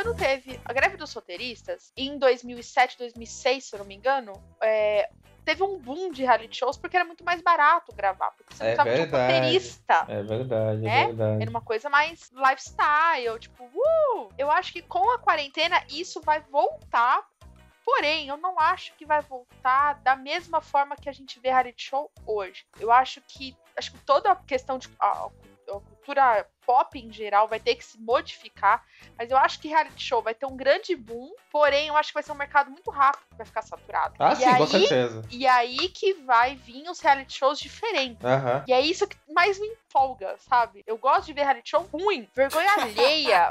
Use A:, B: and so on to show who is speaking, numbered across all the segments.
A: ano teve a greve dos roteiristas, e em 2007, 2006, se eu não me engano, é, teve um boom de reality shows porque era muito mais barato gravar, porque você não
B: É
A: precisava de um
B: verdade.
A: roteirista.
B: É verdade,
A: Né?
B: é verdade.
A: Era uma coisa mais lifestyle, tipo, uh! Eu acho que com a quarentena isso vai voltar. Porém, eu não acho que vai voltar da mesma forma que a gente vê reality show hoje. Eu acho que acho que toda a questão de a, a cultura pop em geral vai ter que se modificar, mas eu acho que reality show vai ter um grande boom, porém eu acho que vai ser um mercado muito rápido que vai ficar saturado.
B: Ah,
A: e
B: sim,
A: aí,
B: com certeza.
A: E aí que vai vir os reality shows diferentes.
B: Aham.
A: E é isso que mais me empolga, sabe? Eu gosto de ver reality show ruim, vergonha alheia.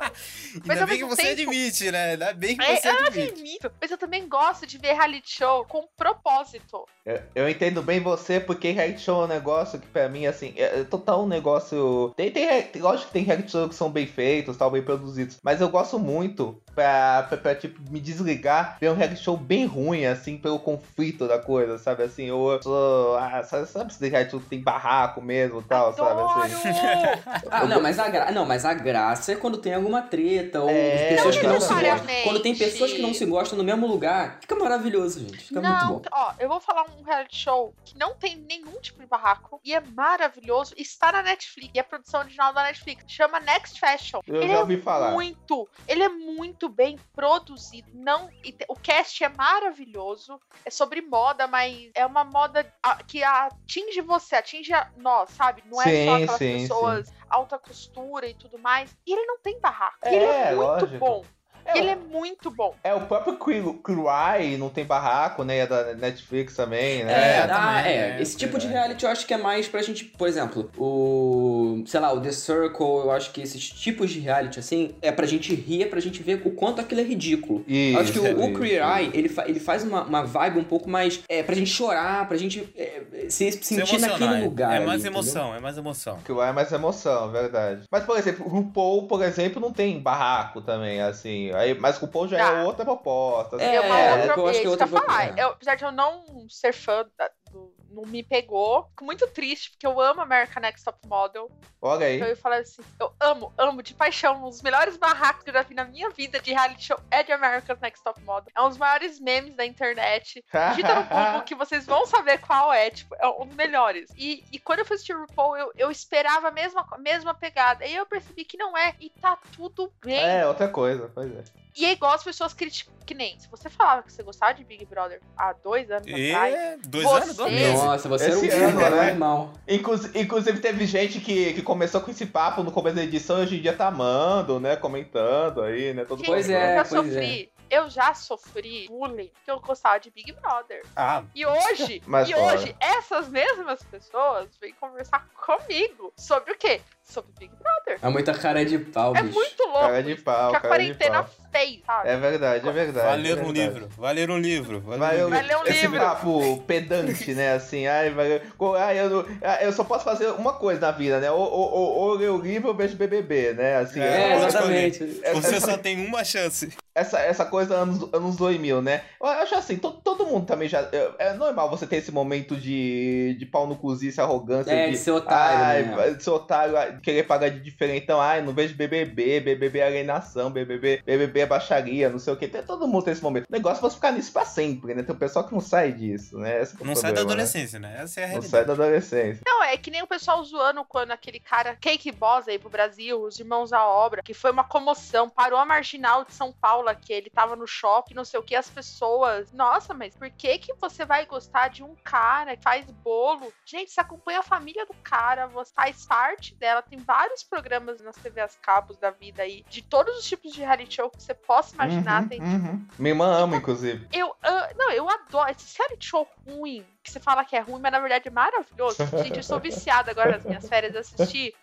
A: Mas
C: Ainda
A: ao
C: bem que
A: mesmo
C: você
A: tempo-
C: admite, né? Ainda bem que
A: É,
C: você admite.
A: Admito. Mas eu também gosto de ver reality show com propósito.
B: Eu, eu entendo bem você, porque reality show é um negócio que pra mim, assim, é é total um negócio. Tem, tem, re- tem- lógico que tem reality show que são bem feitos, tal, bem produzidos. Mas eu gosto muito pra, pra, pra, tipo, me desligar, ver um reality show bem ruim, assim, pelo conflito da coisa, sabe? Assim, eu sou. Ah, sabe, sabe se reality show que tem barraco mesmo tal, sabe? Assim.
A: Adoro!
D: Ah, não, mas a, gra... não, mas a graça é quando tem alguma treta ou
B: É,
D: pessoas que não se gostam.
A: necessariamente.
D: Quando tem pessoas que não se gostam no mesmo lugar, fica maravilhoso, gente. Fica
A: não, tá
D: muito bom.
A: ó, eu vou falar um reality show que não tem nenhum tipo de barraco e é maravilhoso. Está na Netflix, e é produção original da Netflix. Chama Next Fashion.
B: Eu
A: Ele
B: já
A: é
B: ouvi falar.
A: Muito. Ele é muito bem produzido. Não, e te- o cast é maravilhoso. É sobre moda, mas é uma moda a- que atinge você, atinge a nós, sabe? Não é só
B: Sim,
A: aquelas
B: sim,
A: pessoas alta costura e tudo mais. E ele não tem barraco.
B: É,
A: E ele é muito
B: lógico.
A: bom.
B: É,
A: Ele é muito bom.
B: é o próprio Cru- Cruai, não tem barraco, né? É da Netflix também,
D: É,
B: né?
C: É,
D: ah,
C: também,
D: é,
C: é,
D: esse tipo de
C: é.
D: reality eu acho que é mais pra gente, por exemplo, o, sei lá, o The Circle, eu acho que esses tipos de reality, assim, é pra gente rir, é pra gente ver o quanto aquilo é ridículo.
B: Isso, é
D: Eu acho que o, o
B: isso.
D: Queer Eye, ele, fa- ele faz uma, uma vibe um pouco mais, é, pra gente chorar, pra gente é, se sentir naquele lugar.
C: É
D: ali,
C: mais
D: entendeu?
C: emoção, é mais emoção.
B: Que lá é mais emoção, é verdade. Mas, por exemplo, o RuPaul, por exemplo, não tem barraco também, assim. Aí, mas o RuPaul já é
A: Tá.
B: outra proposta. assim.
A: É, uma
D: é,
A: outra.
D: eu acho que
A: é
D: é
A: isso que eu ia
D: outra
A: falar.
D: coisa.
A: Eu, apesar de eu não ser fã da- do. Não me pegou. Fico muito triste, porque eu amo American Next Top Model.
B: Olha aí.
A: Então eu falava assim, eu amo, amo de paixão. Um dos melhores barracos que eu já vi na minha vida de reality show é de America's Next Top Model. É um dos maiores memes da internet. Digita no Google que vocês vão saber qual é, tipo, é um dos melhores. E, e quando eu fui assistir o RuPaul, eu, eu esperava a mesma, co- mesma pegada. E eu percebi que não é, e tá tudo bem.
B: É, outra coisa, pois é.
A: E é igual as pessoas criticam, que nem, se você falava que você gostava de Big Brother há dois anos
C: E
A: atrás...
C: dois
A: Você-
C: anos, dois meses.
D: Nossa, você
B: Esse
D: era um
B: ano, né?
D: normal.
B: Inclusive, inclusive teve gente que, que começou com esse papo no começo da edição e hoje em dia tá amando, né? Comentando aí, né? Todo
A: gente,
D: Pois
B: mundo-
D: é,
A: eu
D: pois
A: sofri, eu já sofri bullying porque eu gostava de Big Brother.
C: Ah,
A: E hoje,
B: Mas
A: e
B: fora.
A: hoje, essas mesmas pessoas vêm conversar comigo sobre o quê? Sobre Big Brother.
D: É muita cara de pau,
A: É
D: bicho.
A: muito louco.
B: Cara de pau,
A: que a
B: cara de
A: quarentena
B: pau.
A: fez, sabe?
B: É verdade, é verdade.
C: vai ler
B: é
C: um
B: verdade.
C: livro, vai ler um livro. Vai ler
B: Vai,
C: um livro.
A: ler um
B: esse
A: livro.
B: papo pedante, né? Assim, ai, vai, co- ai, eu, não- ah, eu só posso fazer uma coisa na vida, né? Ou, ou, ou, ou ler o livro ou vejo BBB, né? Assim,
D: É,
B: essa-
D: exatamente.
C: Você só tem uma chance.
B: essa, essa coisa anos, anos 2000, né? Eu acho assim, to- todo mundo também já. é- É normal você ter esse momento de, de pau no cozice, arrogância.
D: É, de ser otário,
B: Ai,
D: né?
B: vai- seu otário, ai, querer pagar de diferentão. Ai, não vejo BBB, BBB é alienação, BBB, BBB é baixaria, não sei o que. Tem todo mundo tem esse momento. O negócio é você ficar nisso pra sempre, né? Tem o pessoal que não sai disso, né? Esse que é o
C: Não sai da
B: problema, né?
C: adolescência, né? Essa é a
B: Não
C: realidade.
B: sai da adolescência.
A: Não, é que nem o pessoal zoando quando aquele cara, Cake Boss aí pro Brasil, os irmãos à obra, que foi uma comoção, parou a marginal de São Paulo, que ele tava no shopping, não sei o que, as pessoas. Nossa, mas por que que você vai gostar de um cara que faz bolo? Gente, você acompanha a família do cara, você faz parte dela, tem vários programas nas TVs cabos da vida aí, de todos os tipos de reality show que você possa imaginar,
B: Uhum,
A: tem
B: uhum. Minha irmã ama, inclusive.
A: eu, ah, não, eu adoro. Esse reality show ruim, que você fala que é ruim, mas na verdade é maravilhoso. Gente, eu sou viciada agora nas minhas férias de assistir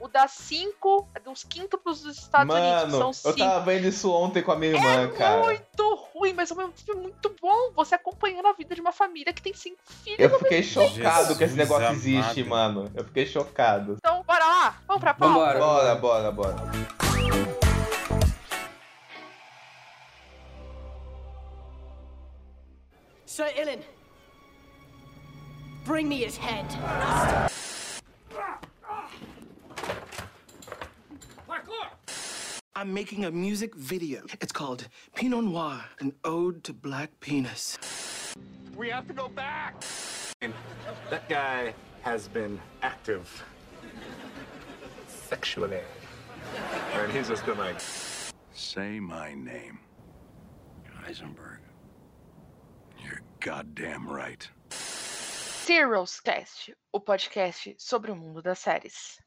A: o das cinco, dos quíntuplos dos Estados Unidos,
B: Mano,
A: que são
B: eu
A: cinco. É
B: tava vendo isso ontem com a minha irmã, cara.
A: Muito ruim, mas ao mesmo tempo é muito bom. Você acompanhando a vida de uma família que tem cinco filhos.
B: Eu fiquei chocado que esse
C: Jesus
B: negócio
C: amado.
B: existe, mano. Eu fiquei chocado.
A: Então, bora lá. Vamos pra pauta.
D: Vambora.
B: Bora, bora, bora.
E: Sir Ilin, bring me his head. I'm making a music video. It's called Pinot Noir, an ode to black penis.
F: We have to go back. That guy has been active sexually. And he's just been like,
G: Say my name. Heisenberg. You're goddamn right.
A: Serials Cast, o podcast sobre o mundo das séries.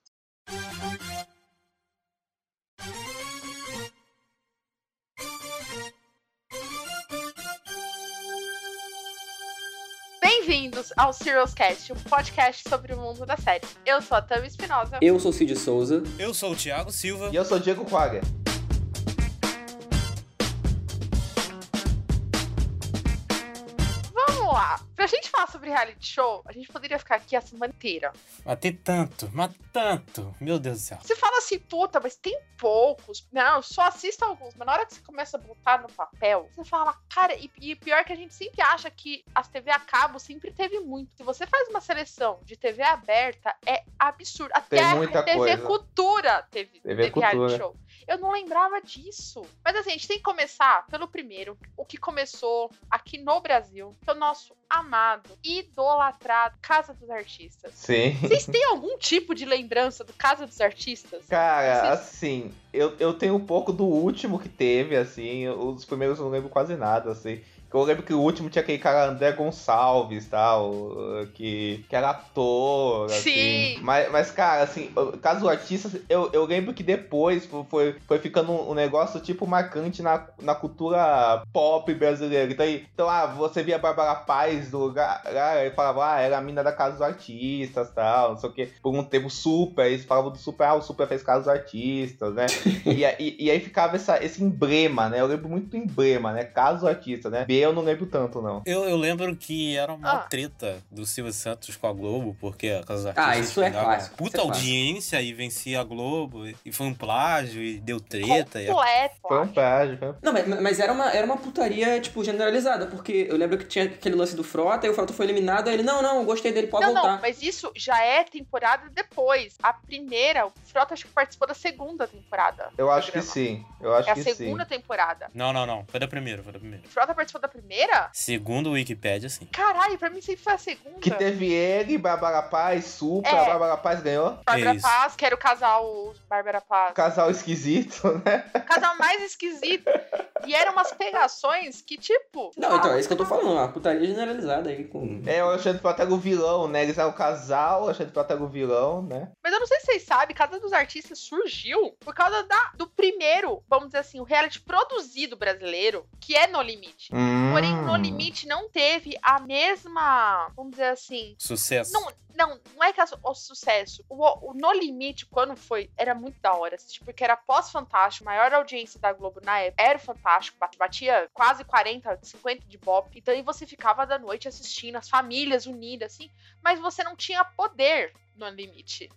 A: Bem-vindos ao Serials Cast, o podcast sobre o mundo das séries. Eu sou a Tami Espinosa.
D: Eu sou o Cid Souza.
C: Eu sou o Thiago Silva.
B: E eu sou o Diego Quagga.
A: Vamos lá. Pra gente falar sobre reality show, a gente poderia ficar aqui a semana inteira.
C: Mas tem tanto, mas tanto. Meu Deus do céu.
A: Você fala assim, puta, mas tem poucos. Não, eu só assisto alguns. Mas na hora que você começa a botar no papel, você fala, cara, e, e pior que a gente sempre acha que as TV a cabo sempre teve muito. Se você faz uma seleção de TV aberta, é absurdo. Até
B: Tem muita
A: a TV
B: coisa.
A: Cultura teve,
B: TV
A: teve reality
B: Cultura.
A: show. Eu não lembrava disso. Mas assim, a gente tem que começar pelo primeiro, o que começou aqui no Brasil, que é o nosso amado, idolatrado Casa dos Artistas.
B: Sim.
A: Vocês têm algum tipo de lembrança do Casa dos Artistas?
B: Cara,
A: Vocês-
B: assim, eu, eu tenho um pouco do último que teve, assim, os primeiros eu não lembro quase nada, assim. Eu lembro que o último tinha aquele cara André Gonçalves, tal, que, que era ator, assim.
A: Sim.
B: Mas, mas, cara, assim, o caso do artista, eu, eu lembro que depois foi, foi ficando um negócio, tipo, marcante na, na cultura pop brasileira. Então, aí- então ah, você via a Bárbara Paz do lugar, lá, e falava, ah, era a mina da Casa dos Artistas, tal, não sei o quê. Por um tempo, Super, eles falavam do Super, ah, o Super fez Casa dos Artistas, né? e, a- e, e aí ficava essa, esse emblema, né? Eu lembro muito do emblema, né? Caso artista, né? B eu não lembro tanto, não.
C: Eu, eu lembro que era uma
A: Ah.
C: treta do Silvio Santos com a Globo, porque a Casa dos
D: Ah,
C: Artistas
D: isso é
C: pegava
D: clássico,
C: Puta
D: isso é clássico.
C: audiência e vencia a Globo, e- e foi um plágio, e deu treta. e a-
A: Completo.
B: Foi um plágio, foi um...
D: Não, mas, mas era, uma, era uma putaria, tipo, generalizada, porque eu lembro que tinha aquele lance do Frota, e o Frota foi eliminado, aí ele, não, não, gostei dele, pode
A: Não,
D: voltar.
A: não, mas isso já é temporada depois. A primeira, o Frota acho que participou da segunda temporada.
B: um Eu acho que
A: programa.
B: sim, eu acho
A: É a
B: que sim.
A: segunda temporada.
C: Não, não, não. Foi da primeira, foi da primeira.
A: O Frota participou da primeira?
C: Segundo o Wikipedia, sim.
A: Caralho, pra mim sempre foi a segunda.
B: Que teve ele, Bárbara Paz, Supra,
A: É.
B: a Bárbara Paz ganhou.
D: É
A: Bárbara
C: Isso.
A: Paz, que era o casal Bárbara Paz.
B: Casal esquisito, né?
A: O casal mais esquisito. E eram umas pegações que, tipo.
D: Não, então, é isso que eu tô falando, uma putaria generalizada aí com.
B: É, o Alexandre Frota era o vilão, né? Eles eram o casal, o Alexandre Frota era o vilão, né?
A: Mas eu não sei se vocês sabem, Casa dos Artistas surgiu por causa da, do primeiro, vamos dizer assim, o reality produzido brasileiro, que é No Limite. Porém,
B: Hum.
A: No Limite não teve a mesma, vamos dizer assim.
C: Sucesso.
A: Não, não, não é que é su- o sucesso. O, o No Limite, quando foi, era muito da hora. assim, tipo, Porque era pós-fantástico, maior audiência da Globo na época. Era fantástico, bat- batia quase 40, 50 de bop. Então, e você ficava da noite assistindo, as famílias unidas, assim. Mas você não tinha poder no limite.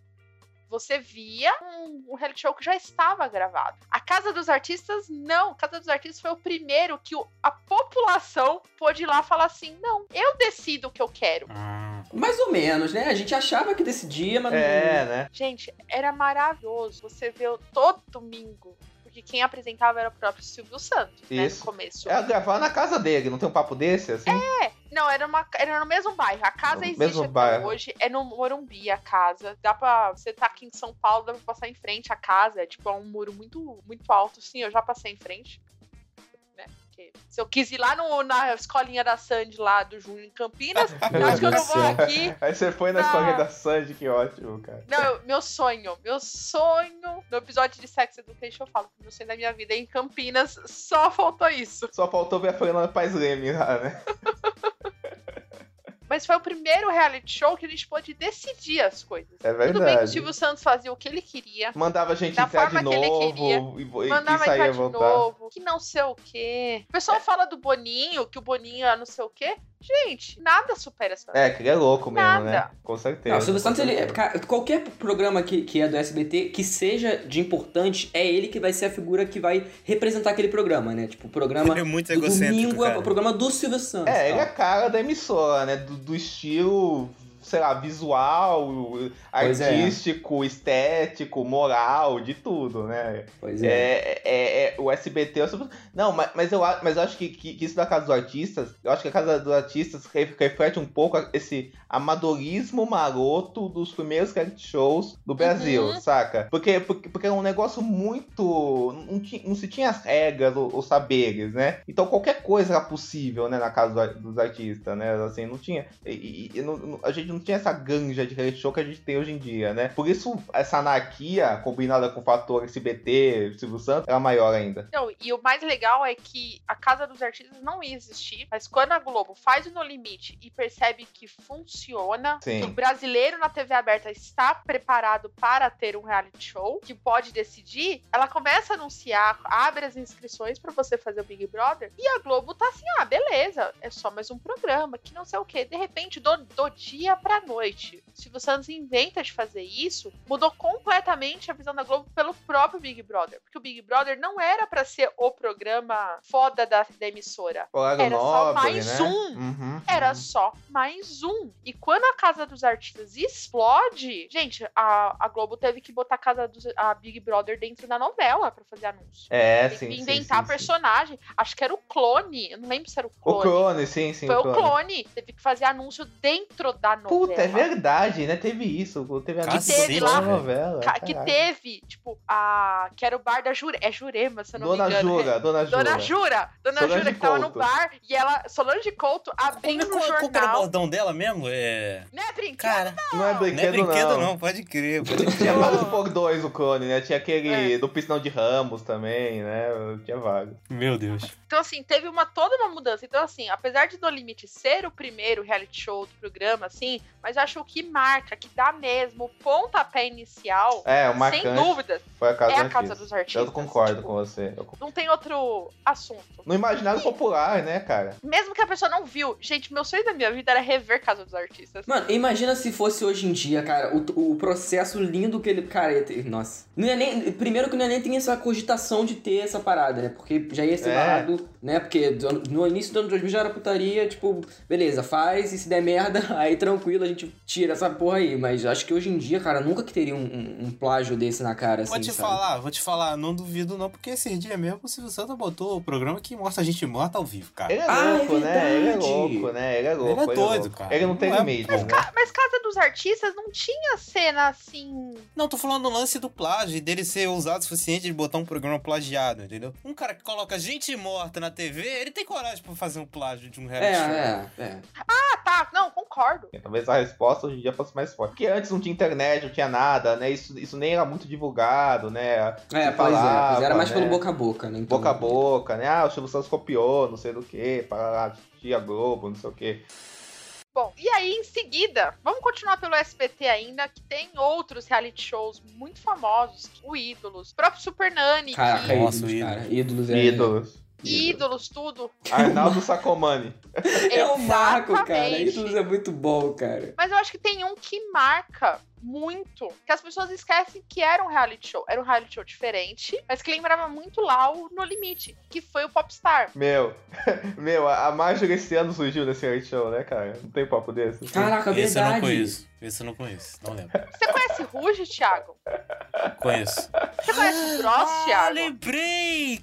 A: Você via um, um reality show que já estava gravado. A Casa dos Artistas, não. Casa dos Artistas foi o primeiro que o- a população pôde ir lá falar assim: não, eu decido o que eu quero.
C: Ah,
D: Mais ou menos, né? A gente achava que decidia, mas. não-
B: É, né?
A: Gente, era maravilhoso. Você viu todo domingo. Porque quem apresentava era o próprio Silvio Santos, né? No
B: Isso.
A: começo.
B: Ela É, gravava na casa dele, não tem um papo desse, assim?
A: É. Não, era, uma, era no mesmo bairro. A casa
B: No
A: existe
B: mesmo
A: até
B: bairro.
A: hoje. É no Morumbi a casa. Dá pra. Você tá aqui em São Paulo, dá pra passar em frente à casa. É tipo, é um muro muito, muito alto. Sim, eu já passei em frente. Né? Porque se eu quis ir lá no- na escolinha da Sandy, lá do Júnior em Campinas, eu acho que eu não vou aqui.
B: Aí você foi na
A: Não.
B: escolinha da Sandy, que ótimo, cara.
A: Não, eu- meu sonho, meu sonho. No episódio de Sex Education eu falo que meu sonho da minha vida é em Campinas, só faltou isso.
B: Só faltou ver a Fernanda Paz Leme lá, né?
A: Mas foi o primeiro reality show que a gente pôde decidir as coisas.
B: É
A: Tudo bem que o
B: verdade.
A: Silvio Santos fazia o que ele queria,
B: Mandava a gente
A: Da
B: entrar
A: forma
B: de
A: que ele
B: novo e, e, e
A: mandava
B: saía
A: entrar
B: a
A: de
B: voltar. É.
A: novo, que não sei o quê. O pessoal fala do Boninho, que o Boninho é não sei o quê. Gente, nada supera essa.
B: É, que ele é louco mesmo,
A: Nada.
B: né? Com certeza.
D: Não, o Silvio Santos,
B: com
D: ele, é
B: certeza.
D: cara, qualquer programa que, que é do SBT, que seja de importante, é ele que vai ser a figura que vai representar aquele programa, né? Tipo, o programa
C: ele é muito
D: do
C: egocêntrico,
D: domingo é o
C: cara.
D: programa do Silvio Santos.
B: É,
D: tal.
B: ele é a cara da emissora, né? Do, do estilo sei lá, visual,
D: Pois é.
B: artístico, estético, moral, de tudo, né?
D: Pois é.
B: É, é, é, o SBT. Eu... sou- Não, mas, mas, eu, a- mas eu acho que, que, que isso da Casa dos Artistas, eu acho que a Casa dos Artistas re- reflete um pouco a- esse amadorismo maroto dos primeiros reality shows do Brasil,
A: Uhum.
B: saca? Porque, porque, porque é um negócio muito. Não, ti- não se tinha as regras ou, ou saberes, né? Então qualquer coisa era possível, né, na Casa dos Ar- dos Artistas, né? Assim, não tinha. E, e- e não- não- a gente não tinha essa ganja de reality show que a gente tem hoje em dia, né? Por isso, essa anarquia, combinada com o fator SBT, Silvio Santos, era maior ainda.
A: Não, e o mais legal é que a Casa dos Artistas não ia existir, mas quando a Globo faz o No Limite e percebe que funciona,
B: Sim.
A: que o brasileiro na TV aberta está preparado para ter um reality show, que pode decidir, ela começa a anunciar, abre as inscrições para você fazer o Big Brother, e a Globo tá assim, ah, beleza, é só mais um programa, que não sei o quê. De repente, do, do dia pra noite, Silvio Santos inventa de fazer isso, mudou completamente a visão da Globo pelo próprio Big Brother, porque o Big Brother não era pra ser o programa foda da, da emissora,
B: Horário
A: Era só
B: nobre,
A: mais
B: né?
A: um.
B: Uhum.
A: era só mais um. E quando a Casa dos Artistas explode, gente, a, a Globo teve que botar a, casa dos, a Big Brother dentro da novela pra fazer anúncio.
B: É,
A: Teve
B: sim.
A: que
B: sim,
A: inventar
B: sim, sim.
A: personagem. Acho que era o clone. Eu não lembro se era o
B: O
A: clone.
B: clone, sim, sim.
A: Foi o clone. Teve que fazer anúncio dentro da novela.
B: Puta, é verdade, né? Teve isso. Teve a
C: Cacete,
A: teve lá.
B: novela.
A: Ca- Que
B: caralho.
A: teve, tipo, a. Que era o bar da Jure. É Jurema, se eu não
B: Dona
A: me engano.
B: Jura, Dona
A: É.
B: Jura.
A: Dona Jura, Dona
B: Solange
A: Jura que tava no
B: Couto.
A: bar e ela, Solange Couto,
C: Como
A: abrindo
C: é
A: o
C: qual- qual que era o
A: jornal.
C: bordão dela mesmo? É.
A: Né, Brinquedo?
C: Cara,
B: Não é
C: não é
B: brinquedo,
C: brinquedo não,
B: não.
C: pode crer. Pode crer.
B: Tinha
A: Não.
B: vários por dois o clone, né? Tinha aquele
A: É.
B: do Piscinão de Ramos também, né? Tinha vários.
C: Meu Deus.
A: Então, assim, teve uma toda uma mudança. Então, assim, apesar de No Limite ser o primeiro reality show do programa, assim, mas eu acho que o que marca, que dá mesmo o pontapé inicial,
B: É, o marcante
A: sem dúvida,
B: foi a Casa,
A: é a
B: dos
A: Casa
B: Artistas.
A: dos Artistas.
B: Eu concordo
A: Tipo,
B: com você. eu con-
A: Não tem outro assunto.
B: No imaginário popular, né, cara?
A: Mesmo que a pessoa não viu, gente, meu sonho da minha vida era rever Casa dos Artistas.
D: Mano, imagina se fosse hoje em dia, cara, o, o processo lindo que ele. Cara, ia ter- nossa. Não ia nem, primeiro que não ia nem ter essa cogitação de ter essa parada, né? Porque já ia ser
B: É.
D: barrado, né? Porque do- no início do ano 2000 já era putaria, tipo, beleza, faz e se der merda, aí tranquilo, a gente tira essa porra aí. Mas acho que hoje em dia, cara, nunca que teria um, um- um plágio desse na cara, assim.
C: Vou te
D: sabe?
C: falar, vou te falar, não duvido não, porque esse dia mesmo o Silvio Santos botou o programa que mostra a gente morta ao vivo, cara.
B: Ele é
D: Ah, é
B: louco, né? Ele é
D: verdade.
B: louco, né? Ele é louco.
C: doido,
B: louco.
C: cara.
B: Ele não
C: Não
B: tem
C: é-
B: limites, né?
A: Mas Casa dos Artistas não tinha cena assim.
C: Não, tô falando do lance do plágio e dele ser ousado o suficiente de botar um programa plagiado, entendeu? Um cara que coloca gente morta na TV, ele tem coragem pra fazer um plágio de um
D: É,
C: reality show.
D: é, é.
A: Ah, tá, não, concordo.
B: Assim, Talvez a resposta hoje em dia fosse mais forte. Porque antes não tinha internet, não tinha nada, né? Isso, isso nem era muito divulgado, né?
D: É,
B: Se
D: pois é. Pois
B: falava,
D: era mais
B: né?
D: pelo boca a boca, né? Então-
B: Boca a boca, né? Ah, o Silvio Santos copiou, não sei do que, parará, tia Globo, não sei o que.
A: Bom, e aí em seguida, vamos continuar pelo SBT ainda, que tem outros reality shows muito famosos, o Ídolos, o próprio Super Nani, que-
D: Caraca,
C: Nossa,
D: ídolos,
C: ídolo.
D: cara. Ídolos, é.
B: Ídolos.
A: Ídolos, tudo.
B: Arnaldo Sacomani.
D: É o Marco, cara.
A: Exatamente.
D: Ídolos é muito bom, cara.
A: Mas eu acho que tem um que marca muito, que as pessoas esquecem que era um reality show. Era um reality show diferente, mas que lembrava muito lá o No Limite, que foi o Popstar.
B: Meu, meu, a a Marjorie esse ano surgiu nesse reality show, né, cara? Não tem papo desse.
D: Caraca,
C: Esse eu não
D: verdade.
C: conheço. Esse eu não conheço. Não lembro.
A: Você conhece Ruge, Thiago?
C: Conheço.
A: Você conhece Frost,
C: Ah,
A: Thiago?
C: lembrei!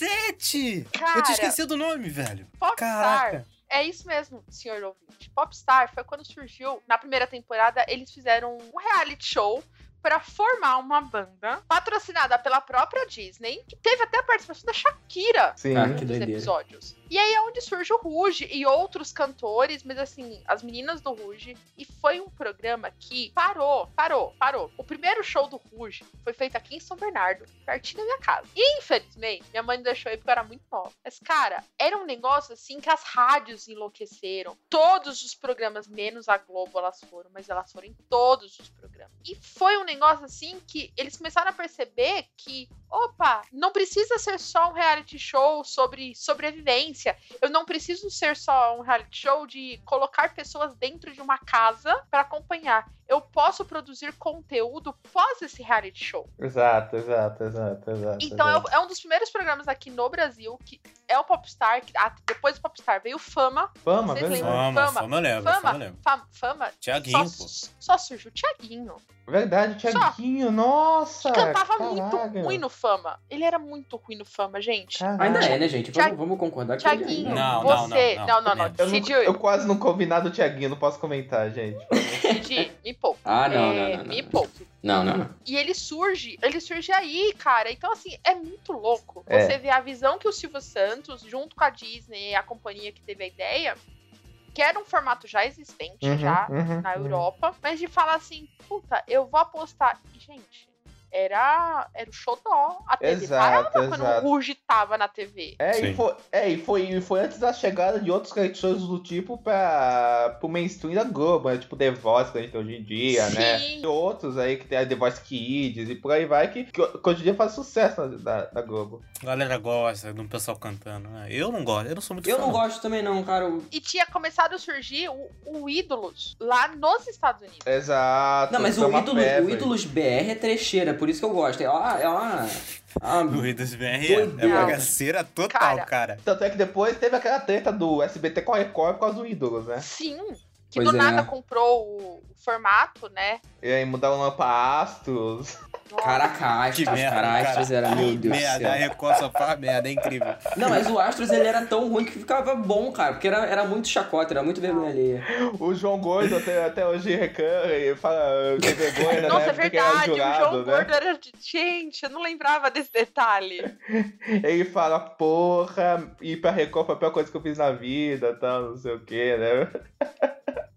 C: Cacete! eu tinha
A: Cara,
C: esquecido o nome, velho.
A: Popstar.
C: Caraca.
A: É isso mesmo, senhor ouvinte. Popstar foi quando surgiu, na primeira temporada, eles fizeram um reality show pra formar uma banda patrocinada pela própria Disney, que teve até a participação da Shakira
B: Sim.
A: em
D: Ah,
A: um
D: que
A: dos
D: doideira.
A: episódios. E aí é onde surge o Ruge e outros cantores, mas assim, as meninas do Ruge. E foi um programa que parou, parou, parou. O primeiro show do Ruge foi feito aqui em São Bernardo, pertinho da minha casa. E infelizmente, minha mãe não deixou eu ir porque eu era muito nova. Mas, cara, era um negócio assim que as rádios enlouqueceram. Todos os programas, menos a Globo, elas foram, mas elas foram em todos os programas. E foi um negócio assim que eles começaram a perceber que opa, não precisa ser só um reality show sobre sobrevivência experiência. Eu não preciso ser só um reality show de colocar pessoas dentro de uma casa pra acompanhar. Eu posso produzir conteúdo pós esse reality show.
B: Exato, exato, exato, exato.
A: Então é,
B: exato.
A: o- é um dos primeiros programas aqui no Brasil que é o Popstar. Que, ah, depois do Popstar veio o Fama.
B: Fama,
A: vocês
B: verdade.
A: lembram?
C: Fama,
A: Fama,
C: fama eu lembro, Ah, fama,
A: Fama,
C: eu lembro.
A: fama, fama só,
C: Tiaguinho, pô.
A: só surgiu o Tiaguinho.
B: Verdade, Tiaguinho, nossa!
A: que cantava
B: caralho.
A: muito ruim no Fama. Ele era muito ruim no Fama, gente.
B: Caralho.
D: Ainda é, né, gente? Vamos,
A: Thiag-
D: vamos concordar que ele
A: Tiaguinho,
D: ainda- é.
C: Não, não,
A: você.
C: não,
A: Não,
C: não,
A: não,
C: é.
A: não.
C: merda.
B: Eu,
A: Cid,
B: não- eu quase não ouvi nada do Tiaguinho, não posso comentar, gente.
A: Cid, me poupe.
D: Ah, não, não,
A: É,
D: não, não,
A: Me
D: não.
A: poupe.
D: Não, não, não.
A: E ele surge, ele surge aí, cara. Então, assim, é muito louco.
B: É.
A: Você vê a visão que o Silvio Santos, junto com a Disney, a companhia que teve a ideia, que era um formato já existente,
B: Uhum,
A: já
B: uhum,
A: na
B: uhum.
A: Europa, mas de falar assim, puta, eu vou apostar. E, gente, era, era o xodó. A TV
B: Exato,
A: parava quando o
B: exato.
A: Ruge tava na TV.
B: É, e
C: Sim.
B: foi, é, e foi, e foi antes da chegada de outros reality shows do tipo pra, pro mainstream da Globo, né? Tipo The Voice que a gente tem hoje em dia, né?
A: Sim.
B: E outros aí que tem a The Voice Kids e por aí vai, que, que hoje em dia faz sucesso na, da, da Globo.
C: A galera gosta de um pessoal cantando, né? Eu não gosto, eu não sou muito
D: Eu
C: fã.
D: não gosto também, não, cara. Eu-
A: E tinha começado a surgir o, o Ídolos lá nos Estados Unidos.
B: Exato.
D: Não, mas
B: foi
D: o
B: uma
D: ídolo, o
B: febre.
D: ídolos BR é trecheira, por isso que eu gosto. É uma. É uma, uma-
C: O Rei dos BR é
D: Doideira.
C: bagaceira total,
A: Cara.
C: cara.
B: Tanto é que depois teve aquela treta do SBT com a Record por causa do Ídolos, né?
A: Sim. Que
D: Pois
A: do
D: é.
A: nada comprou o, o formato, né?
B: E aí mudaram lá pra Astros.
A: Nossa.
D: Caraca, Astros,
C: Que merda,
D: cara,
C: cara.
D: Astros era, meu Deus do
C: merda, é. a
D: céu.
C: Record só faz merda, é incrível.
D: Não, mas o Astros, ele era tão ruim que ficava bom, cara, porque era, era muito chacota, era muito
A: Ah.
D: vergonha alheia.
B: O João Gordo até, até hoje reclama e fala que vergonha, né?
A: Nossa, é
B: Porque era
A: verdade. o
B: jurado,
A: João
B: né?
A: Gordo era. de- Gente, eu não lembrava desse detalhe.
B: Ele fala, porra, ir pra Record foi a pior coisa que eu fiz na vida, tal, não sei o que, né?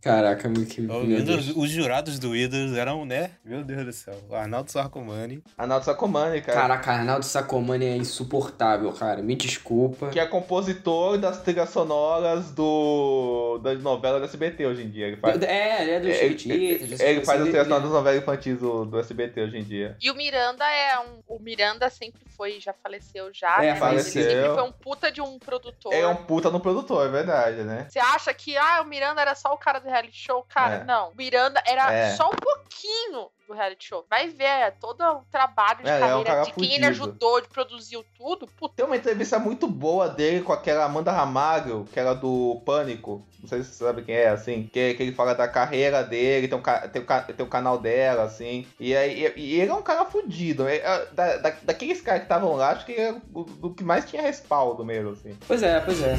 D: Caraca, meu que... meu
C: O
D: Deus.
C: Ídolos- os jurados do Ídolos eram, né? Meu Deus do céu. O Arnaldo Sarcomani.
B: Arnaldo Sacomani, cara,
D: Caraca, Arnaldo Sacomani é insuportável, cara, me desculpa.
B: Que é compositor das trilhas sonoras do. das novelas do SBT hoje em dia. Ele faz,
D: É, ele é dos é
B: Ele-
D: chiquititas. desse-
B: ele faz as
D: desse-
B: trilhas sonoras das novelas infantis do, do SBT hoje em dia.
A: E o Miranda é um. O Miranda sempre foi, já faleceu já.
D: É,
A: né? Mas
B: faleceu.
A: ele sempre foi um puta de um produtor.
B: Ele é um puta no produtor, é verdade, né?
A: Você acha que ah, o Miranda era só o cara do reality show? Cara,
B: É.
A: não. O Miranda era
B: É.
A: só um pouquinho do reality show. Vai ver é todo o trabalho de
B: É, é um
A: carreira
B: cara
A: de quem ele
B: fudido.
A: ajudou, de produziu tudo. Puta,
B: Tem uma entrevista muito boa dele com aquela Amanda Ramalho, que era do Pânico. Não sei se você sabe quem é, assim. Que, que ele fala da carreira dele, tem um, ca- tem um, ca- tem um canal dela, assim. E, aí- e- e ele é um cara fudido. Ele é- da- da- daqueles caras que estavam lá, acho que ele era o, o que mais tinha respaldo mesmo, assim.
D: Pois é, pois é.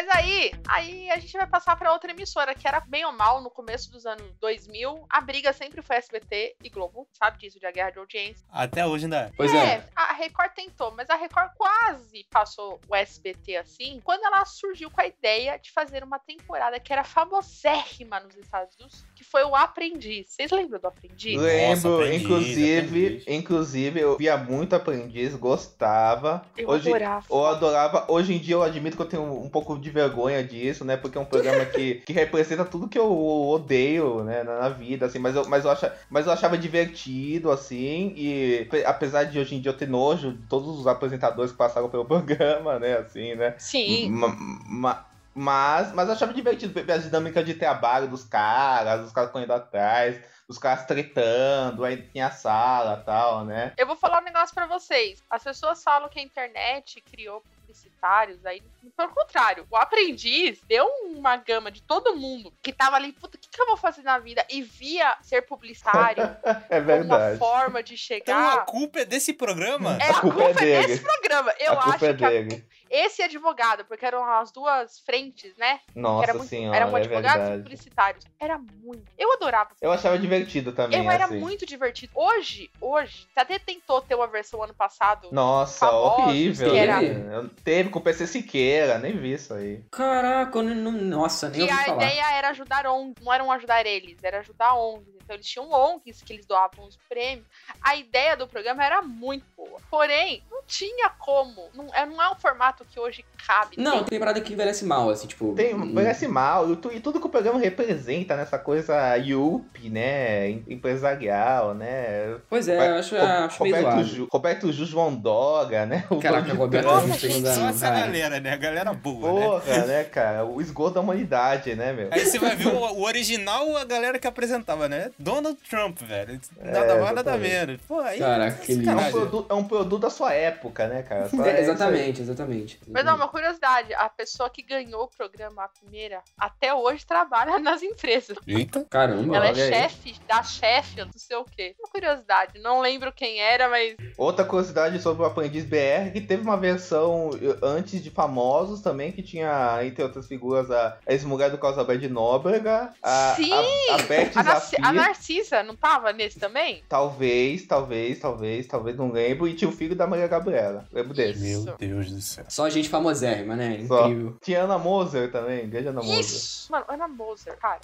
A: Mas aí, aí a gente vai passar pra outra emissora, que era bem ou mal no começo dos anos 2000. A briga sempre foi SBT e Globo, sabe disso, de a guerra de audiência.
C: Até hoje ainda é.
D: Pois é.
A: a Record tentou, mas a Record quase passou o SBT assim, quando ela surgiu com a ideia de fazer uma temporada que era famosérrima nos Estados Unidos, que foi o Aprendiz. Vocês lembram do Aprendiz?
C: Nossa,
B: Lembro,
C: Aprendiz,
B: inclusive,
C: Aprendiz.
B: inclusive, eu via muito aprendiz, gostava.
A: Eu
B: Hoje,
A: adorava.
B: Eu adorava. Hoje em dia eu admito que eu tenho um pouco de vergonha disso, né? Porque é um programa que, que representa tudo que eu odeio, né? Na, na vida, assim. Mas eu, mas, eu acha, mas eu achava divertido, assim. E ape- apesar de hoje em dia eu ter nojo de todos os apresentadores que passaram pelo programa, né? Assim, né?
A: Sim.
B: Ma- ma- mas, mas eu achava divertido ver as dinâmicas de trabalho dos caras, os caras correndo atrás, os caras tretando, aí tinha a sala e tal, né?
A: Eu vou falar um negócio pra vocês. As pessoas falam que a internet criou publicitários, aí, pelo contrário, o aprendiz deu uma gama de todo mundo que tava ali, puta, o que, que eu vou fazer na vida? E via ser publicitário
B: É
A: como uma
B: verdade.
A: forma de
C: Então a
A: chegar.
C: culpa é desse programa?
A: Ah. É, a culpa é desse programa. Eu
B: a culpa
A: acho
B: é
A: que a-
B: dele.
A: esse advogado, porque eram as duas frentes, né?
B: Nossa
A: era um muito,
B: senhora,
A: eram
B: é
A: advogados e
B: verdade.
A: publicitários. Era muito. Eu adorava
B: Eu achava divertido também,
A: eu era
B: assim.
A: muito divertido. Hoje, hoje, até tentou ter uma versão ano passado.
B: Nossa,
A: famosos,
B: horrível.
A: assim,
B: né?
A: que
D: era-
B: Eu- Teve com o PC Siqueira, nem vi isso aí.
D: Caraca, eu não, não- nossa, nem
A: E
D: ouvi
A: a
D: falar.
A: ideia era ajudar ONGs, não era um ajudar eles, era ajudar ONGs. Então eles tinham ONGs que eles doavam os prêmios. A ideia do programa era muito boa. Porém, não tinha como. Não é, não é um formato que hoje cabe.
D: Não, tem parada que envelhece mal, assim, tipo.
B: Tem,
D: hum,
B: parece mal. E tu- e tudo que o programa representa nessa coisa yuppie, né? em- Empresarial, né?
D: Pois é, eu acho,
B: Ro-
D: acho meio
B: Roberto,
D: zoado.
B: Ju, Roberto Jus João Doga, né? O
D: Caraca, Roberto é
A: Nossa,
D: Júnior
A: gente,
D: chegando
C: Só
D: ano,
C: essa
D: cara.
C: galera, né? A galera boa, né?
B: Porra, né, cara? O esgoto da humanidade, né, meu?
D: É
C: Aí você vai ver o, o original, a galera que apresentava, né? Donald Trump, velho. Nada mais, nada
B: exatamente.
C: menos. Pô, aí.
D: Caraca, que
B: É um,
C: sacanagem.
B: produto, é um produto da sua época, né, cara? Só
D: É,
B: é isso aí.
D: exatamente, exatamente.
A: Mas não, uma curiosidade, a pessoa que ganhou o programa a primeira, até hoje trabalha nas empresas.
C: Eita.
D: Caramba.
A: Ela é
B: olha aí.
A: chefe da chefe, eu não sei o quê. Uma curiosidade, não lembro quem era, mas
B: Outra curiosidade sobre o Aprendiz BR, que teve uma versão eh, antes de famosos também, que tinha, entre outras figuras, a a ex-mulher do Casalbé de Nóbrega, a,
A: Sim!
B: a, a Beth
A: a, Narci-
B: Zafir,
A: a Narcisa não tava nesse também?
B: talvez, talvez, talvez, talvez, não lembro, e tinha o filho da Maria Gabriela, lembro desse.
A: Isso.
C: Meu Deus do céu.
D: Só gente famosérrima, né?
B: Só.
D: Incrível.
B: Tinha Ana Moser também, grande Ana Moser.
A: Isso! Mano, Ana Moser, cara.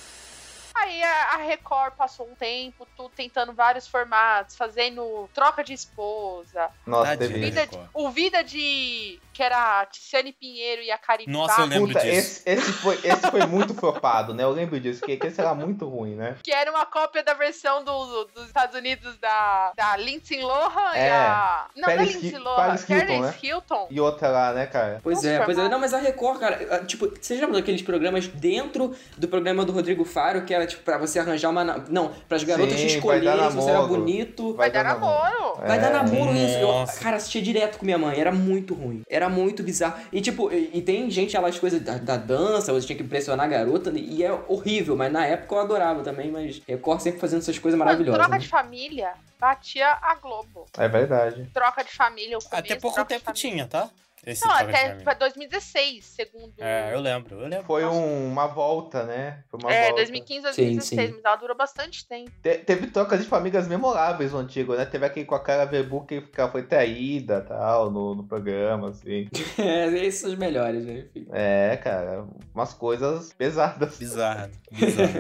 A: Aí a a Record passou um tempo, tu tentando vários formatos, fazendo troca de esposa,
B: Nossa,
C: Tadinha.
B: teve isso.
A: vida de,
C: Record.
A: o Vida de. que era a Tiziane Pinheiro e a Karine
C: Nossa, eu
A: Barros,
C: lembro
B: Puta,
C: disso.
B: esse, esse, foi, esse foi muito flopado, né? Eu lembro disso, que, que esse era muito ruim, né?
A: Que era uma cópia da versão do- dos Estados Unidos da, da Lindsay Lohan e
B: É.
A: a. Não, não é
B: Paris
A: Lindsay
B: Hi-
A: Lohan,
B: Paris Hilton,
A: Paris
B: né?
A: Hilton.
B: E outra lá, né, cara?
D: Pois
A: Nossa,
D: é, pois é.
A: Fernando.
D: Não, mas a Record, cara, ah, tipo, você já viu aqueles programas dentro do programa do Rodrigo Faro, que era, tipo, pra você arranjar uma. na- Não, pras garotas
B: Sim,
D: escolherem
B: vai dar
D: se você era
B: namoro.
D: bonito.
A: Vai, dar namoro.
D: Vai dar
B: É.
D: namoro isso. Eu,
C: Nossa.
D: cara, assistia direto com minha mãe. Era muito ruim. Era muito bizarro. E, tipo, e, e tem gente, elas coisas da, da dança, você tinha que impressionar a garota. E é horrível, mas na época eu adorava também. Mas Record sempre fazendo essas coisas
A: Mano,
D: maravilhosas.
A: troca
D: né?
A: de família batia a Globo.
B: É verdade.
A: Troca de família, o começo,
C: Até pouco
A: troca de
C: tempo
A: família.
C: tinha, tá? Esse
A: Não,
C: Troca de
A: até
C: Família.
A: pra 2016, segundo.
C: É, eu lembro, eu lembro.
B: Foi um- uma volta, né? Foi uma
A: É,
B: volta.
A: 2015,
D: Sim,
A: 2016,
D: sim.
A: mas ela durou bastante tempo.
B: Te- teve trocas de famílias memoráveis no antigo, né? Teve aquele com a cara Verbu que ela foi traída tal, no, no programa, assim.
D: É, esses são os melhores, né? Enfim.
B: É, cara, umas coisas pesadas. assim.
C: Bizarro, bizarro.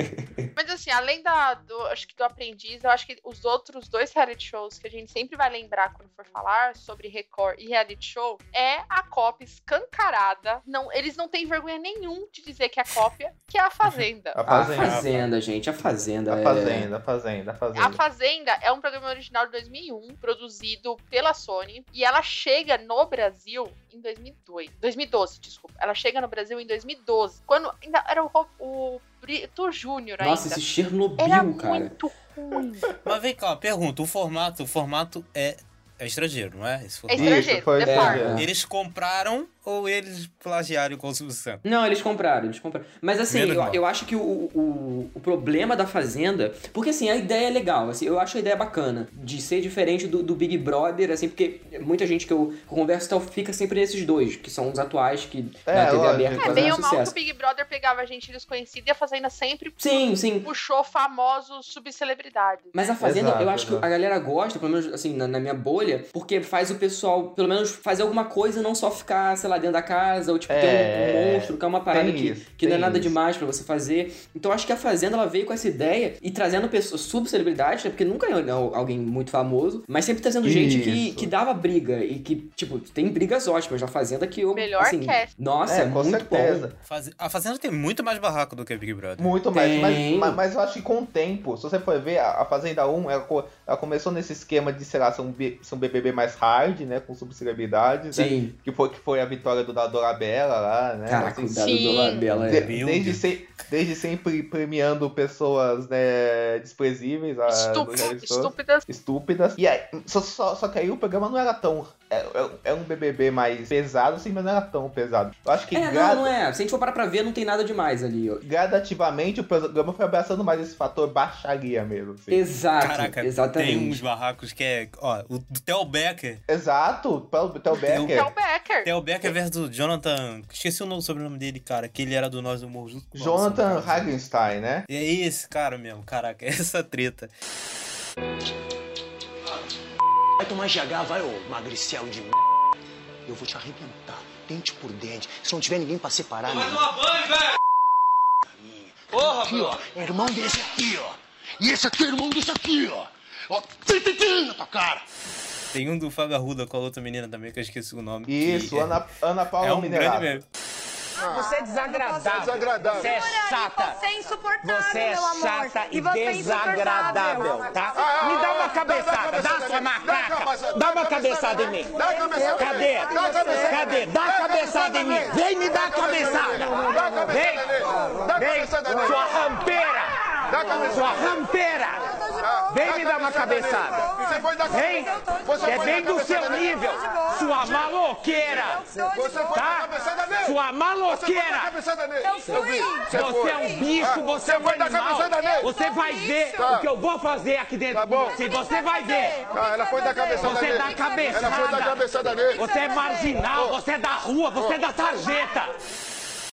A: Mas assim, além da, do, acho que do aprendiz, eu acho que os outros dois reality shows que a gente sempre vai lembrar quando for falar sobre Record e reality show é a cópia escancarada. Não, eles não têm vergonha nenhum de dizer que é cópia, que é a Fazenda.
B: A
D: A
B: Fazenda.
D: Fazenda, gente. A Fazenda.
B: A
D: Ah, é-
B: Fazenda, a Fazenda, a
A: A
B: Fazenda.
A: Fazenda é um programa original de 2001, produzido pela Sony, e ela chega no Brasil em 2002, 2012, desculpa. Ela chega no Brasil em 2012, quando ainda era o, Ro- o Brito Júnior ainda. é
D: Nossa, esse Chernobyl,
A: era
D: cara.
A: muito ruim.
C: Mas vem cá, uma pergunta. O formato, o formato é, é estrangeiro, não é? Esse
A: É
C: formato.
A: estrangeiro,
B: foi
A: The
B: estrangeiro.
A: Farm.
D: É.
C: Eles compraram ou eles plagiaram com o Silvio Santos?
D: Não, eles compraram, eles compraram. Mas assim,
C: Menos
D: eu,
C: mal.
D: eu acho que o, o, o problema da Fazenda. Porque assim, a ideia é legal, assim, eu acho a ideia bacana. De ser diferente do, do Big Brother, assim, porque muita gente que eu converso e tal fica sempre nesses dois, que são os atuais que
B: É,
D: na TV
B: lógico.
D: aberta
B: É,
A: É,
D: fazem
A: bem
D: um
A: ou mal que
D: sucesso.
A: o Big Brother pegava gente desconhecida e a Fazenda sempre
D: Sim, sim.
A: puxou famosos subcelebridades.
D: Mas a Fazenda,
B: Exato,
D: eu acho que
B: exato.
D: a galera gosta, pelo menos assim, na, na minha bolha, porque faz o pessoal, pelo menos, fazer alguma coisa e não só ficar, sei lá, dentro da casa, ou tipo, ter um,
B: É,
D: um monstro, que é uma parada
B: tem
D: que,
B: isso,
D: que não é
B: tem
D: nada
B: isso.
D: demais pra você fazer. Então acho que a Fazenda, ela veio com essa ideia e trazendo pessoas, subcelebridades, né? Porque nunca é al- alguém muito famoso, mas sempre trazendo gente que,
B: Isso.
D: que dava briga e que, tipo, tem brigas ótimas na Fazenda que eu.
A: Melhor
D: assim,
A: cast.
D: Nossa,
B: É,
D: é
B: com
D: muito
B: certeza.
D: bom.
C: Faz- A Fazenda tem muito mais barraco do que Big Brother.
B: Muito mais, mas,
D: Tem.
B: mas, mas eu acho que com o tempo, se você for ver, a a Fazenda 1, ela, co- ela começou nesse esquema de, sei lá, ser um, B- ser um BBB mais hard, né, com subcelebridades, né,
D: Sim,
B: que foi, que foi a vitória do da Dorabella lá, né,
D: caraca,
B: assim,
D: cuidado
A: Sim.
D: do Labela.
B: de-
D: É.
C: Meu
B: desde,
C: Deus.
B: se- desde sempre premiando pessoas, né, desprezíveis,
D: Ah,
B: a,
A: Estúpido,
B: no
D: é
B: reality show,
A: estúpidas.
B: estúpidas, e aí, só, só, só que aí o programa não era tão, é, é- é um BBB mais pesado, assim, mas não era tão pesado. Eu acho que
D: É,
B: gra-
D: não, não é. Se a gente for parar pra ver, não tem nada demais ali,
A: é.
D: ó.
B: gradativamente o programa foi abraçando mais esse fator baixaria mesmo. assim.
D: Exato,
C: Caraca, tem uns
D: exatamente.
C: barracos que é. Ó, o do Theo Becker.
B: Exato, Paulo Tel
A: É
B: Becker.
A: o Becker.
C: Theo Becker versus Jonathan. Esqueci o nome, sobrenome dele, cara. Que ele era do Nós do Morro junto com o
B: Jonathan
C: Nelson, cara.
B: Hagenstein, né?
C: E é esse cara mesmo, caraca, essa treta.
H: Vai tomar GH, vai, ô magricelo de m. Eu vou te arrebentar, dente por dente. Se não tiver ninguém pra separar, Vai tomar banho, velho! Porra, aqui, ó, é irmão desse aqui, ó. E esse aqui é irmão desse aqui, ó. Ó, tim, tim, tim na tua cara.
C: Tem um do Fábio Arruda com a outra menina também, que eu esqueci o nome.
B: Isso,
C: que é-
B: Ana, Ana Paula
C: É um grande
B: Minerato.
C: mesmo.
I: Você é desagradável.
F: Desagradável.
I: Você é chata.
J: Você é insuportável,
I: Você é
J: meu amor.
I: chata e,
J: e você é
I: desagradável,
J: insuportável.
I: tá?
F: Ah,
I: Me dá
F: ah,
I: uma
F: dá
I: cabeçada, dá
F: uma
I: sua
F: cabeçada, dá uma
I: macaca.
F: cabeçada,
I: Dá uma
F: dá uma
I: cabeçada em mim.
F: Dá a cabeçada.
I: Cadê?
F: Dá a cabeçada.
I: Cadê? Dá a cabeçada em mim. Vem me dar a cabeçada.
F: Dá a cabeçada
I: Vem.
F: nele. Dá a
I: Vem,
F: cabeçada nele.
I: sua rampeira.
F: Dá a cabeçada.
I: Sua rampeira. Vem me dar uma cabeçada.
F: Você foi dar
I: Vem.
F: Você
I: É
F: foi
I: bem
F: dar
I: do
F: cabeçada
I: seu
F: nele.
I: nível. Sua maloqueira.
F: Você foi dar
I: Tá?
F: cabeçada nele. Você
I: Sua
F: foi dar
I: maloqueira.
F: cabeçada nele.
J: Eu fui.
F: vi. Você
I: Você
F: foi.
I: é um bicho,
F: Ah,
I: você é um
F: foi dar cabeçada
I: animal.
F: nele.
I: Você vai ver
F: Tá.
I: o que eu vou fazer aqui dentro
F: Tá
I: de
F: bom.
I: você. Você vai ver.
F: Ah, ela foi dar cabeçada
I: Você
F: nele.
I: dá cabeçada.
F: Ela foi dar cabeçada nele.
I: Você é marginal, você é da rua, você é da sarjeta.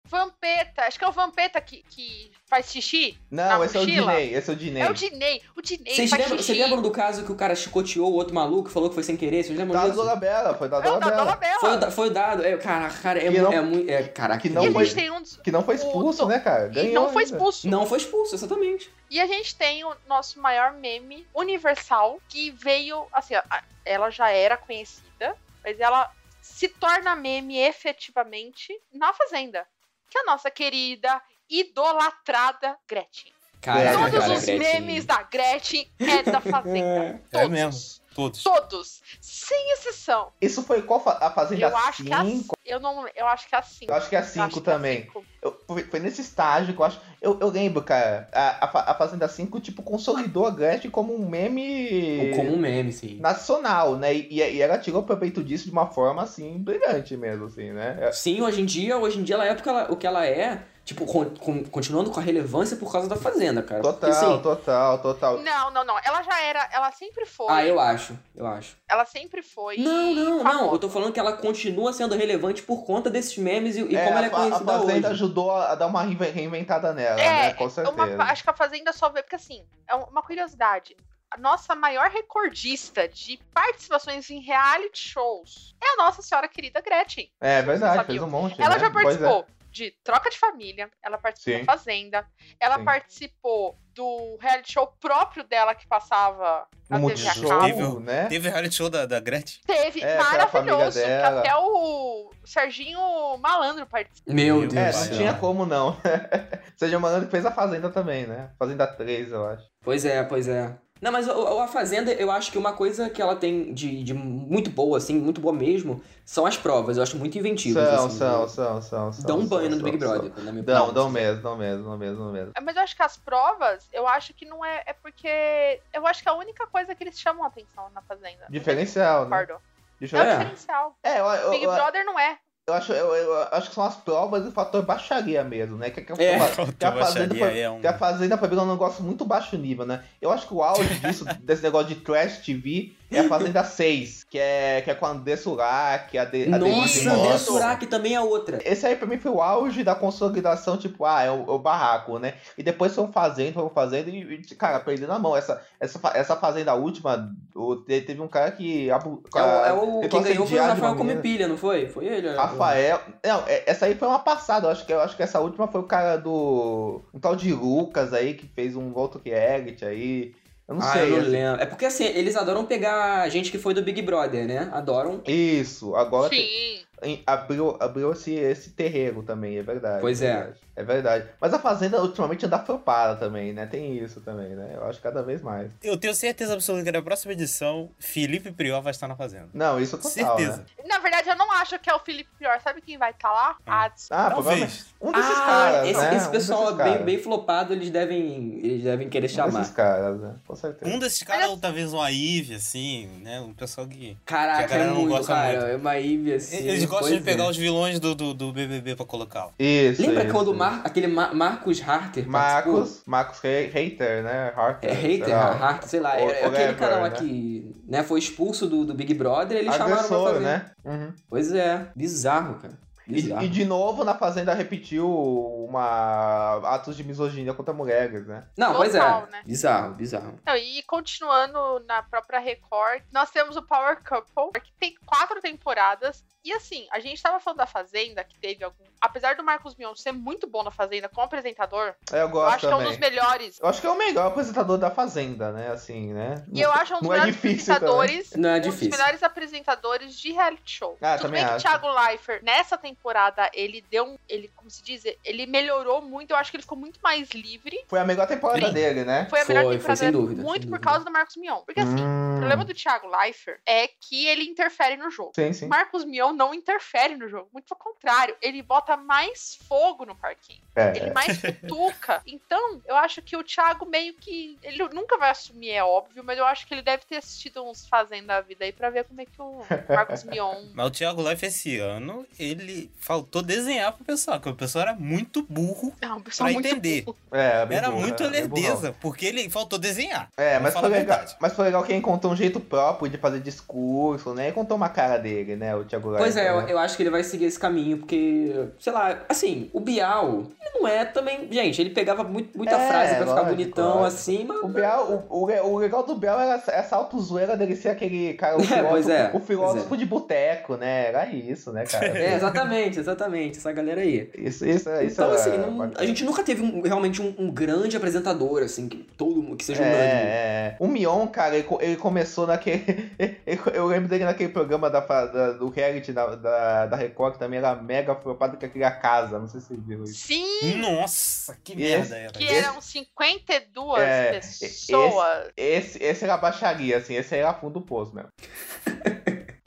A: Vampeta, acho que é o Vampeta que, que faz xixi
B: Não,
A: na
B: esse é o
A: mochila.
B: Dinei, esse é o Dinei.
A: É o Dinei. O Dinei
D: Vocês
A: faz
D: lembram,
A: xixi.
D: vocês lembram do caso que o cara chicoteou o outro maluco, falou que foi sem querer? Vocês lembram
B: Da
D: disso?
B: Dona Bela, Tá foi da
A: É o
B: Dona
A: da Dona
B: Bela.
A: Bela.
D: Foi, o da- foi o dado. É, cara, cara,
B: Que
D: é, mu-
B: não-
D: é muito. É, caraca,
B: que
A: E
B: não
A: a
D: horrível.
A: gente tem um dos...
B: Que não foi expulso,
A: o-
B: né, cara?
A: E
B: Ganhou
A: não foi
B: ainda.
A: expulso.
D: Não foi expulso, exatamente.
A: E a gente tem o nosso maior meme universal, que veio, assim, ó, a- ela já era conhecida, mas ela se torna meme efetivamente na Fazenda. Que é a nossa querida, idolatrada Gretchen.
B: É,
D: Caraca,
A: Todos
D: cara,
A: os
D: Gretchen.
A: memes da Gretchen é da Fazenda.
C: É
A: Todos.
C: mesmo. Todos.
A: Todos. Sem exceção.
B: Isso foi qual fa- a Fazenda
A: eu acho que é a
B: 5?
A: Eu não. Eu acho que é a 5.
B: Eu acho que é a 5 também. Eu- foi, foi nesse estágio que eu acho. Eu, eu lembro, cara, a, a, Fa- a Fazenda 5, tipo, consolidou a Gretchen como um meme
D: Como um meme, sim.
B: nacional, né? E, e ela tirou proveito disso de uma forma, assim, brilhante mesmo, assim, né?
D: Sim, hoje em dia, hoje em dia ela é porque ela- o que ela é, tipo, con- con- continuando com a relevância por causa da Fazenda, cara. Porque,
B: Total,
D: assim,
B: total, total.
A: Não, não, não. Ela já era. Ela sempre foi.
D: Ah, eu acho, eu acho.
A: Ela sempre foi.
D: Não, não, não.
A: famosa.
D: Eu tô falando que ela continua sendo relevante por conta desses memes e, e
B: É,
D: como ela
B: a,
D: é
B: fa- a
D: conhecida hoje.
B: Fazenda ajudou a dar uma reinve- reinventada nela,
A: É,
B: né? Com
A: É uma-
B: certeza.
A: acho que a Fazenda só veio. Porque, assim, é uma curiosidade. A nossa maior recordista de participações em reality shows é a nossa senhora querida Gretchen.
B: É
A: Vocês
B: verdade, fez um monte.
A: Ela
B: né?
A: já
B: Pois
A: participou de Troca de Família, ela participou
B: Sim.
A: da Fazenda, ela
B: Sim.
A: participou do reality show próprio dela que passava
B: É.
A: na
B: Um
A: TV a
B: show,
A: cabo.
C: Horrível.
B: né?
C: Teve reality show da, da Gretchen?
A: Teve,
B: É, aquela
A: maravilhoso,
B: família
A: que
B: dela.
A: até o Serginho Malandro participou.
D: Meu
C: Meu
D: Deus
B: É,
D: do
B: não
D: céu.
B: tinha como não. né? Seja Malandro que fez a Fazenda também, né? Fazenda 3, eu acho.
D: Pois é, pois é. Não, mas o- o- a Fazenda, eu acho que uma coisa que ela tem de, de muito boa, assim, muito boa mesmo, são as provas. Eu acho muito inventivas.
B: São,
D: assim.
B: são, são, são, são.
D: Dão um
B: são,
D: banho no
B: são,
D: Big
B: são.
D: Brother, na minha
B: Dão,
D: opinião.
B: dão mesmo, dão mesmo, dão mesmo, dão mesmo.
A: É, Mas eu acho que as provas, eu acho que não é. É porque. Eu acho que é a única coisa que eles chamam atenção na Fazenda.
B: Diferencial, né?
A: Concordo. É o
B: Diferencial.
D: É.
A: diferencial.
B: É, eu, eu,
A: Big
B: eu-
A: Brother não é.
B: eu acho, eu, eu acho que são as provas do fator baixaria mesmo, né? Que, que,
D: É.
B: que a Fazenda
C: baixaria
B: foi,
C: é um...
B: Porque a Fazenda pra mim é um negócio muito baixo nível, né? Eu acho que o auge disso, desse negócio de trash TV, é a Fazenda 6, que é, que é com a André Surak, a, de, a Denise
D: Nossa,
B: Motta.
D: André Surak também é outra.
B: Esse aí pra mim foi o auge da consolidação, tipo, ah, é o, é o barraco, né? E depois foram fazendo, foram fazendo e, e, cara, perdendo a mão. Essa, essa, fa- essa fazenda última, o- te- teve um cara que. abu-
D: É o, é o-
B: tentou
D: quem ganhou foi o
B: assediar de uma
D: Rafael Come
B: maneira.
D: Pilha, não foi? Foi ele? né?
B: Rafael. Não, é- essa aí foi uma passada. Eu acho, que, eu acho que essa última foi o cara do. Um tal de Lucas aí, que fez um outro que Egg aí. Eu não
D: ah,
B: sei.
D: eu não
B: assim.
D: lembro. É porque assim, eles adoram pegar gente que foi do Big Brother, né? Adoram.
B: Isso, agora tem-
A: Sim.
B: em- abriu, abriu esse, esse terreiro também, é verdade.
D: Pois é.
B: verdade. É verdade. Mas a Fazenda ultimamente anda flopada também, né? Tem isso também, né? Eu acho cada vez mais.
C: Eu tenho certeza absoluta que na próxima edição, Felipe Prior vai estar na Fazenda.
B: Não, isso é total,
C: certeza.
B: né?
A: Na verdade, eu não acho que é o Felipe Pior. Sabe quem vai estar lá?
C: Ah.
A: Adson.
B: Ah, provavelmente.
C: Talvez.
B: Um desses
D: ah,
B: caras,
D: esse,
B: né?
D: esse
B: Um
D: pessoal é
B: desses
D: bem,
B: caras.
D: bem flopado, eles devem, eles devem querer
B: Um desses
D: chamar.
B: caras, né? Com certeza.
C: Um desses caras, ou talvez uma Ivy, assim, né? Um pessoal que...
D: Caraca,
C: Que a galera
D: é
C: não
D: muito,
C: gosta
D: cara.
C: muito.
D: É uma Ivy assim.
C: Eles gostam
D: pois
C: de pegar
D: é.
C: os vilões do, do, do BBB pra colocá-lo.
B: Isso,
D: Lembra
B: isso,
D: quando o
B: isso.
D: Mar... aquele Ma- Marcos Harter participou?
B: Marcos, Marcos Re- Hater, né? Harter,
D: É hater,
B: sei lá.
D: Har- Harter, sei
B: Ou-
D: lá. É é aquele
B: whatever,
D: cara lá
B: né?
D: que né, foi expulso do, do Big Brother, eles chamaram pra
B: Agressor,
D: fazer.
B: né? Uhum.
D: Pois é, bizarro, cara.
B: E,
D: Bizarro.
B: e de novo, na Fazenda repetiu uma atos de misoginia contra mulheres, né?
D: Não, pois
A: Total,
D: é.
A: né?
D: Bizarro, bizarro.
A: Não, e continuando na própria Record, nós temos o Power Couple, que tem quatro temporadas. E assim, a gente tava falando da Fazenda, que teve algum. Apesar do Marcos Mion ser muito bom na Fazenda como apresentador,
B: É, Eu
A: eu
B: gosto
A: acho que é um
B: também.
A: dos melhores.
B: Eu acho que é o melhor apresentador da Fazenda, né? Assim, né?
A: E eu acho um dos
B: Não é
A: melhores
B: difícil
A: apresentadores.
D: Não é
A: um dos
D: difícil.
A: melhores apresentadores de reality show.
B: Ah,
A: Tudo
B: também
A: bem que o
B: acho.
A: Thiago Leifert, nessa temporada, ele deu um. Ele, como se diz, ele melhorou muito. Eu acho que ele ficou muito mais livre.
B: Foi a melhor temporada
D: Sim.
B: dele, né?
A: Foi a
D: Foi,
A: melhor
D: foi,
A: temporada.
D: sem dúvida,
A: muito
D: sem
A: por
D: dúvida.
A: causa do Marcos Mion. Porque assim,
B: Hum.
A: o problema do Thiago Leifert é que ele interfere no
C: Hum.
A: jogo.
B: Sim, sim.
A: Marcos Mion não interfere no jogo, muito pelo contrário, ele bota mais fogo no parquinho, ele
B: É.
A: mais cutuca. Então, eu acho que o Thiago meio que. Ele nunca vai assumir, é óbvio, mas eu acho que ele deve ter assistido uns Fazenda da Vida aí pra ver como é que o Marcos Mion.
C: Mas o Thiago Life esse ano, ele faltou desenhar pro pessoal, porque o pessoal era muito burro.
A: É uma pessoa
C: Pra
A: muito
C: entender.
A: burra.
B: É, bem
C: Era
B: burro,
C: muito
B: era bem burrão.
C: lerdeza, porque ele faltou desenhar.
B: É,
C: Vamos
B: mas
C: falar
B: foi,
C: a
B: legal,
C: verdade.
B: mas foi legal que ele encontrou um jeito próprio de fazer discurso, né? E contou uma cara dele, né? O Thiago
D: Pois é, eu,
B: Leifert, né?
D: eu acho que ele vai seguir esse caminho, porque, sei lá, assim, o Bial, ele não é também. Gente, ele pegava muito, muita
B: É,
D: frase pra ficar
B: lógico,
D: bonitão
B: lógico.
D: assim, mas.
B: O, Bial, o, o, le- o legal do Bial era essa- essa autozoeira dele ser aquele cara, o
D: É,
B: filósofo,
D: pois é,
B: o filósofo
D: pois
B: de boteco, né? Era isso, né, cara?
D: É, exatamente, exatamente, essa galera aí.
B: Isso, isso, É, isso
D: Então,
B: era
D: assim, não- a
B: bacana.
D: gente nunca teve um- realmente um, um grande apresentador, assim, que todo mundo- que seja unânime.
B: É, é. O Mion, cara, ele, co- ele começou naquele. ele co- Eu lembro dele naquele programa da, fa- da- do reality da, da, da Record, que também era mega flopado que aquele A Casa. Não sei se vocês viram isso.
A: Sim,
C: Nossa, que
B: Esse-
C: merda era.
A: que eram 52
B: É,
A: pessoas.
B: Esse, esse era baixaria, assim, esse era fundo do poço mesmo.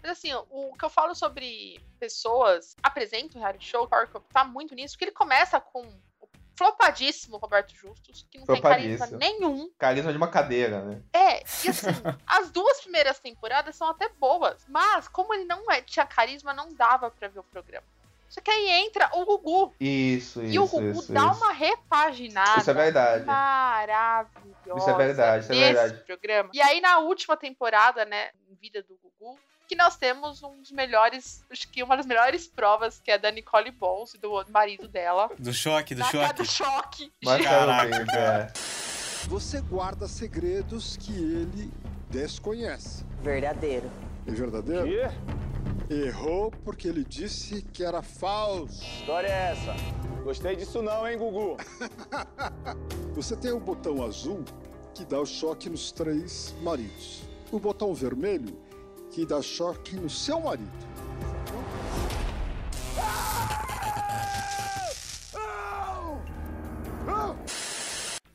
A: Mas assim, o que eu falo sobre pessoas apresento o reality show, o Power Couple tá muito nisso, que ele começa com o flopadíssimo Roberto Justus, que não tem carisma
B: Flopadíssimo.
A: nenhum.
B: Carisma de uma cadeira, né?
A: É, e assim, as duas primeiras temporadas são até boas, mas como ele não é- tinha carisma, não dava pra ver o programa. Só que aí entra o Gugu,
B: Isso, isso.
A: e o Gugu
B: isso,
A: dá
B: isso.
A: uma repaginada.
B: Isso é verdade.
A: Maravilhosa.
B: Isso é verdade, isso é
A: nesse
B: verdade.
A: programa. E aí, na última temporada, né, em Vida do Gugu, que nós temos um dos melhores, acho que uma das melhores provas, que é da Nicole Bowles e do marido dela.
C: Do choque, do
A: Na cara
C: choque.
A: do choque.
B: Mas
C: Caraca,
B: era mesmo, é.
G: Você guarda segredos que ele desconhece.
J: Verdadeiro.
G: É verdadeiro? Errou porque ele disse que era falso.
F: História é essa? Gostei disso não, hein, Gugu?
G: Você tem o botão azul que dá o choque nos três maridos. O botão vermelho que dá choque no seu marido.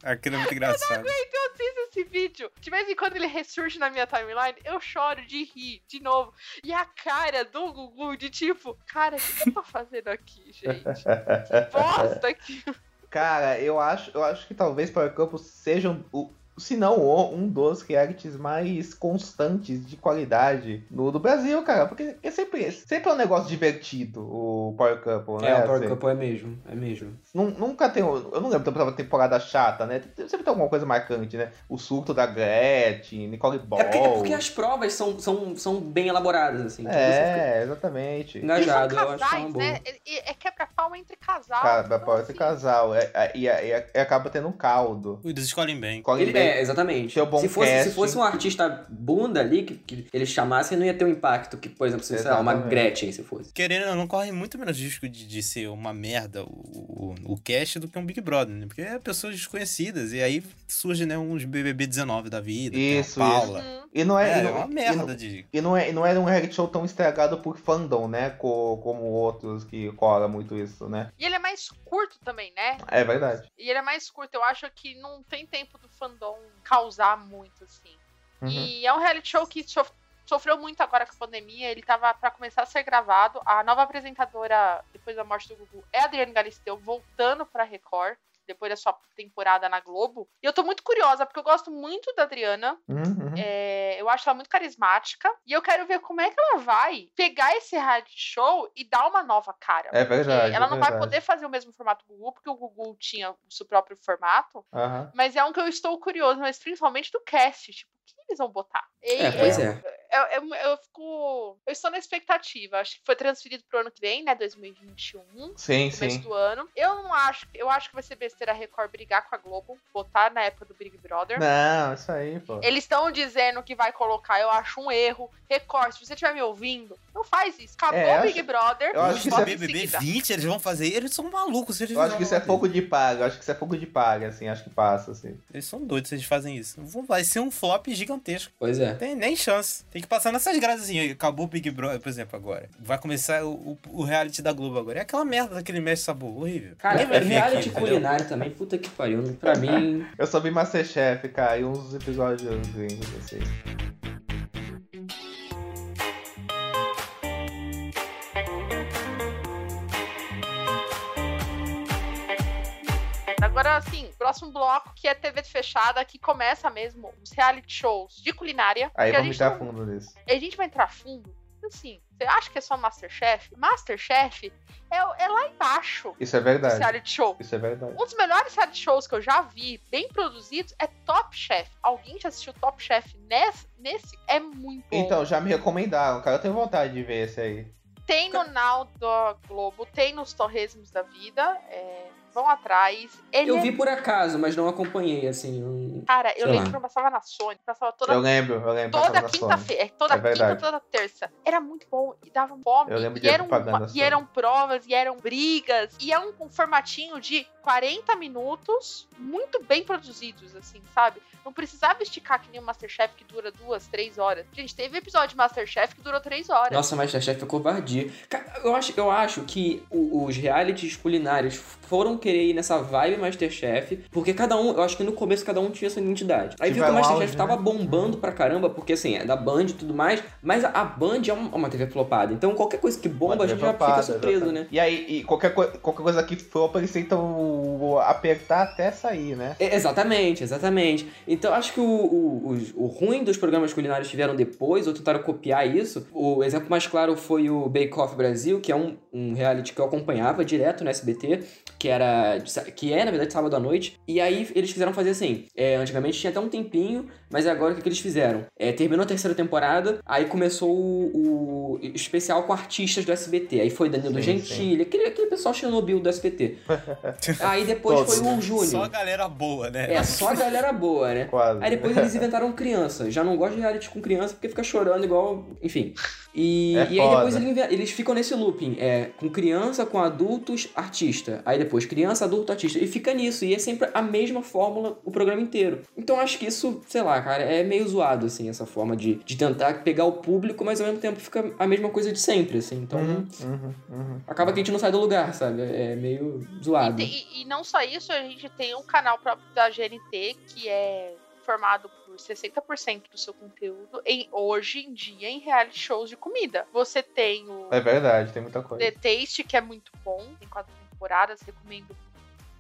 C: Aquilo é muito engraçado.
A: Eu assisto esse vídeo. De vez em quando ele ressurge na minha timeline, eu choro de rir de novo. E a cara do Gugu de tipo, cara, o que que eu tô fazendo aqui, gente? Que bosta aqui.
B: Cara, eu acho, eu acho que talvez Power Couple sejam o se não o- um dos realities mais constantes de qualidade no do Brasil, cara. Porque é sempre, sempre é um negócio divertido o Power Couple, né?
D: É, o Power
B: Assim,
D: Couple é mesmo, é mesmo.
B: nun- Nunca tem. um- Eu não lembro de uma temporada chata, né? Tem- Sempre tem alguma coisa marcante, né? O surto da Gretchen, Nicole Ball.
D: É porque, é porque as provas são, são, são bem elaboradas, assim. então você fica
B: É, exatamente.
A: E são
D: engajado, eu acho que é uma
A: casais,
D: boa.
A: né? É, é- é quebra-pau entre casal.
B: Cara,
A: então,
B: pode ser
A: assim,
B: casal. é- é- E é- é- acaba tendo um caldo.
C: Eles escolhem bem.
B: Nicole
D: Ele,
B: Ball-
D: é, exatamente.
B: Seu bom
D: se, fosse, se
B: casting.
D: fosse um artista bunda ali, que, que eles chamassem, não ia ter o impacto que, por exemplo, se, sei lá, uma
B: Exatamente.
D: Gretchen, se fosse.
C: Querendo ou não, corre muito menos risco de, de ser uma merda o, o, o cast do que um Big Brother, né? Porque é pessoas desconhecidas. E aí surge, né, uns BBB 19 da vida. tem a
B: Isso,
C: Paula.
A: uhum.
B: E não é.
C: É,
B: e
C: é
B: não-
C: uma
B: e não-
C: merda de...
B: E não, é, e não era um reality show tão estragado por fandom, né? Co- como outros que cola muito isso, né?
A: E ele é mais curto também, né?
B: É verdade.
A: E ele é mais curto. Eu acho que não tem tempo do fandom causar muito, assim.
B: Uhum.
A: E é um reality show que sof- sofreu muito agora com a pandemia. Ele tava pra começar a ser gravado. A nova apresentadora, depois da morte do Gugu, é a Adriane Galisteu, voltando pra Record. Depois da sua temporada na Globo. E eu tô muito curiosa, porque eu gosto muito da Adriana.
B: Uhum, uhum.
A: É, eu acho ela muito carismática. E eu quero ver como é que ela vai pegar esse reality show e dar uma nova cara.
B: É
A: Porque
B: verdade.
A: ela não
B: é
A: vai
B: verdade.
A: poder fazer o mesmo formato do Gugu, porque o Gugu tinha o seu próprio formato.
B: Aham.
A: Mas é um que eu estou curioso, mas principalmente do cast. Tipo, o que eles vão botar? E-
D: É, pois é.
A: é- eu, eu, eu fico. Eu estou na expectativa. Acho que foi transferido pro ano que vem, né? 2021.
B: Sim,
A: começo
B: sim.
A: do ano. Eu não acho, eu acho que vai ser besteira a Record brigar com a Globo, botar na época do Big Brother.
B: Não, isso aí, pô.
A: Eles estão dizendo que vai colocar, eu acho um erro. Record, se você estiver me ouvindo, não faz isso. Acabou
B: É,
A: o Big
B: acho-
A: Brother.
B: eu acho que
A: volta
B: isso é-
C: Pra
A: em
C: BBB
A: seguida.
C: 20, eles vão fazer. Eles são malucos. Eles
B: Eu acho que isso é
C: pouco
B: fogo de paga, eu acho que isso é fogo de paga, assim, acho que passa, assim.
C: Eles são doidos se eles fazem isso. Vão- Vai ser um flop gigantesco.
D: Pois é.
C: Tem nem chance. Tem que passar nessas grades assim. Acabou o Big Brother, por exemplo, agora. Vai começar o, o- o reality da Globo agora. É aquela merda daquele mestre sabor horrível.
A: É,
D: Cara, é
C: Ninguém vai ver aqui,
D: reality
C: entendeu?
D: culinário também, puta que pariu. Pra mim,
B: Eu só vi Masterchef, cara, e uns episódios gringos, assim.
A: Agora, assim, próximo bloco que é TV fechada, que começa mesmo os reality shows de culinária.
B: Aí
A: que a
B: vamos
A: gente
B: entrar
A: não-
B: fundo nisso.
A: a gente vai entrar fundo. Assim, você acha que é só Masterchef? Masterchef é, o- é lá embaixo
B: Isso é
A: do
B: verdade.
A: reality show.
B: Isso é verdade.
A: Um dos melhores reality shows que eu já vi, bem produzidos, é Top Chef. Alguém já assistiu Top Chef nesse? nesse? É muito bom.
B: Então, já me recomendaram, cara, eu tenho vontade de ver esse aí.
A: Tem no Now da Globo, tem nos Torresmos da Vida. é, vão atrás. Ele
D: eu
A: é-
D: vi por acaso, mas não acompanhei, assim. eu-
A: Cara, eu
D: sei
A: lembro
D: lá.
A: que eu passava na Sony, passava toda
B: Eu lembro, eu lembro.
A: toda
B: passava na Sony.
A: quinta-feira, é, toda
B: É
A: quinta,
B: verdade.
A: toda terça. Era muito bom e dava um fome.
B: Eu lembro
A: e,
B: de
A: eram,
B: propaganda
A: e
B: só.
A: eram provas, e eram brigas, e é um, um formatinho de 40 minutos muito bem produzidos, assim, sabe? Não precisava esticar que nem o Masterchef que dura duas, três horas. Gente, teve episódio de Masterchef que durou três horas.
D: Nossa, Masterchef é covardia. Cara, eu acho, eu acho que o- os realities culinários foram querer ir nessa vibe Masterchef, porque cada um, eu acho que no começo cada um tinha sua identidade. Aí
B: Que
D: viu
B: vai
D: que
B: ao
D: o Masterchef
B: auge,
D: tava
B: né?
D: bombando pra caramba, porque assim, é da Band e tudo mais, mas a Band é um- uma TV flopada, então qualquer coisa que bomba a
B: Uma
D: gente
B: TV
D: já
B: flopada,
D: fica surpreso,
B: exatamente.
D: né?
B: E aí, e qualquer, coi- qualquer coisa que for, eles tentam apertar até sair, né?
D: É, exatamente, exatamente. Então acho que o, o, os- o ruim dos programas culinários tiveram depois, ou tentaram copiar isso. O exemplo mais claro foi o Bake Off Brasil, que é um, um reality que eu acompanhava direto no SBT, que era. de sá- que é, na verdade, sábado à noite. E aí eles quiseram fazer assim. é, antigamente tinha até um tempinho, mas agora o que, que eles fizeram? É, terminou a terceira temporada, aí começou o, o especial com artistas do SBT. Aí foi Danilo
B: Sim,
D: Gentili, aquele, aquele pessoal Chernobyl do SBT. aí depois
B: Todos.
D: foi o
C: Só a
D: Júnior.
C: galera boa, né?
D: É, só a galera boa, né?
B: Quase.
D: Aí depois eles inventaram criança. Já não gosto de reality com criança porque fica chorando igual. Enfim. E,
B: É
D: e aí depois
B: foda.
D: eles, inven- eles ficam nesse looping. É, com criança, com adultos, artista. Aí depois criança, adulto, artista. E fica nisso. E é sempre a mesma fórmula o programa inteiro. Então acho que isso, sei lá, cara, é meio zoado, assim, essa forma de, de tentar pegar o público, mas ao mesmo tempo fica a mesma coisa de sempre, assim. Então
B: Uhum, uhum, uhum.
D: acaba que a gente não sai do lugar, sabe? É meio
A: E
D: zoado.
A: te- E, e não só isso, a gente tem um canal próprio da GNT que é formado por 60% do seu conteúdo em hoje em dia em reality shows de comida. Você tem o
B: É verdade, tem muita coisa.
A: The Taste, que é muito bom, tem quatro temporadas, recomendo.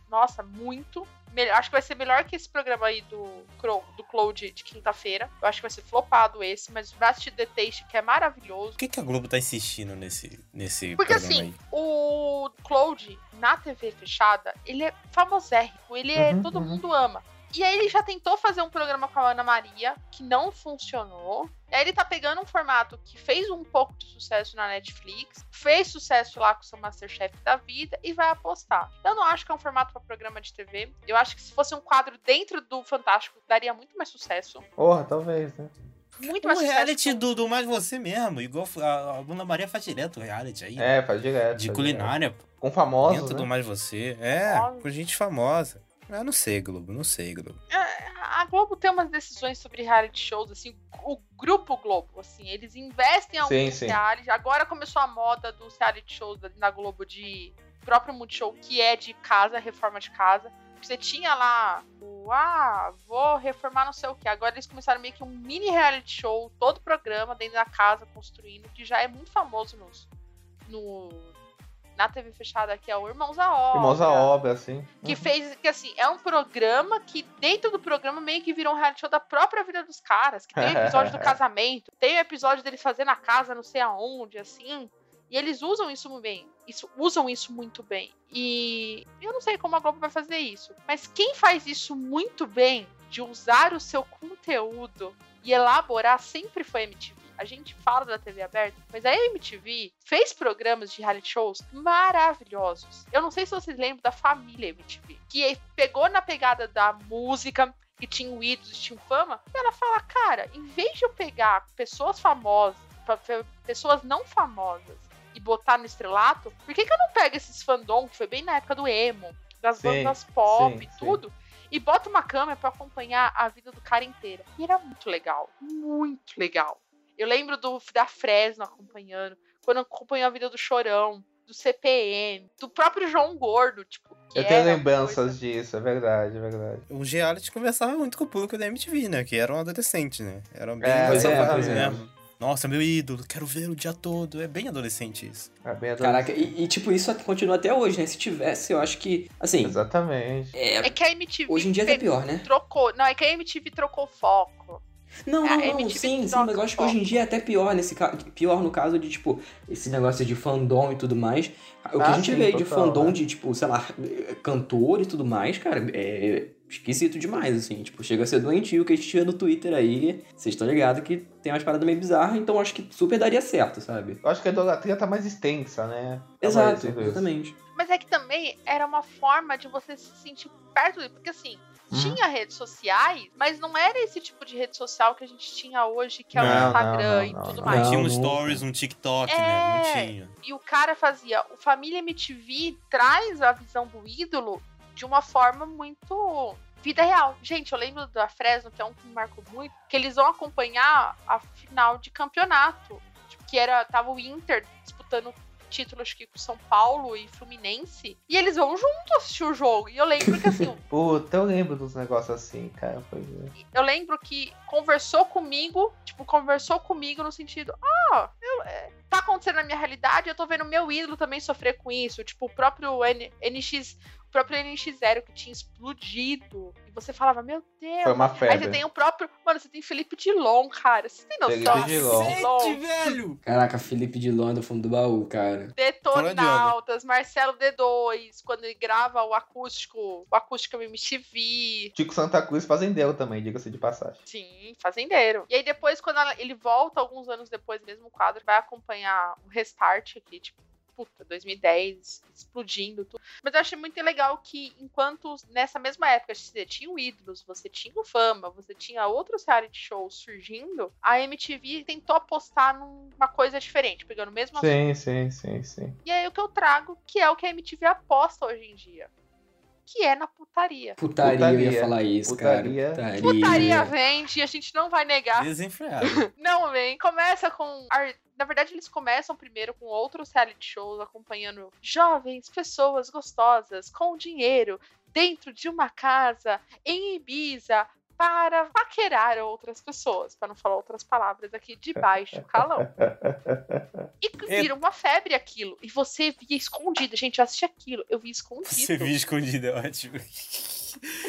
A: Nossa, muito. Me- Acho que vai ser melhor que esse programa aí do, Cro- do Cloud de quinta-feira. Eu acho que vai ser flopado esse, mas vai assistir The Taste, que é maravilhoso.
C: Por que, que a Globo tá insistindo nesse, nesse
A: Porque
C: programa
A: assim,
C: aí?
A: o Cloud na TV fechada, ele é famosérrimo, ele é.
B: Uhum,
A: todo
B: uhum.
A: mundo ama. E aí ele já tentou fazer um programa com a Ana Maria, que não funcionou. E aí ele tá pegando um formato que fez um pouco de sucesso na Netflix, fez sucesso lá com o seu Masterchef da vida e vai apostar. Eu não acho que é um formato pra programa de TV. Eu acho que se fosse um quadro dentro do Fantástico, daria muito mais sucesso.
B: Porra, talvez, né?
A: Muito
C: Um
A: mais sucesso.
C: reality do, do mais você mesmo. Igual a, a Bruna Maria faz direto o reality aí.
B: É, faz direto.
C: de
B: faz
C: culinária, pô.
B: direto. Com famosos,
C: dentro do
B: né?
C: mais você. É,
A: Famosos.
C: com gente famosa. Eu não sei, Globo, não sei, Globo.
A: É, a Globo tem umas decisões sobre reality shows, assim, o grupo Globo, assim, eles investem em alguns
B: sim.
A: reality. Agora começou a moda dos reality shows da- na Globo de próprio Multishow, que é de casa, reforma de casa. Você tinha lá o ah, vou reformar não sei o que. Agora eles começaram meio que um mini reality show, todo programa dentro da casa, construindo, que já é muito famoso nos, no, na TV fechada, que é o Irmãos à Obra
B: Irmãos à obra, assim.
A: que fez que assim é um programa que dentro do programa meio que virou um reality show da própria vida dos caras que tem o episódio do casamento tem o episódio deles fazendo a casa não sei aonde assim e eles usam isso muito bem isso usam isso muito bem e eu não sei como a Globo vai fazer isso mas quem faz isso muito bem de usar o seu conteúdo e elaborar sempre foi a MTV A gente fala da TV aberta, mas a MTV fez programas de reality shows maravilhosos. Eu não sei se vocês lembram da família MTV, que pegou na pegada da música, que tinha ídolos, tinha fama, e ela fala, cara, em vez de eu pegar pessoas famosas, pra- pra- pessoas não famosas, e botar no estrelato, por que, que eu não pego esses fandom, que foi bem na época do emo, das
B: Sim,
A: bandas pop
B: sim,
A: e
B: sim.
A: tudo, e bota uma câmera pra acompanhar a vida do cara inteira. E era muito legal, muito legal. Eu lembro do, da Fresno acompanhando, quando acompanhou a vida do Chorão, do CPM, do próprio João Gordo, tipo. que
B: Eu tenho
A: era coisa-
B: lembranças disso, é verdade, é verdade.
C: Os reality conversava muito com o público da MTV, né? Que eram adolescentes, né? Eram bem
B: É,
C: adolescentes
D: é, pois
B: é.
C: mesmo. Nossa, meu ídolo, quero ver o dia todo. É bem adolescente isso.
B: É bem adolescente.
D: Caraca, e, e, tipo, isso continua até hoje, né? Se tivesse, eu acho que. Assim.
B: Exatamente.
A: É que a MTV
D: Hoje em dia tá
A: pegou-
D: pior, né?
A: trocou. Não, é que a MTV trocou o foco.
D: Não,
A: é A
D: não, não,
A: MTV
D: sim, sim,
A: troca
D: mas eu acho que
A: foco.
D: hoje em dia é até pior nesse caso. Pior no caso de, tipo, esse negócio de fandom e tudo mais. O que
B: Ah,
D: a gente
B: sim,
D: vê de
B: total,
D: fandom
B: né?
D: de, tipo, sei lá, cantor e tudo mais, cara, é esquisito demais, assim. Tipo, chega a ser doentio o que a gente tira no Twitter aí. Vocês estão ligados que tem umas paradas meio bizarras, então acho que super daria certo, sabe?
B: Eu acho que a idolatria tá mais extensa, né? Tá mais
D: Exato,
B: tudo isso.
D: exatamente.
A: Mas é que também era uma forma de você se sentir perto dele. Porque assim,
B: Uhum.
A: tinha redes sociais, mas não era esse tipo de rede social que a gente tinha hoje, que é o
B: Não, não,
A: Instagram
B: não,
A: e
B: não,
A: tudo
B: não.
A: mais.
C: tinha um
D: não.
C: stories, um TikTok,
A: Ah, É.
C: né? Não tinha.
A: E o cara fazia. O Família MTV traz a visão do ídolo de uma forma muito. Vida real. Gente, eu lembro da Fresno, que é um que me marcou muito, que eles vão acompanhar a final de campeonato. tipo, Que era. Tava o Inter disputando título, acho que com São Paulo e Fluminense. E eles vão junto assistir o jogo. E eu lembro que assim,
B: Puta, eu lembro dos negócios assim, cara. Pois é.
A: eu lembro que conversou comigo, tipo, conversou comigo no sentido, ah, eu- é, tá acontecendo na minha realidade, eu tô vendo meu ídolo também sofrer com isso, tipo, o próprio N- NX, o próprio NX0 que tinha explodido, e você falava, meu Deus.
B: Foi uma
A: Aí você
B: febre.
A: tem o próprio, mano, você tem Felipe Dilon, cara, você tem noção?
B: Felipe Dilon.
A: Felipe Dilon,
C: velho!
D: Caraca, Felipe de Londres, fundo do baú, cara.
A: Detonautas, Marcelo D2, quando ele grava o acústico, o acústico MTV,
B: Tico Santa Cruz fazendeiro também, diga-se de passagem.
A: Sim, fazendeiro. E aí depois, quando ela- ele volta, alguns anos depois, mesmo o quadro, vai acompanhar o restart aqui, tipo, puta, 2010, explodindo tudo. Mas eu achei muito legal que, enquanto nessa mesma época você tinha o ídolos, você tinha o fama, você tinha outros reality shows surgindo, a MTV tentou apostar numa coisa diferente, pegando o mesmo assunto.
B: Sim, sim, sim, sim.
A: E aí o que eu trago, que é o que a MTV aposta hoje em dia. Que é na putaria.
D: Putaria, eu ia
B: Putaria.
D: falar isso,
B: Putaria.
D: cara.
A: Putaria vende, a gente não vai negar.
C: Desenfreado.
A: Não, vem. Começa com. ar- Na verdade, eles começam primeiro com outros reality shows acompanhando jovens, pessoas gostosas, com dinheiro, dentro de uma casa, em Ibiza, para paquerar outras pessoas, para não falar outras palavras aqui, de baixo calão. E
C: É.
A: vira uma febre aquilo. E você via escondida. Gente, eu assisti aquilo, eu vi escondido.
C: Você viu escondido, é ótimo.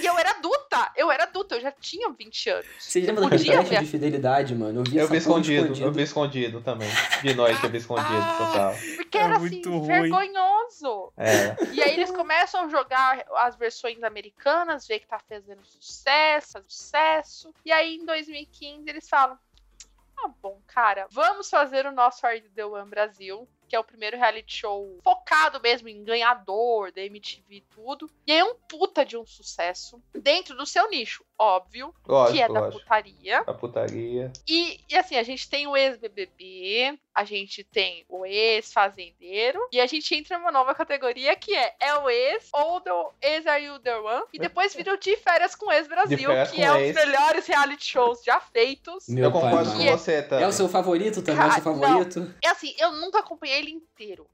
A: E eu era adulta, eu era adulta, eu já tinha 20 anos.
D: Vocês lembram daquele
A: Podia
D: teste
A: ver.
D: de fidelidade, mano? Eu vi
B: Eu
D: essa
B: vi
D: porra
B: escondido, eu vi escondido também. De noite eu vi escondido, total.
A: Porque
C: É
A: era
C: muito
A: assim,
C: ruim.
A: vergonhoso.
B: É.
A: E aí eles começam a jogar as versões americanas, ver que tá fazendo sucesso, faz sucesso. E aí em 2015 eles falam: tá bom, cara, vamos fazer o nosso Are You The One Brasil. Que é o primeiro reality show focado mesmo em ganhador da MTV e tudo. E aí é um puta de um sucesso. Dentro do seu nicho, óbvio, que é
B: Lógico,
A: da
B: lógico.
A: putaria.
B: A putaria.
A: E, e assim, a gente tem o ex-BBB, a gente tem o ex-fazendeiro, e a gente entra em uma nova categoria que é é o ex ou do ex are you the one, e depois vira o de férias com
B: De
A: ex-Brasil,
B: Férias
A: que
B: com
A: é um dos
B: Ex. Hum.
A: melhores reality shows já feitos.
D: Meu
B: eu
D: pai,
B: concordo
D: mano.
B: com
A: mano.
B: você também.
D: É o seu favorito também? É o seu
A: Cara, não.
D: favorito?
A: É assim, eu nunca acompanhei ele inteiro.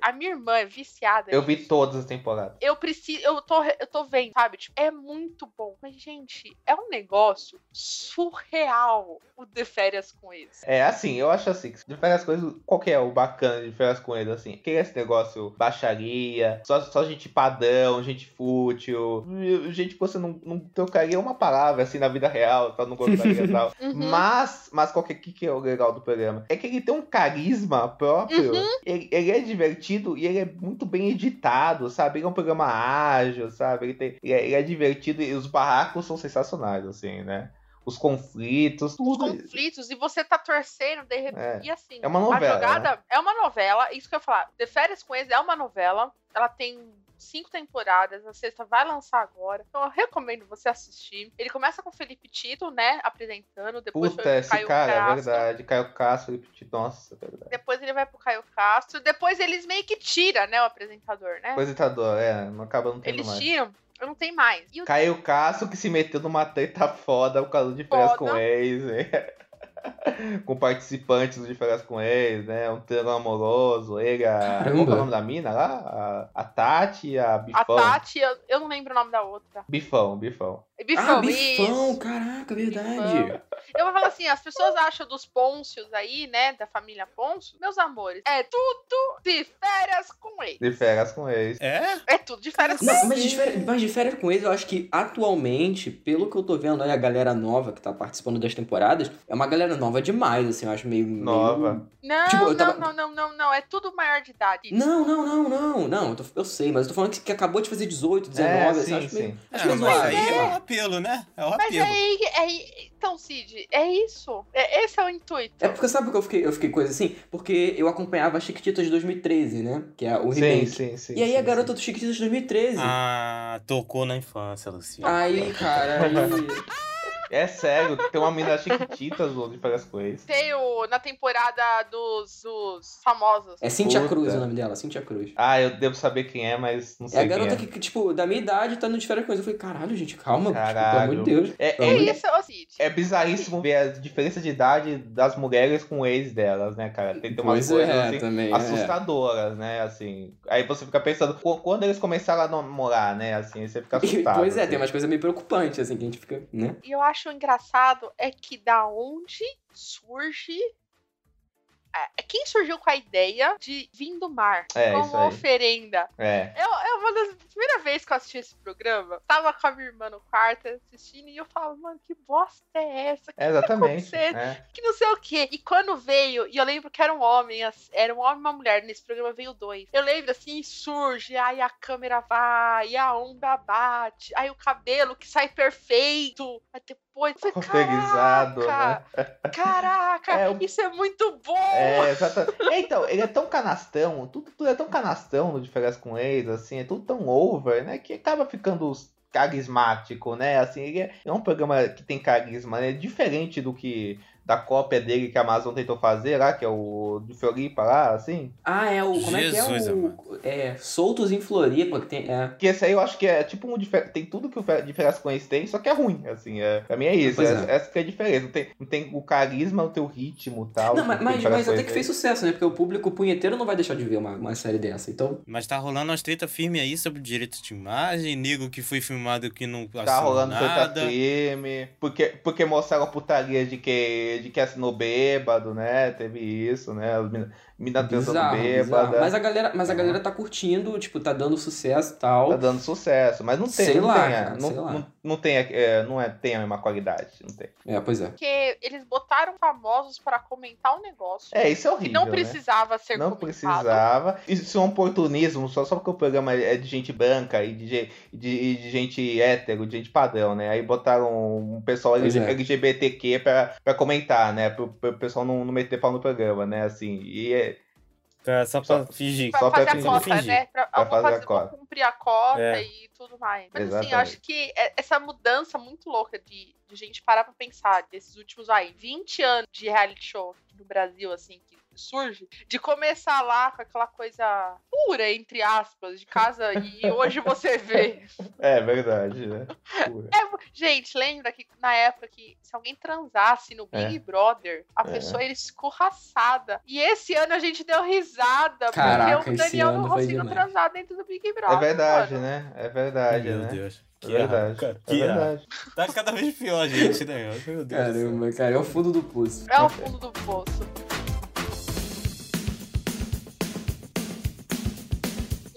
A: A minha irmã é viciada.
B: Eu vi todas as temporadas.
A: Eu preciso, eu tô, eu tô vendo, sabe? Tipo, é muito bom. Mas, gente, é um negócio surreal o de férias com ex.
B: É assim, eu acho assim, que de férias coisas, qual que é o bacana de férias com eles, assim? Que é esse negócio baixaria, só, só gente padrão, gente fútil, gente que você não, não trocaria uma palavra assim na vida real, tal, não gostaria e tal.
A: Uhum.
B: Mas, mas qual que, que que é o legal do programa? É que ele tem um carisma próprio.
A: Uhum.
B: Ele, ele é divertido e ele é muito bem editado, sabe? Ele é um programa ágil, sabe? Ele, tem- ele é, ele é divertido e os barracos são sensacionais, assim, né? os conflitos,
A: os
B: tudo.
A: conflitos e você tá torcendo de repente.
B: É.
A: E assim,
B: É uma novela,
A: a jogada é uma novela, isso que eu ia falar. The Férias com Ex é uma novela, ela tem cinco temporadas, a sexta vai lançar agora. Então eu recomendo você assistir. Ele começa com o Felipe Tito, né, apresentando, depois
B: Puta,
A: foi o
B: esse
A: Caio
B: cara, é
A: Castro.
B: verdade. Caio Castro, ele pediu- nossa, é verdade.
A: Depois ele vai pro Caio Castro, depois eles meio que tiram, né, o apresentador, né?
B: Apresentador, é, não acaba não tendo
A: eles
B: mais.
A: tiram, não tem mais. E o
B: Caio Castro que se meteu numa treta foda por causa de férias
A: Foda.
B: com ex, né? com participantes de férias com ex, né? Um triângulo amoroso, ele, a... qual que é
D: Caramba.
B: o nome da mina lá? A, a Tati, a
A: a
B: Bifão.
A: Tati, eu, eu não lembro o nome da outra. É
B: Bifão, Bifão.
A: Bifão,
D: ah, bifão,
A: isso.
D: caraca, verdade.
A: Eu vou falar assim, as pessoas acham dos Pôncios aí, né, da família Pôncio, meus amores, é tudo de férias com ex.
B: De férias com ex.
C: É?
A: É tudo de férias com ex.
D: Não, mas de, férias, mas de férias com eles, eu acho que atualmente, pelo que eu tô vendo aí, a galera nova que tá participando das temporadas, é uma galera nova demais, assim, eu acho meio. meio-
B: Nova.
A: Não,
D: Tipo, eu
A: não,
D: tava-
A: não, não, não, não, é tudo maior de idade.
D: Não, não, não, não, não, eu, tô- eu sei, mas eu tô falando que, que acabou de fazer 18, 19,
B: é,
D: assim,
B: sim,
D: acho meio.
B: sim.
D: Acho
C: É,
D: meio
C: mas
D: zoado,
C: aí
D: sei
C: é
D: lá.
C: um apelo, né? É um
A: Mas
C: apelo.
A: aí, é, então, Cid, é isso. É, esse é o intuito.
D: É porque sabe o que eu fiquei, eu fiquei coisa assim? Porque eu acompanhava a Chiquititas de 2013, né? Que é o
B: Sim,
D: remake.
B: sim, sim.
D: E aí
B: sim,
D: a garota
B: sim.
D: do Chiquititas de 2013.
C: Ah, tocou na infância, Luciano.
D: Aí, cara, aí...
B: É sério, tem uma mina chiquitita do de férias com ex.
A: Tem o, na temporada dos, dos famosos.
D: É Cintia
B: Puta.
D: Cruz o nome dela, Cintia Cruz.
B: Ah, eu devo saber quem é, mas não
D: É
B: sei
D: a garota
B: quem é.
D: que, que, tipo, da minha idade tá no de férias com eles. Eu falei, caralho, gente, calma, tipo, pelo
B: Caralho.
D: amor de Deus.
B: É,
A: É
B: é,
A: isso, ô Cid.
B: É bizarríssimo ver a diferença de idade das mulheres com o ex delas, né, cara? Tem, tem umas
D: Pois
B: coisas
D: é,
B: assim,
D: também. É.
B: assustadoras, né? Assim. Aí você fica pensando, "Qu- quando eles começaram a namorar, né? Assim, aí você fica assustado.
D: Pois é,
B: assim.
D: tem umas coisas meio preocupantes, assim, que a gente fica, né?
A: E eu acho engraçado é que da onde surge. é, Quem surgiu com a ideia de vir do mar
B: É,
A: como
B: isso aí.
A: oferenda?
B: É.
A: Eu, eu, uma das primeiras vezes que eu assisti esse programa, tava com a minha irmã no quarto assistindo e eu falava, mano, que bosta é essa?
B: É, exatamente.
A: acontecendo?
B: é.
A: Que não sei o quê. E quando veio, e eu lembro que era um homem, as- era um homem e uma mulher, nesse programa veio dois. Eu lembro assim, surge, aí a câmera vai, e a onda bate, aí o cabelo que sai perfeito, aí depois. eu falei,
B: Confeguizado,
A: caraca, Caraca,
B: né?" É, o-
A: isso é muito bom!
B: É, exatamente. Então, ele é tão canastrão, tudo, tudo é tão canastrão no de férias com ex, assim, é tudo tão over, né? Que acaba ficando carismático, né? Assim, ele é, é um programa que tem carisma, né? Diferente do que da cópia dele que a Amazon tentou fazer lá, que é o de Floripa lá, assim.
D: Ah, é o. Como é
C: Jesus,
D: que é o.
C: amado.
D: É, Soltos em Floripa, que tem. É.
B: Que esse aí eu acho que é tipo um difer... Tem tudo que o Fe- de Férias com Ex tem, só que é ruim, assim. É... Pra mim é isso.
D: Pois
B: Essa,
D: é.
B: essa que é a diferença. Não tem, não tem o carisma, não tem o ritmo e tal.
D: Não, mas,
B: que o
D: mas,
B: Férias
D: mas
B: com
D: até
B: Ex
D: que
B: tem.
D: fez sucesso, né? Porque o público punheteiro não vai deixar de ver uma, uma série dessa. Então,
C: Mas tá rolando umas treta firme aí sobre direito de imagem, nego que foi filmado que não
B: Tá
C: assinou
B: rolando
C: nada.
B: tanta filme. Porque, porque mostraram a putaria de que, de que assinou bêbado, né? Teve isso, né? As mina, mina dançando
D: bizarro,
B: bêbada.
D: bizarro. Mas é a galera, mas a galera tá curtindo, tipo, tá dando sucesso e tal.
B: Tá dando sucesso. Mas não tem,
D: Sei
B: não
D: lá,
B: tem. a-
D: cara,
B: não,
D: sei lá.
B: não, não tem, a- é, não é, tem a mesma qualidade. Não tem.
D: É, pois é.
A: Porque eles botaram famosos pra comentar um negócio
B: É, isso é
A: que
B: horrível.
A: não
B: né?
A: precisava ser
B: Não
A: comentado.
B: precisava. Isso é um oportunismo, só, só porque o programa é de gente branca e de, ge- e de, e de gente hétero, de gente padrão, né? Aí botaram um pessoal
D: Pois é.
B: LGBTQ pra, pra comentar, né? Pro, pro pessoal não, não meter pau no programa, né? Assim, e é,
C: Tá, só pra fingir.
A: Pra
B: Só pra
A: fazer a
B: fingir.
A: cota,
C: Fingir.
A: né? Pra,
B: Pra
A: eu vou
B: fazer a
A: fazer- vou
B: cota.
A: cumprir a cota
C: É.
A: e tudo mais. Mas assim,
B: Exatamente.
A: eu acho que é- essa mudança muito louca de, de gente parar pra pensar desses últimos aí 20 anos de reality show no Brasil, assim, que surge, de começar lá com aquela coisa pura, entre aspas, de casa e hoje você vê.
B: é verdade, né? Pura.
A: É, Gente, lembra que na época que se alguém transasse no Big Brother, a
B: É.
A: pessoa era escorraçada. E esse ano a gente deu risada,
D: Caraca,
A: porque o
D: esse
A: Daniel não
D: ano foi
A: conseguiu
D: demais.
A: transar dentro do Big
B: É
A: Brother.
B: verdade,
A: mano.
B: né? É verdade,
C: Meu
B: né?
C: Deus.
B: É
C: Que errado,
B: verdade.
C: cara.
B: É
C: Que errado.
B: verdade.
C: Tá cada vez pior, gente, né? Meu Deus. do céu.
D: Caramba, cara, é o fundo do poço.
B: né?
A: É o fundo do poço.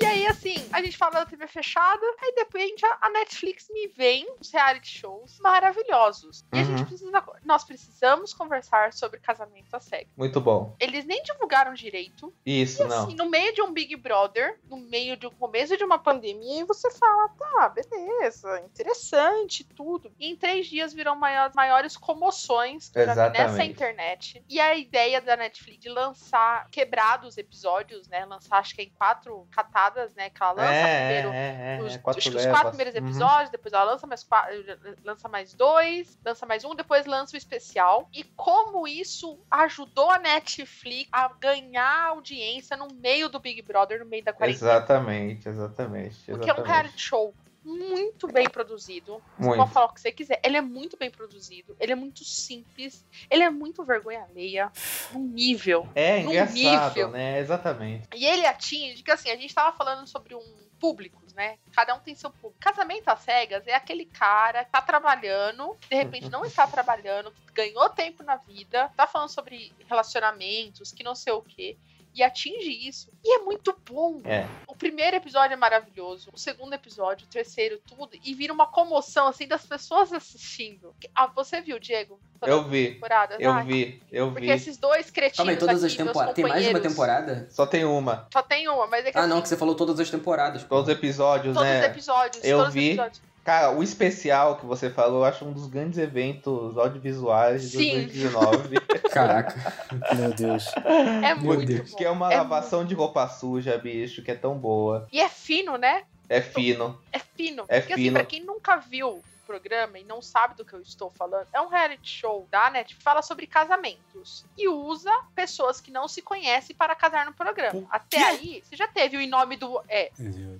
A: E aí, assim, a gente fala da TV fechada, aí de repente a a Netflix me vem os reality shows maravilhosos. E a gente
B: Uhum.
A: precisa. Nós precisamos conversar sobre casamento a cego.
B: Muito bom.
A: Eles nem divulgaram divulgaram direito.
B: Isso,
A: E assim,
B: não.
A: no meio de um Big Brother, no meio de um começo de uma pandemia, e você fala, tá, beleza, interessante, tudo. E em três dias viram maior- maiores comoções na-
B: Exatamente.
A: nessa internet. E a ideia da Netflix de lançar, quebrar os episódios, né? Lançar, acho que é em quatro catadas, né? Que ela lança
B: É,
A: primeiro
B: é, é,
A: os,
B: é, quatro
A: acho que os
B: levas.
A: quatro primeiros
B: Uhum.
A: episódios, depois ela lança mais, qua- eh, lança mais dois, lança mais um, depois lança o especial. E como isso ajudou a Netflix a ganhar audiência no meio do Big Brother, no meio da quarentena.
B: Exatamente, exatamente.
A: um. Porque é um
B: exatamente.
A: reality show muito bem produzido. Você
B: Muito.
A: pode falar o que você quiser. Ele é muito bem produzido, ele é muito simples, ele é muito vergonha alheia, num nível.
B: É
A: num
B: engraçado,
A: nível.
B: né? Exatamente.
A: E ele atinge, que assim, a gente tava falando sobre um públicos, né? Cada um tem seu público. Casamento às cegas é aquele cara que tá trabalhando, de repente não está trabalhando, ganhou tempo na vida, tá falando sobre relacionamentos, que não sei o quê. E atinge isso. E é muito bom.
B: É.
A: O primeiro episódio é maravilhoso. O segundo episódio, o terceiro, tudo. E vira uma comoção, assim, das pessoas assistindo. Ah, você viu, Diego? Todas
B: Eu
A: as
B: vi,
A: Temporadas?
B: eu
A: Ah,
B: vi, eu
A: Porque
B: vi.
A: esses dois cretinos
D: Calma aí, todas
A: aqui,
D: as
A: meus
D: temporadas. Tem mais de uma
A: companheiros-
D: temporada?
B: Só tem uma.
A: Só tem uma, mas é que
D: Ah,
A: assim,
D: não, que você falou todas as temporadas. pô.
B: Todos os episódios,
A: Todos os
B: né?
A: episódios.
B: Eu
A: todos
B: vi.
A: Os episódios.
B: Cara, o especial que você falou, eu acho um dos grandes eventos audiovisuais de
A: Sim.
B: 2019.
D: Caraca.
C: Meu Deus.
A: É muito
D: Deus.
A: bom.
B: que é uma
A: É
B: lavação de roupa suja, bicho, que é tão boa.
A: muito- E é fino, né?
B: É fino.
A: É fino.
B: É
A: Porque assim,
B: fino.
A: pra quem nunca viu o programa e não sabe do que eu estou falando, é um reality show da Net que fala sobre casamentos e usa pessoas que não se conhecem para casar no programa.
C: O
A: Até
C: quê?
A: aí, você já teve o em nome do... É,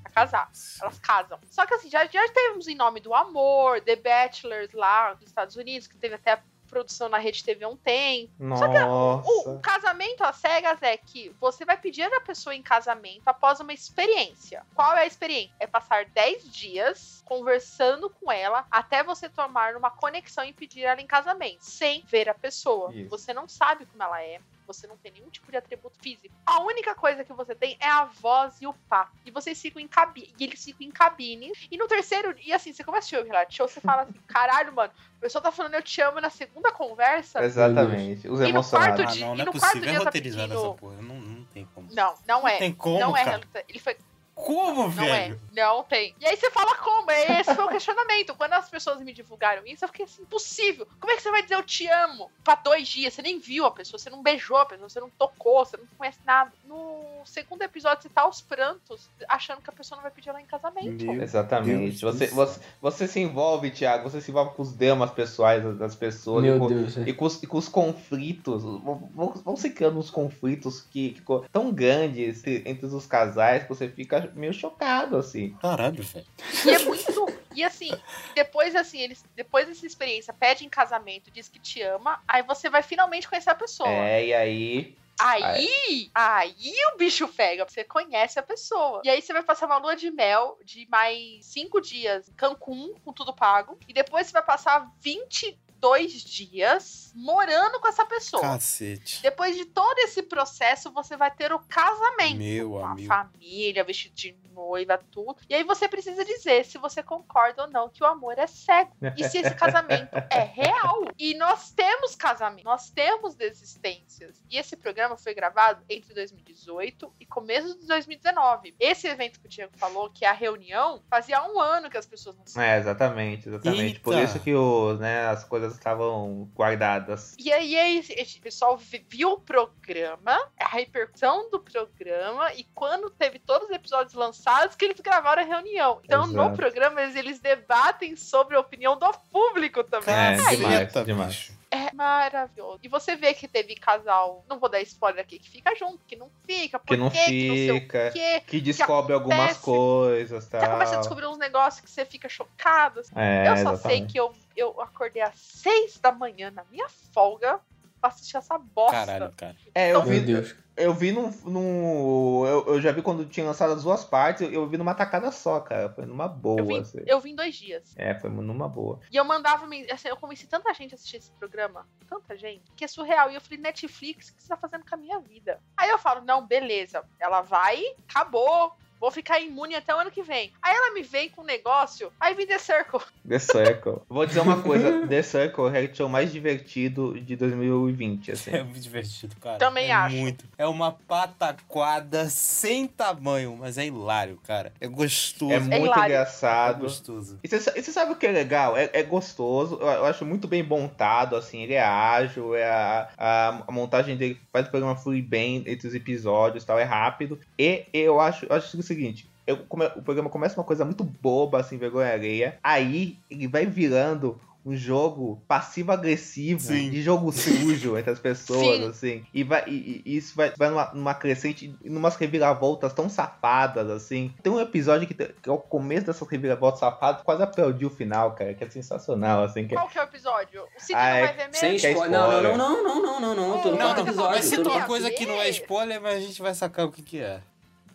A: pra casar. Elas casam. Só que assim, já, já temos em nome do amor, The Bachelors lá dos Estados Unidos, que teve até a produção na Rede TV há um tempo. O, o
B: Nossa.
A: casamento às cegas é que você vai pedir a pessoa em casamento após uma experiência. Qual é a experiência? É passar 10 dias conversando com ela até você tomar uma conexão e pedir ela em casamento, sem ver a pessoa.
B: Isso.
A: Você não sabe como ela é. Você não tem nenhum tipo de atributo físico. A única coisa que você tem é a voz e o papo. E vocês ficam em cabine. E eles ficam em cabine. E no terceiro. E assim, você começa a assistir o reality show, você fala assim: caralho, mano, a pessoa tá falando eu te amo na segunda conversa.
B: É Exatamente. Os
A: E no quarto
B: emocionados.
C: Ah,
A: dia-
C: não,
A: e
C: não é
A: no quarto
C: possível. É
A: dia tá
C: roteirizado
A: pedindo-
C: essa porra. Não, não tem como.
A: Não, não é.
C: tem como,
A: não é
C: cara.
A: realita- Ele foi.
C: Como,
A: Não é.
C: velho?
A: Não tem. E aí você fala como? E Esse foi o questionamento. Quando as pessoas me divulgaram isso, eu fiquei assim: impossível. Como é que você vai dizer eu te amo pra dois dias? Você nem viu a pessoa, você não beijou a pessoa, você não tocou, você não conhece nada. No segundo episódio, você tá aos prantos, achando que a pessoa não vai pedir ela em casamento.
C: Meu
B: Exatamente.
C: Deus
B: Você,
C: do
B: você, você se envolve, Thiago. Você se envolve com os dramas pessoais das- das pessoas.
D: Meu
B: com,
D: Deus. é.
B: E com, os, e com os conflitos, vão- vão vão se criando uns conflitos que, que co- tão grandes e- entre os casais que você fica meio chocado, assim.
C: Caralho, velho.
A: E é muito. E assim, depois assim, eles, depois dessa experiência, pede em casamento, diz que te ama, aí você vai finalmente conhecer a pessoa.
B: É, e aí.
A: Aí, aí o bicho pega, você conhece a pessoa. E aí você vai passar uma lua de mel de mais cinco dias em Cancún, com tudo pago. E depois você vai passar 22 dias morando com essa pessoa.
C: Cacete.
A: Depois de todo esse processo, você vai ter o casamento.
C: Meu
A: com a
C: amigo.
A: família, vestido de noiva, tudo. E aí você precisa dizer se você concorda ou não que o amor é cego. E se esse casamento é real. E nós temos casamento, nós temos desistências. E esse programa foi gravado entre 2018 e começo de 2019. Esse evento que o Diego falou, que é a reunião, fazia um ano que as pessoas não se
B: É, exatamente, exatamente. Por
C: Eita.
B: isso que o, né, as coisas estavam guardadas.
A: E aí, aí, esse pessoal vi- viu o programa, a repercussão do programa, e quando teve todos os episódios lançados, que eles gravaram a reunião. Então, no
B: Exato.
A: programa, eles, eles debatem sobre a opinião do público também.
B: É,
A: Aí,
B: demais,
C: Eita,
B: demais.
C: bicho.
A: é maravilhoso. E você vê que teve casal, não vou dar spoiler aqui, que fica junto, que não fica, por
B: Que não
A: quê, que não sei o
B: fica,
A: quê.
B: que descobre algumas
A: acontece.
B: coisas,
A: Você
B: tal.
A: começa a descobrir uns negócios que você fica chocado, assim.
B: É,
A: eu só sei
B: exatamente.
A: que eu, eu acordei às seis da manhã na minha folga pra assistir essa bosta.
C: Caralho, cara.
B: É, eu
A: Então,
D: Meu
B: vi,
D: Deus.
B: Eu vi num. num- eu, eu já vi quando tinha lançado as duas partes, eu, eu vi numa tacada só, cara. Foi numa boa,
A: Eu vi,
B: assim.
A: eu vi em dois dias.
B: É, foi numa boa.
A: E eu mandava. men- Assim, eu convenci tanta gente a assistir esse programa, tanta gente, que é surreal. E eu falei, Netflix, o que você tá fazendo com a minha vida? Aí eu falo, não, beleza, ela vai, acabou. Vou ficar imune até o ano que vem. Aí ela me vem com um negócio, aí vem The Circle.
B: The Circle. Vou dizer uma coisa: The Circle é o reality show mais divertido de 2020, assim.
C: É muito divertido, cara.
A: Também
C: é
A: acho.
C: Muito. É uma pataquada sem tamanho, mas é hilário, cara. É gostoso.
B: É muito
A: hilário.
C: É
B: engraçado.
C: gostoso.
B: E você sabe o que é legal? É, é gostoso, eu, eu acho muito bem montado, assim, ele é ágil, é a, a, a montagem dele faz o programa fluir bem entre os episódios e tal, é rápido. E eu acho, eu acho o seguinte. eu come- o programa começa uma coisa muito boba, assim, vergonha alheia. Aí ele vai virando um jogo passivo-agressivo,
C: Sim.
B: de jogo sujo entre as pessoas,
A: Sim.
B: assim. E, vai, e, e isso vai, vai numa, numa crescente, e numas reviravoltas tão safadas, assim. Tem um episódio que, te- que é o começo dessas reviravoltas safadas, quase aplaudir o final, cara, que é sensacional, assim. Que, é-
A: Qual que é o episódio? O Sidney
B: Ah, é-
A: não vai ver mesmo?
D: Sem
B: Quer
D: spoiler. Não,
B: spoiler.
D: não, não, não, não, não, não. Tô no
A: Não,
D: quarto
A: não,
D: episódio.
C: Mas se
A: tudo bem.
D: tô no
C: tem uma
D: quarto-
C: coisa que não é spoiler, mas a gente vai sacar o que que é.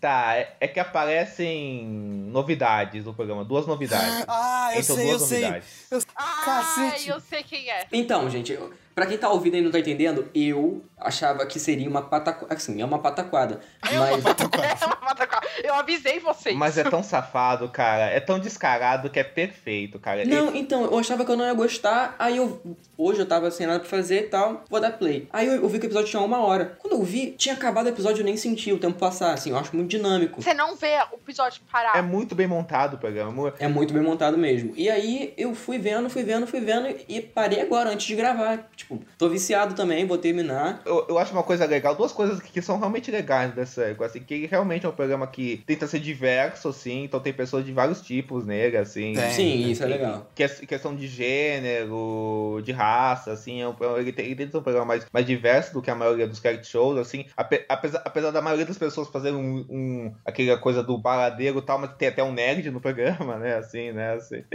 B: tá, é, é que aparecem novidades no programa, duas novidades.
C: Ah, eu
B: Então,
C: sei, eu
B: duas
C: sei.
B: novidades.
C: Eu...
A: Ai,
C: Cacete.
A: eu sei quem é.
D: Então, gente, eu- pra quem tá ouvindo e não tá entendendo, eu achava que seria uma pataquada. Assim, é uma pataquada. Mas
A: É uma pataquada. Eu avisei vocês.
B: Mas é tão safado, cara, é tão descarado que é perfeito, cara. E-
D: Não, então, eu achava que eu não ia gostar, aí eu. Hoje eu tava sem nada pra fazer e tal, vou dar play. Aí eu, eu vi que o episódio tinha uma hora. Quando eu vi, tinha acabado o episódio, eu nem senti o tempo passar, assim, eu acho muito dinâmico.
A: Você não vê o episódio parar.
B: É muito bem montado o programa. mu-
D: É muito bem montado mesmo. E aí eu fui vendo, fui vendo, fui vendo e parei agora, antes de gravar. Tipo, tô viciado também, vou terminar.
B: Eu, eu acho uma coisa legal, duas coisas que, que são realmente legais dessa época, assim, que ele realmente é um programa que tenta ser diverso, assim, então tem pessoas de vários tipos nele, assim.
C: Tem. É,
D: Sim,
C: então,
D: isso é legal.
B: Que- questão de gênero, de raça, assim, é um, programa- ele, tem, ele tenta ser um programa mais, mais diverso do que a maioria dos character shows, assim, ape- apesar, apesar da maioria das pessoas fazerem um, um- aquela coisa do baladeiro e tal, mas tem até um nerd no programa, né, assim, né, assim,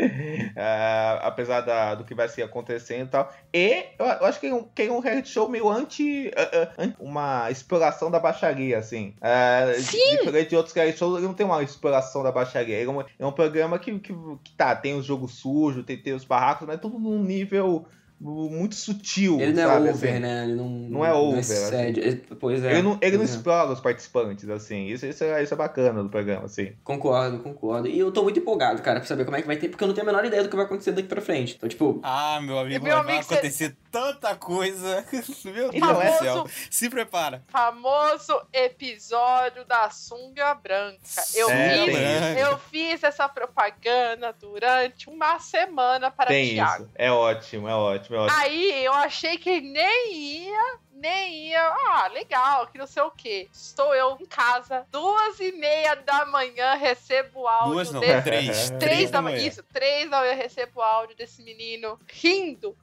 B: Ah, apesar da, do que vai se acontecendo e tal, e eu, eu acho que é um, que é um reality show meio anti, ah, ah, anti- Uma exploração da baixaria, assim. É,
A: Sim!
B: Diferente de outros reality shows, ele não tem uma exploração da baixaria. Ele é um, é um programa que, que, que tá, tem os jogos sujos, tem, tem os barracos, mas é tudo num nível muito sutil.
D: Ele não
B: sabe,
D: é over,
B: assim.
D: né? Ele não,
B: Não é over, assim.
D: sede. Ele- Pois é.
B: Ele não, ele não
D: pois é.
B: explora os participantes, assim. Isso, isso, é, isso é bacana do programa, assim.
D: Concordo, concordo. E eu tô muito empolgado, cara, pra saber como é que vai ter, porque eu não tenho a menor ideia do que vai acontecer daqui pra frente. Então, tipo,
C: Ah, meu amigo,
A: Meu
C: vai
A: amigo, cê-
C: acontecer tanta coisa. Meu Deus
B: Ele não
C: do
B: é-
C: céu. Se prepara.
A: Famoso episódio da sunga branca. Eu
B: É,
A: vi
B: tem isso.
A: Eu fiz essa propaganda durante uma semana para
B: tem
A: Thiago.
B: isso. É ótimo, é ótimo, é ótimo.
A: Aí eu achei que nem ia, nem ia. Ah, legal, que não sei o quê. Estou eu em casa, duas e meia da manhã, recebo o áudio
C: Duas não, é
A: desse.
C: três.
A: Três da manhã.
C: manhã.
A: Isso, três da manhã eu recebo o áudio desse menino rindo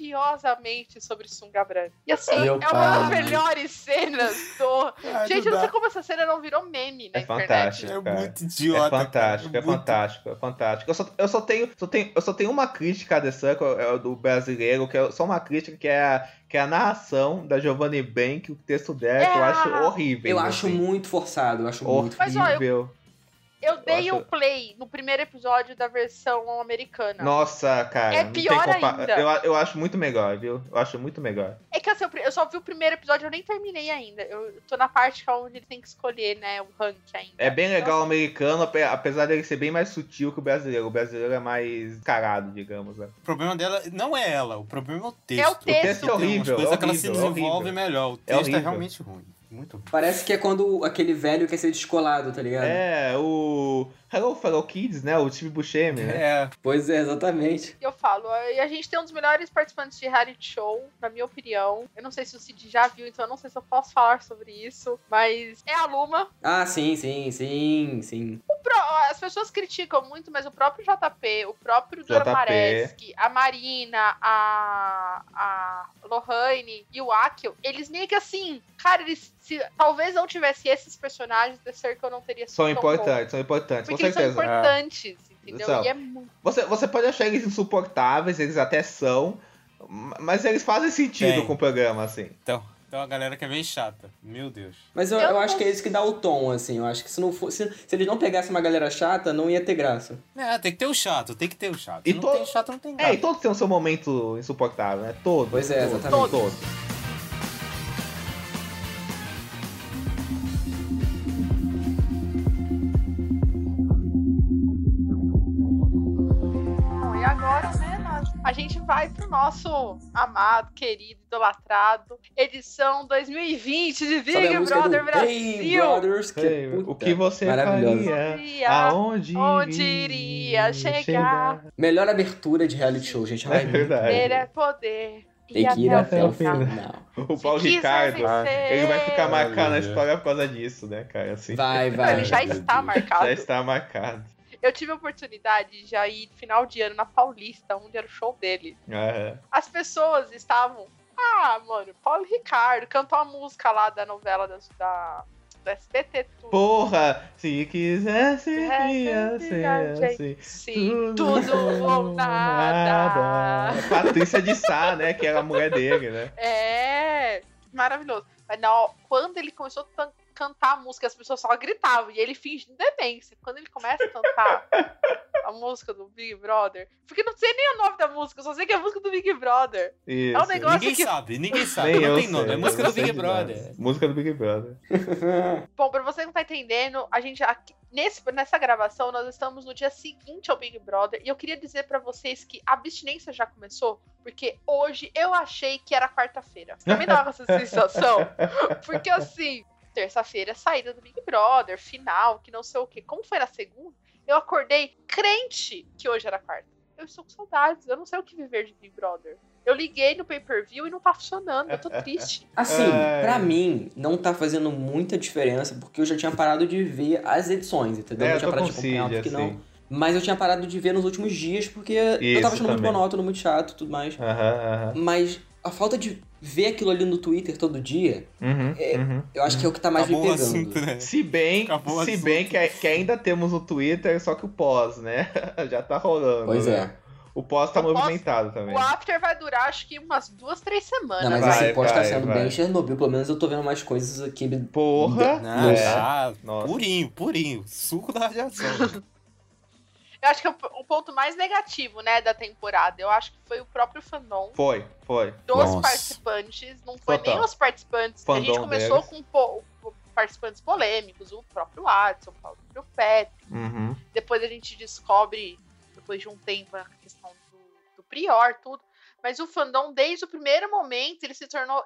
A: copiosamente sobre sunga branca. E assim,
D: Meu
A: é uma das
D: pai.
A: melhores cenas do.
C: Ah,
A: Gente, eu
C: não
A: não
C: dá.
A: sei como essa cena não virou meme na
B: É
A: internet.
B: fantástico.
C: É
B: cara.
C: muito idiota.
B: É fantástico,
C: cara.
B: é fantástico, é fantástico. Eu só, eu só tenho, só tenho, eu só tenho uma crítica a The Circle, é, do brasileiro, que é só uma crítica que é a, que é a narração da Giovanni Bank, o texto dela, que eu
A: É.
B: acho horrível.
D: eu acho
B: assim.
D: muito forçado, eu acho muito.
A: Mas, ó, eu-
B: horrível.
A: Eu dei
B: acho-
A: um play no primeiro episódio da versão americana.
B: Nossa, cara.
A: É
B: não tem
A: pior
B: compa-
A: ainda.
B: Eu, eu acho muito melhor, viu? Eu acho muito melhor.
A: É que assim, eu pri- eu só vi o primeiro episódio, eu nem terminei ainda. Eu eu tô na parte que é onde ele tem que escolher, né, o rank ainda.
B: É bem legal o americano, ape- apesar dele ser bem mais sutil que o brasileiro. O brasileiro é mais carado, digamos. Né?
C: O problema dela não é ela, o problema é o texto.
A: É o texto. O
B: texto é
C: Tem umas
B: horrível,
C: coisas
B: é
C: que ela se
B: horrível, é
C: desenvolve
B: horrível.
C: melhor. O texto é,
B: horrível.
C: realmente ruim. Muito ruim.
D: Parece que é quando aquele velho quer ser descolado, tá ligado?
B: É, o. Hello, Fellow Kids, né? O Steve Buscemi, né?
C: É,
D: Pois é, exatamente.
A: E eu falo, ah, e a gente tem um dos melhores participantes de reality show, na minha opinião. Eu não sei se o Cid já viu, então eu não sei se eu posso falar sobre isso, mas é a Luma.
D: Ah, sim, sim, sim, sim.
A: O pró- As pessoas criticam muito, mas o próprio JP, o próprio Dora
B: JP.
A: Mareschi, a Marina, a, a Lohane e o Akio, eles meio que assim, cara, eles se, talvez não tivesse esses personagens, The Circle não teria sido
B: São
A: tão Tá bom.
B: importantes, são importantes,
A: Porque
B: com
A: eles são
B: certeza. é.
A: importantes, entendeu?
B: São.
A: E é muito.
B: Você, você pode achar eles insuportáveis, eles até são, ma- mas eles fazem sentido
C: Tem.
B: com o programa, assim.
C: então, então a galera que é bem chata. Meu Deus.
D: Mas eu,
A: Eu
D: eu
A: não
D: acho que é isso que dá o tom, assim. Eu acho que se não fosse. Se eles não pegassem uma galera chata, não ia ter graça.
C: É, tem que ter o chato, tem que ter o chato.
B: E
C: Se não
B: to-
C: tem chato, não tem
B: É,
A: Tá.
C: graça.
B: e todos têm o seu momento insuportável, né? Todos.
D: Pois é,
B: todos,
D: exatamente.
B: Todos.
A: né, gente vai pro nosso amado, querido, idolatrado, edição 2020 de
D: Sabe a
A: Big
D: música
A: Brother
D: do Hey
A: Brasil.
D: Brothers, que
B: Ei,
D: puta,
B: o que você
D: maravilhosa.
B: faria?
A: Faria,
B: Aonde,
A: onde iria chegar?
D: Melhor abertura de reality show, gente.
B: É
D: Ai,
A: Ter
B: verdade.
A: é poder.
D: tem que ir até o final.
B: O Paulo
A: Se quiser
B: Ricardo,
A: vencer.
B: ele vai ficar marcado na
C: Olha.
B: história por causa disso, né, cara? Assim,
D: Vai, vai.
A: Ele já está marcado.
B: já está marcado.
A: Eu tive a oportunidade de já ir final de ano na Paulista, onde era o show dele.
B: Aham.
A: as pessoas estavam. Ah, mano, Paulo Ricardo cantou a música lá da novela da, da, do SBT. Tudo.
B: Porra, se quisesse,
A: É,
B: ia
A: se
B: ser
A: quisesse,
B: assim.
A: Sim, tudo ou nada.
B: Patrícia de Sá, né? Que era a mulher dele, né?
A: É, maravilhoso. Mas não, quando ele começou a tan- cantar a música, as pessoas só gritavam e ele fingindo demência. Quando ele começa a cantar a música do Big Brother, porque eu não sei nem o nome da música, eu só sei que é a música do Big Brother.
B: Isso.
A: É um negócio
C: Ninguém
A: que
C: sabe, ninguém sabe.
B: Nem
C: não
B: eu
C: tem nome.
B: sei,
C: É música
B: eu
C: do
B: não sei
C: Big
B: de
C: Brother.
B: nada. Música do Big Brother.
A: Bom, pra você que não tá entendendo, a gente aqui, nesse, nessa gravação nós estamos no dia seguinte ao Big Brother e eu queria dizer pra vocês que a abstinência já começou, porque hoje eu achei que era quarta-feira. Você Também dava essa sensação, porque assim, terça-feira é saída do Big Brother, final, que não sei o quê. Como foi na segunda, eu acordei crente que hoje era quarta. Eu estou com saudades, eu não sei o que viver de Big Brother. Eu liguei no pay-per-view e não tá funcionando, eu tô triste.
D: Assim,
B: Ai.
D: pra mim, não tá fazendo muita diferença, porque eu já tinha parado de ver as edições, entendeu?
B: É,
D: eu
B: eu
D: tinha
B: tô
D: parado
B: com
D: de acompanhar,
B: Cid,
D: porque não.
B: assim.
D: Mas eu tinha parado de ver nos últimos dias, porque eu
B: Isso
D: tava achando muito
B: também. É.
D: monótono, muito chato e tudo mais.
B: Aham, aham.
D: Mas a falta de ver aquilo ali no Twitter todo dia,
B: Uhum,
D: É.
B: uhum.
D: eu acho que é o que tá mais
C: Acabou
D: me
C: o
D: pegando.
C: assunto, né?
B: Se bem,
C: Acabou o
B: se
C: assunto.
B: bem que, que ainda temos o Twitter, só que o pós, né? Já tá rolando.
D: Pois
B: né?
D: é.
B: O pós tá
A: O pós-
B: movimentado também.
A: O after vai durar acho que umas duas, três semanas.
D: Não, mas
B: Vai,
D: assim, pode estar
B: vai,
D: sendo
B: vai.
D: bem Chernobyl, pelo menos eu tô vendo mais coisas aqui.
B: Porra!
C: Não,
B: É.
C: tá
B: Nossa.
C: purinho, purinho. Suco da radiação.
A: Eu acho que é o p- o ponto mais negativo, né, da temporada. Eu acho que foi o próprio fandom
B: Foi, foi.
A: dos
C: Nossa.
A: participantes. Não foi
B: Total.
A: nem os participantes. a gente
B: Fandom
A: começou
B: deles.
A: com po- po- participantes polêmicos, o próprio Watson, o próprio Pet.
B: Uhum.
A: Depois a gente descobre, depois de um tempo, a questão do, do Prior, tudo. Mas o fandom, desde o primeiro momento, ele se tornou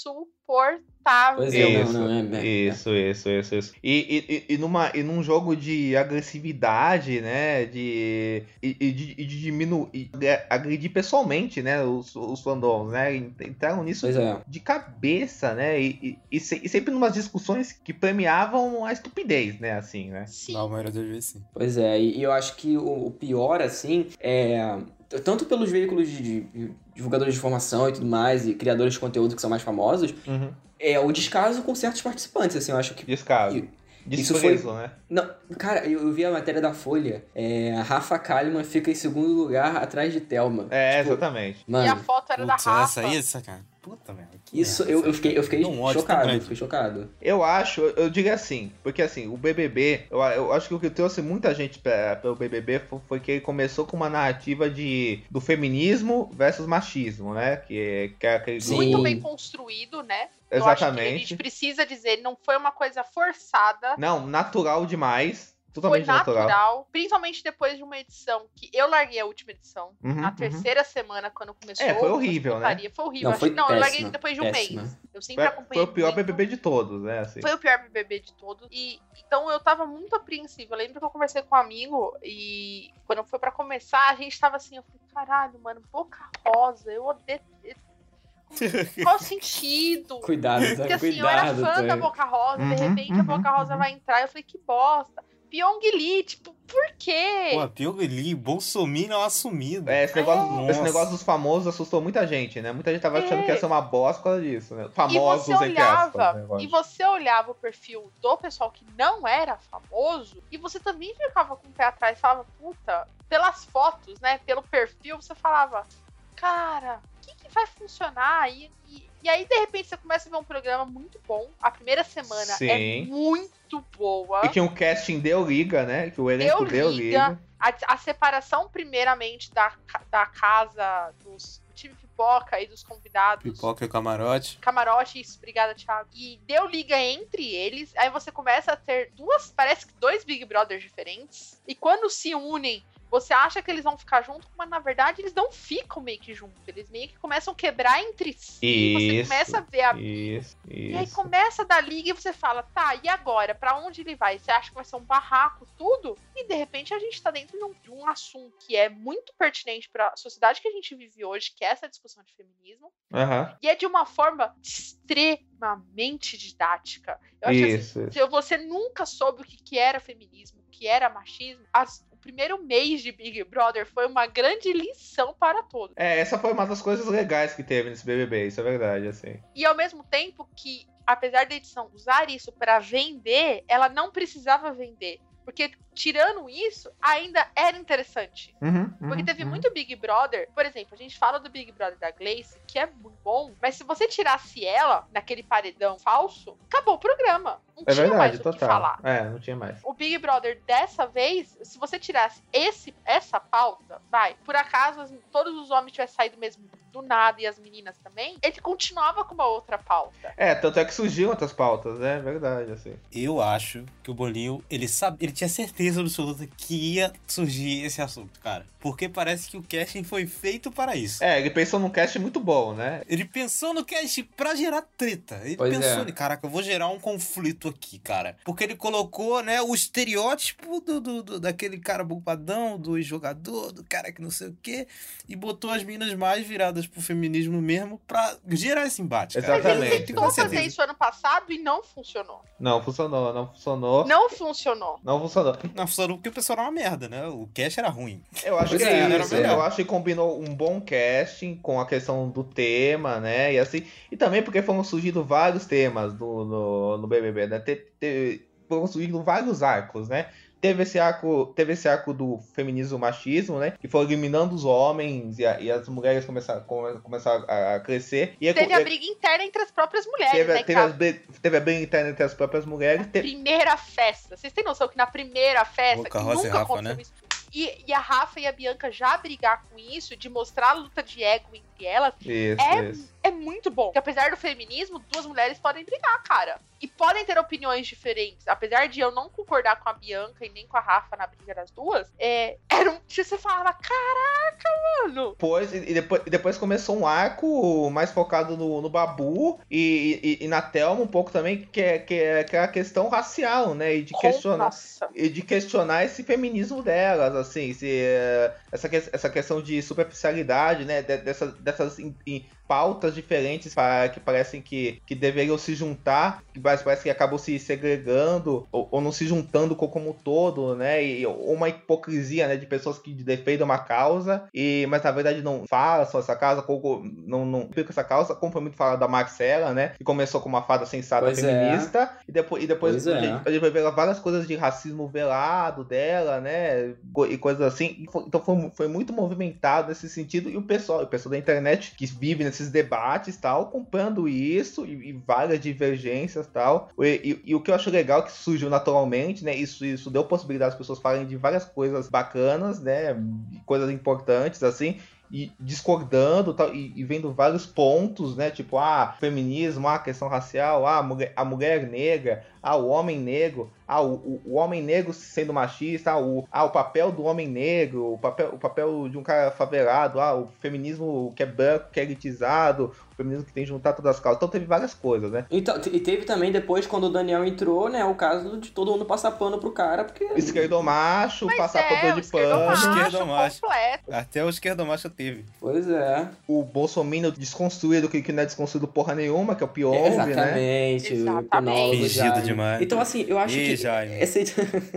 A: insuportável.
D: Pois é,
B: Isso,
D: não, não, é, é.
B: Isso, isso, isso, isso. E, e, e- e, numa, e num jogo de agressividade, né? De. E, e de, e de diminuir. Agredir pessoalmente, né? Os, os fandoms, né? Entraram nisso
D: Pois é.
B: de cabeça, né? E, e, e se- e sempre numas discussões que premiavam a estupidez, né? Assim, né?
A: Sim.
C: Na maioria das vezes, sim.
D: Pois é, e e eu acho que o, o pior, assim, é. t- Tanto pelos veículos de, de divulgadores de informação e tudo mais, e criadores de conteúdo que são mais famosos,
B: Uhum.
D: é o descaso com certos participantes, assim, eu acho que.
B: Descaso.
D: E- isso foi-
B: Desprezo, né?
D: Não, cara, eu, eu vi a matéria da Folha, é, a Rafa Kalimann fica em segundo lugar atrás de Thelma.
B: É,
D: Tipo,
B: exatamente.
A: E a
D: Mano,
A: foto era
C: Putz,
A: da Rafa.
C: essa aí, essa, cara. Puta merda. que
D: isso
C: merda,
D: eu,
C: essa
D: eu fiquei, eu fiquei
C: Dá um ódio tão
D: chocado,
C: grande.
D: fiquei chocado.
B: Eu acho, eu- eu digo assim, porque assim, o BBB, eu, eu acho que o que trouxe muita gente para o BBB fo- foi, que ele começou com uma narrativa de do feminismo versus machismo, né? Que, que é aquele
D: Sim.
B: grupo-
A: muito bem construído, né? Eu acho que a
B: exatamente.
A: gente precisa dizer, não foi uma coisa forçada,
B: Não, natural demais,
A: foi
B: totalmente
A: natural, principalmente depois de uma edição que eu larguei a última edição.
B: Uhum,
A: na
B: uhum.
A: terceira semana, quando começou.
B: É, foi
A: a
B: horrível, né?
A: putaria, Foi horrível.
D: Não,
A: Acho
D: foi
A: que- não, eu larguei
D: péssima,
A: depois de um
D: péssima.
A: mês. Eu sempre
B: Foi,
A: acompanhei.
B: foi o pior
A: muito.
B: BBB de todos, né? Assim.
A: Foi o pior BBB de todos. E então eu tava muito apreensiva. Eu lembro que eu conversei com um amigo e quando foi pra começar, a gente tava assim, eu falei, caralho, mano, boca rosa, eu odeio. Qual o sentido?
D: Cuidado,
A: Porque
D: tá?
A: assim, eu era
D: Cuidado,
A: fã da
D: Thelma.
A: Boca Rosa, de
B: Uhum,
A: repente a
B: uhum,
A: Boca Rosa
B: uhum.
A: vai entrar, eu falei, que bosta. Pyong Lee, tipo, por quê?
C: Pô, Pyong Lee, Bolsominion assumido.
B: É, esse negócio,
C: É.
B: esse negócio dos famosos assustou muita gente, né? Muita gente tava achando que ia ser uma bosta por causa disso, né? Famosos,
A: É. e você
B: entre aspas.
A: olhava,
B: né, eu
A: e
B: acho.
A: você olhava o perfil do pessoal que não era famoso, e você também ficava com o pé atrás, falava, puta, pelas fotos, né, pelo perfil, você falava, cara, o que, que vai funcionar? E, e, e aí, de repente, você começa a ver um programa muito bom, a primeira semana é
B: Sim.
A: muito boa.
B: E que um casting deu liga, né? Que o elenco
A: Deu
B: deu
A: liga.
B: liga.
A: a, a separação, primeiramente, da, ca- da casa dos do time pipoca e dos convidados.
C: Pipoca e camarote.
A: Camarote, isso, obrigada, Thiago. E deu liga entre eles. Aí você começa a ter duas, parece que dois Big Brothers diferentes. E quando se unem, Você acha que eles vão ficar junto, mas na verdade eles não ficam meio que junto. Eles meio que começam a quebrar entre si. você
B: Isso,
A: começa a ver a
B: Isso,
A: e aí
B: isso.
A: começa a dar liga e você fala, tá, e agora? Pra onde ele vai? Você acha que vai ser um barraco, tudo? E de repente a gente tá dentro de um, de um assunto que é muito pertinente pra sociedade que a gente vive hoje, que é essa discussão de feminismo,
B: Aham.
A: e é de uma forma extremamente didática. Eu acho assim,
B: Isso.
A: se você nunca soube o que, que era feminismo, o que era machismo, as- o primeiro mês de Big Brother foi uma grande lição para todos.
B: É, essa foi uma das coisas legais que teve nesse BBB, isso é verdade, assim.
A: E ao mesmo tempo que, apesar da edição usar isso pra vender, ela não precisava vender. Porque tirando isso, ainda era interessante.
B: Uhum,
A: Porque
B: uhum,
A: teve
B: uhum.
A: muito Big Brother. Por exemplo, a gente fala do Big Brother da Glace, que é muito bom. Mas se você tirasse ela naquele paredão falso, acabou o programa. Não
B: É
A: tinha mais
B: verdade,
A: o que
B: total.
A: falar.
B: É, não tinha mais.
A: O Big Brother dessa vez, se você tirasse esse, essa pauta, vai, por acaso as- todos os homens tivessem saído mesmo do nada e as meninas também, ele continuava com uma outra pauta.
B: É, tanto é que surgiram outras pautas, né? É verdade, assim.
C: Eu acho que o Bolinho, ele sabe, ele tinha certeza absoluta que ia surgir esse assunto, cara. Porque parece que o casting foi feito para isso.
B: É, ele pensou num cast muito bom, né?
C: Ele pensou no cast pra gerar treta. Ele
D: Pois
C: pensou,
D: é.
C: né, caraca, eu vou gerar um conflito aqui, cara. Porque ele colocou, né, o estereótipo do, do- do- daquele cara bombadão, do jogador, do cara que não sei o quê, e botou as meninas mais viradas pro feminismo mesmo pra gerar esse embate. cara.
A: Mas ele
B: Exatamente.
C: Eu tenho
A: tentou
B: Com
A: fazer
C: certeza.
A: isso ano passado e não funcionou.
B: Não funcionou, não funcionou. Não,
A: Não funcionou.
B: funcionou.
C: Não funcionou porque o pessoal era uma merda, né? O cast era ruim.
B: Eu acho
D: Pois
B: que
D: é,
B: era
D: isso,
B: melhor.
D: é.
B: Eu acho que combinou um bom casting com a questão do tema, né? E assim. E também porque foram surgindo vários temas do, no, no BBB, né? Te, te- foram surgindo vários arcos, né? Teve esse, arco, teve esse arco do feminismo e machismo, né? Que foi eliminando os homens e, a- e as mulheres começaram, come- começaram a, a crescer. E é co-
A: Teve a
B: é-
A: briga interna entre as próprias mulheres,
B: teve,
A: né? que
B: teve,
A: tá-
B: as bri- teve a briga interna entre as próprias mulheres. te-
A: primeira festa. Vocês têm noção que na primeira festa,
C: Boca
A: que
C: Rosa e
A: nunca
C: Rafa,
A: aconteceu
C: né?
A: isso. E, e a Rafa e a Bianca já brigar com isso, de mostrar a luta de ego entre elas,
B: Isso,
A: É,
B: isso.
A: é muito bom. Porque apesar do feminismo, duas mulheres podem brigar, cara. E podem ter opiniões diferentes. Apesar de eu não concordar com a Bianca e nem com a Rafa na briga das duas, é, era um. Você falava, caraca, mano!
B: Depois, e e depois, e depois começou um arco mais focado no, no Babu e, e- e na Thelma um pouco também, que é, que, é, que é a questão racial, né? E de
A: Com-
B: questionar.
A: Nossa.
B: E de questionar esse feminismo delas, assim, se, eh, essa, que- essa questão de superficialidade, né? de- dessa- dessas em- em pautas diferentes para que parecem que, que deveriam se juntar, mas parece que acabam se segregando ou, ou não se juntando co- como um todo, né? E ou uma hipocrisia, né, de pessoas que defendem uma causa e mas na verdade não falam sobre essa causa, co- co- não não explicam essa causa, como foi muito falado da Marcela, né? Que começou com uma fada sensata
D: Pois é.
B: feminista e depois e depois
D: Pois
B: a,
D: é.
B: gente, a gente vai ver várias coisas de racismo velado dela, né? co- E coisas assim. E foi- Então foi, foi muito movimentado nesse sentido. E o pessoal, o pessoal da internet que vive nesses debates e tal, comprando isso e, e várias divergências tal. E, e- e o que eu acho legal é que surgiu naturalmente, né? Isso, isso deu possibilidade às pessoas falarem de várias coisas bacanas, né? Coisas importantes, assim e discordando tal, e, e vendo vários pontos, né? Tipo, ah, feminismo, ah, questão racial, ah, mulher- a mulher negra, ah, o homem negro, ah, o, o- o homem negro sendo machista, ah o, ah, o papel do homem negro, o papel, o papel de um cara favelado, ah, o feminismo que é branco, que é elitizado, o feminismo que tem que juntar todas as causas. Então teve várias coisas, né?
D: Então, te- e teve também depois, quando o Daniel entrou, né? O caso de todo mundo passar pano pro cara, porque.
B: Esquerdo macho,
A: Mas
B: passar
A: é,
B: por
A: o
B: dor de pano.
C: Esquerdomacho.
A: esquerdomacho completo.
C: Até o esquerdomacho teve.
D: Pois é.
B: O Bolsonaro desconstruído, que, que não é desconstruído porra nenhuma, que é o pior, né?
D: Exatamente. o
A: Exatamente.
D: hipnólogo
C: Fingido
D: Jaime.
C: demais.
D: Então, assim, eu acho
C: Ih,
D: que
C: Jaime.
D: essa, edi-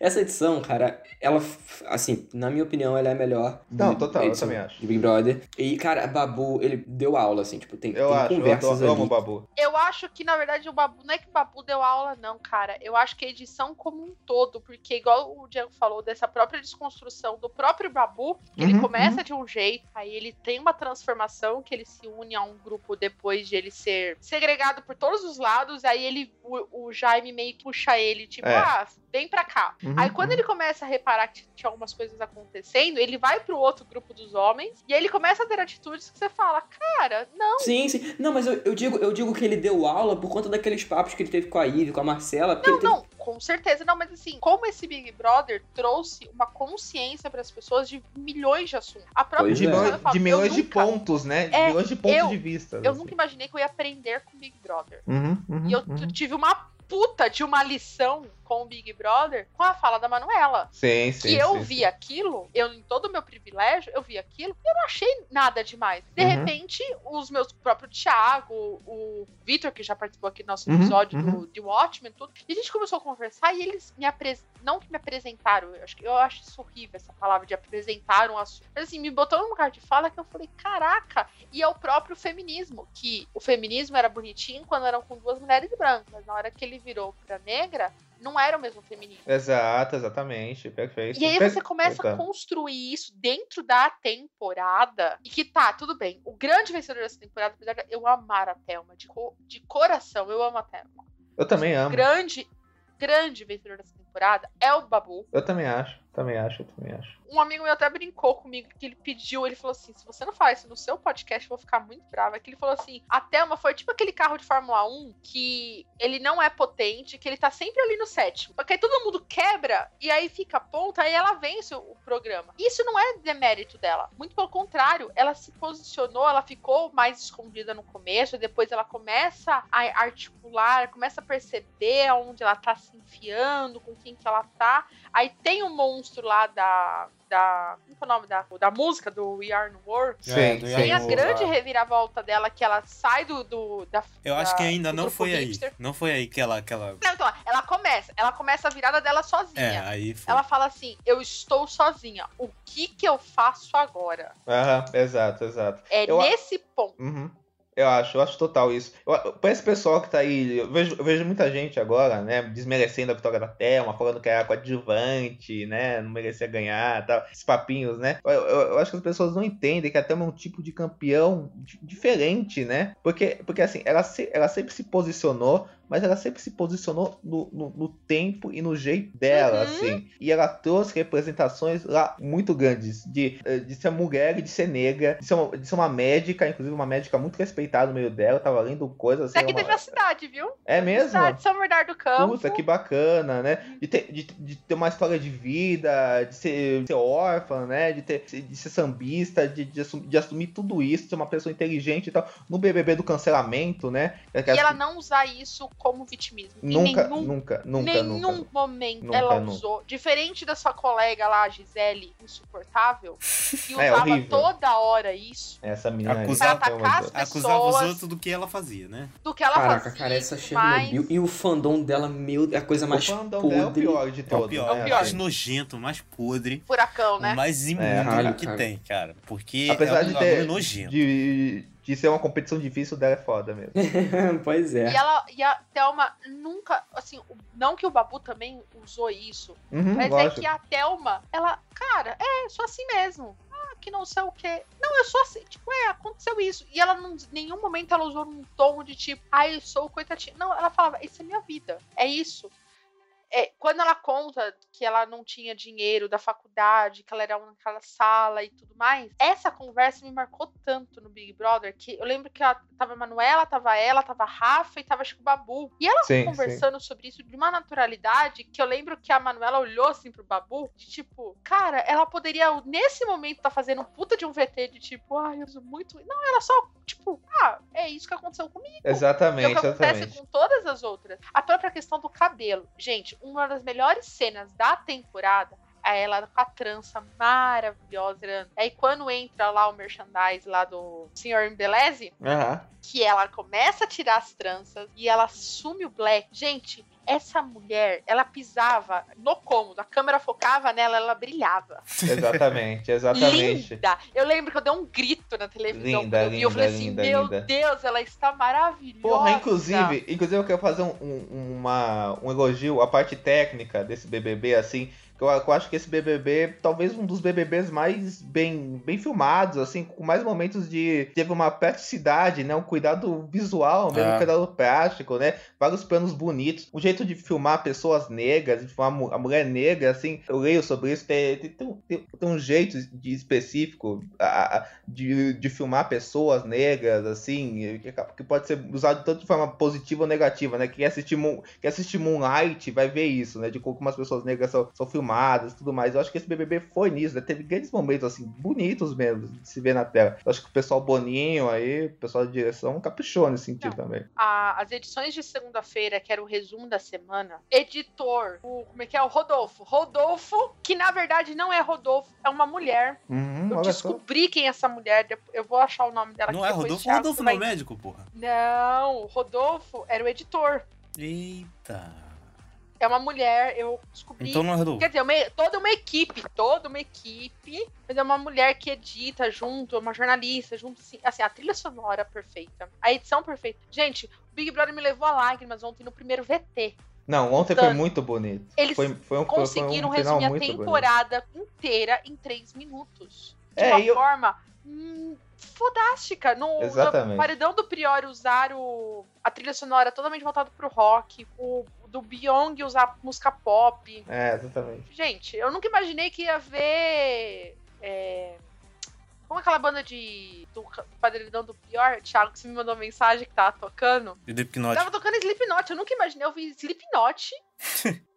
D: essa edição, cara, ela, f- assim, na minha opinião, ela é a melhor.
B: Não,
D: do-
B: total, eu
D: edição
B: também acho.
D: De Big Brother. E, cara, Babu, ele deu aula, assim, tipo, tem,
B: Eu
D: tem
B: acho, eu
D: conversas
B: adoro- eu
D: ali.
B: amo o Babu.
A: Eu acho que, na verdade, o Babu. Não é que o Babu deu aula, não, cara. Eu acho que a edição como um todo, porque, igual o Diego falou, dessa própria desconstrução do próprio Babu, que ele
B: Uhum,
A: começa de um jeito, aí ele tem uma transformação, que ele se une a um grupo depois de ele ser segregado por todos os lados, aí ele o, o Jaime meio que puxa ele, tipo,
B: É.
A: ah, vem pra cá.
B: Uhum,
A: aí quando ele começa a reparar que tinha algumas coisas acontecendo, ele vai pro outro grupo dos homens, e aí ele começa a ter atitudes que você fala, cara, não.
D: Sim, sim. Não, mas eu, eu digo, eu digo que ele deu aula por conta daqueles papos que ele teve com a Ivy, com a Marcela. Porque
A: Não,
D: ele teve
A: não, Com certeza, não, mas assim, como esse Big Brother trouxe uma consciência para as pessoas de milhões de assuntos. A própria
D: Pois
B: De,
D: é.
A: pessoa,
B: milhões-
A: eu falo,
B: de
A: eu
B: milhões de
A: nunca-
B: pontos, né? De
A: É,
B: milhões de pontos
A: eu-
B: de vista.
A: Eu
B: assim.
A: nunca imaginei que eu ia aprender com o Big Brother.
B: Uhum, uhum,
A: E eu t-
B: uhum.
A: tive uma puta de uma lição com o Big Brother com a fala da Manuela.
B: Sim, sim.
A: que eu
B: sim,
A: vi
B: sim.
A: aquilo, eu em todo o meu privilégio, eu vi aquilo e eu não achei nada demais. De
B: Uhum.
A: repente, os meus o próprio Thiago, o Vitor, que já participou aqui do nosso
B: Uhum,
A: episódio
B: uhum.
A: do, de Watchmen, tudo, e a gente começou a conversar e eles me apresentaram. Não que me apresentaram, eu acho, que- eu acho isso horrível essa palavra de apresentar um assunto. Mas assim, me botou num lugar de fala que eu falei, caraca, e é o próprio feminismo, que o feminismo era bonitinho quando eram com duas mulheres brancas, mas na hora que ele virou pra negra, não era o mesmo feminismo.
B: Exato, exatamente. Perfeito.
A: E aí
B: Per-
A: você começa a
B: Perfeito.
A: construir isso dentro da temporada. E que tá, tudo bem. O grande vencedor dessa temporada, apesar de eu amar a Thelma, de, co- de coração, eu amo a Thelma.
B: Eu também
A: O
B: amo.
A: grande, grande vencedor dessa temporada é o Babu.
B: Eu também acho. Também acho, eu também acho.
A: Um amigo meu até brincou comigo, que ele pediu, ele falou assim, se você não falar isso no seu podcast, eu vou ficar muito brava. Que ele falou assim, a Thelma foi tipo aquele carro de Fórmula 1, que ele não é potente, que ele tá sempre ali no sétimo. Porque aí todo mundo quebra, e aí fica a ponta, aí ela vence o, o programa. Isso não é demérito dela. Muito pelo contrário, ela se posicionou, ela ficou mais escondida no começo, depois ela começa a articular, começa a perceber onde ela tá se enfiando, com quem que ela tá. Aí tem o monstro lá da. da como que é o nome da, da música do We Are No World?
C: É, do
A: Tem a
C: Iron World.
A: grande reviravolta dela que ela sai do. do da,
C: Eu acho
A: da-
C: que ainda
A: do
C: não
A: grupo
C: foi aí.
A: hipster.
C: Não foi aí que ela. Que ela...
A: Não, então, ela começa. Ela começa a virada dela
C: É,
A: sozinha.
C: aí foi.
A: Ela fala assim: Eu estou sozinha. O que que eu faço agora?
B: Aham, exato, exato.
A: É
B: Eu a-
A: nesse ponto.
B: Uhum. Eu acho, eu acho total isso. Eu, pra esse pessoal que tá aí, eu vejo, eu vejo muita gente agora, né, desmerecendo a vitória da Thelma, falando que era coadjuvante, né, não merecia ganhar e tal, esses papinhos, né. Eu, eu- eu acho que as pessoas não entendem que a Thelma é um tipo de campeão di- diferente, né, porque, porque assim, ela, se- ela sempre se posicionou, mas ela sempre se posicionou no, no- no tempo e no jeito dela,
A: Uhum.
B: assim. E ela trouxe representações lá muito grandes, de, eh, de ser mulher e de ser negra, de ser, uma, de ser uma médica, inclusive uma médica muito respeitada no meio dela, eu tava lendo coisas assim.
A: Isso aqui
B: uma-
A: teve na cidade, viu?
B: É mesmo?
A: Cidade de São Bernardo do Campo.
B: Puta, que bacana, né? De ter, de, de ter uma história de vida, de ser, de ser órfã, né? De, ter, de ser sambista, de, de, assumir, de assumir tudo isso, de ser uma pessoa inteligente e tal. No BBB do cancelamento, né?
A: E ela não usar isso como vitimismo. Em
B: Nunca,
A: nenhum
B: nunca, nunca,
A: nenhum
B: nunca.
A: momento
B: Nunca,
A: ela
B: nunca.
A: usou. Diferente da sua colega lá, a Gisele, insuportável, que
B: É,
A: usava
B: horrível.
A: toda hora isso
B: Essa menina aí.
C: Acusava-
B: Pelo amor de
A: atacar
B: Deus.
A: as
C: Acusava os
A: pessoas.
C: outros do que ela fazia, né?
A: do que ela
D: Caraca,
A: fazia.
D: cara, essa
A: e tudo mais.
D: Chernobyl e o fandom dela, meu, é a coisa mais
B: o fandom
D: podre.
B: dela é o pior de
C: É
B: todos. né? Assim,
C: o pior,
A: É
C: é
A: o
C: o
A: pior.
C: mais nojento, o mais podre,
A: Furacão, né?
C: o mais imundo
D: É,
C: que
D: cara.
C: tem, cara. Porque
B: Apesar
C: é um
B: de
C: bagulho
B: ter-
C: nojento.
B: De, de ser uma competição difícil, dela é foda mesmo.
D: pois é.
A: E ela e a Thelma nunca, assim, o- não que o Babu também usou isso,
B: Uhum,
A: mas é
B: lógico.
A: que a Thelma, ela, cara, é, sou assim mesmo. Ah, que não sei o quê. Não, eu sou assim, tipo, é, aconteceu isso. E ela não, em nenhum momento ela usou um tom de tipo, ah, eu sou coitadinha. Não, ela falava, isso é minha vida, é isso. É, quando ela conta que ela não tinha dinheiro da faculdade, que ela era naquela sala e tudo mais, essa conversa me marcou tanto no Big Brother que eu lembro que ela, tava a Manuela, tava ela, tava a Rafa e tava acho que o Babu. E ela
B: Sim,
A: conversando sobre isso de uma naturalidade que eu lembro que a Manuela olhou assim pro Babu, de tipo, cara, ela poderia nesse momento tá fazendo um puta de um VT de tipo, ai, eu uso muito. Não, ela só, tipo, ah, é isso que aconteceu comigo. É
B: Exatamente,
A: o que acontece
B: exatamente.
A: com todas as outras. A própria questão do cabelo. Gente, uma das melhores cenas da temporada é ela com a trança maravilhosa. Aí quando entra lá o merchandise lá do Senhor Embeleze,
B: Aham.
A: que ela começa a tirar as tranças e ela assume o black. Gente, essa mulher, ela pisava no cômodo, a câmera focava nela, ela brilhava.
B: Exatamente, exatamente.
A: Linda! Eu lembro que eu dei um grito na televisão.
B: Linda,
A: quando eu vi, eu
B: linda,
A: falei assim:
B: linda,
A: Meu
B: linda."
A: Deus, ela está maravilhosa.
B: Porra, inclusive, inclusive eu quero fazer um, um- uma, um elogio à parte técnica desse BBB, assim, que eu, eu acho que esse BBB, talvez um dos BBBs mais bem, bem filmados, assim, com mais momentos de... Teve uma praticidade, né, um cuidado visual, mesmo,
C: É.
B: um cuidado prático, né, vários planos bonitos, um jeito jeito de filmar pessoas negras, de filmar mu- a mulher negra, assim, eu leio sobre isso, tem, tem, tem um- tem- tem um jeito de específico a- a- de, de filmar pessoas negras, assim, que, acaba- que pode ser usado tanto de forma positiva ou negativa, né? Quem assistir, Moon- quem assistir Moonlight vai ver isso, né? De como as pessoas negras são, são filmadas e tudo mais. Eu acho que esse BBB foi nisso, né? Teve grandes momentos, assim, bonitos mesmo, de se ver na tela. Eu acho que o pessoal Boninho aí, o pessoal da direção, caprichou nesse sentido também.
A: a- as edições de segunda-feira, que era o resumo da semana, editor, o, como é que é? O Rodolfo. Rodolfo, que na verdade não é Rodolfo, é uma mulher.
B: Uhum,
A: Eu
B: olha só.
A: descobri quem é essa mulher, depo- eu vou achar o nome dela
C: Não
A: aqui
C: é
A: depois,
C: Rodolfo?
A: Thiago,
C: Rodolfo
A: você
C: não é
A: vai-
C: médico, porra.
A: Não, o Rodolfo era o editor.
C: Eita.
A: É uma mulher, eu descobri.
C: Então não é Rodolfo.
A: Quer dizer, uma- toda uma equipe, toda uma equipe, mas é uma mulher que edita junto, é uma jornalista junto, sim. assim, a trilha sonora perfeita, a edição perfeita. Gente, o Big Brother me levou a lágrimas ontem no primeiro VT.
B: Não, ontem foi
A: Tanto.
B: muito bonito.
A: Eles
B: Foi, foi um, foi- foi um
A: conseguiram
B: final
A: resumir a
B: muito bonito.
A: temporada inteira em três minutos. De
B: É,
A: uma
B: e eu-
A: forma hum, fodástica. No,
B: Exatamente.
A: no paredão do Priori usar o- a trilha sonora totalmente voltada pro rock, o do Byung usar música pop.
B: É, exatamente.
A: Gente, eu nunca imaginei que ia ver. É... Como aquela banda de. do ca- paredão do Prior, Thiago, que você me mandou mensagem que tava tocando.
C: E do hipnótico.
A: Tava tocando Slipknot, eu nunca imaginei. Eu vi Slipknot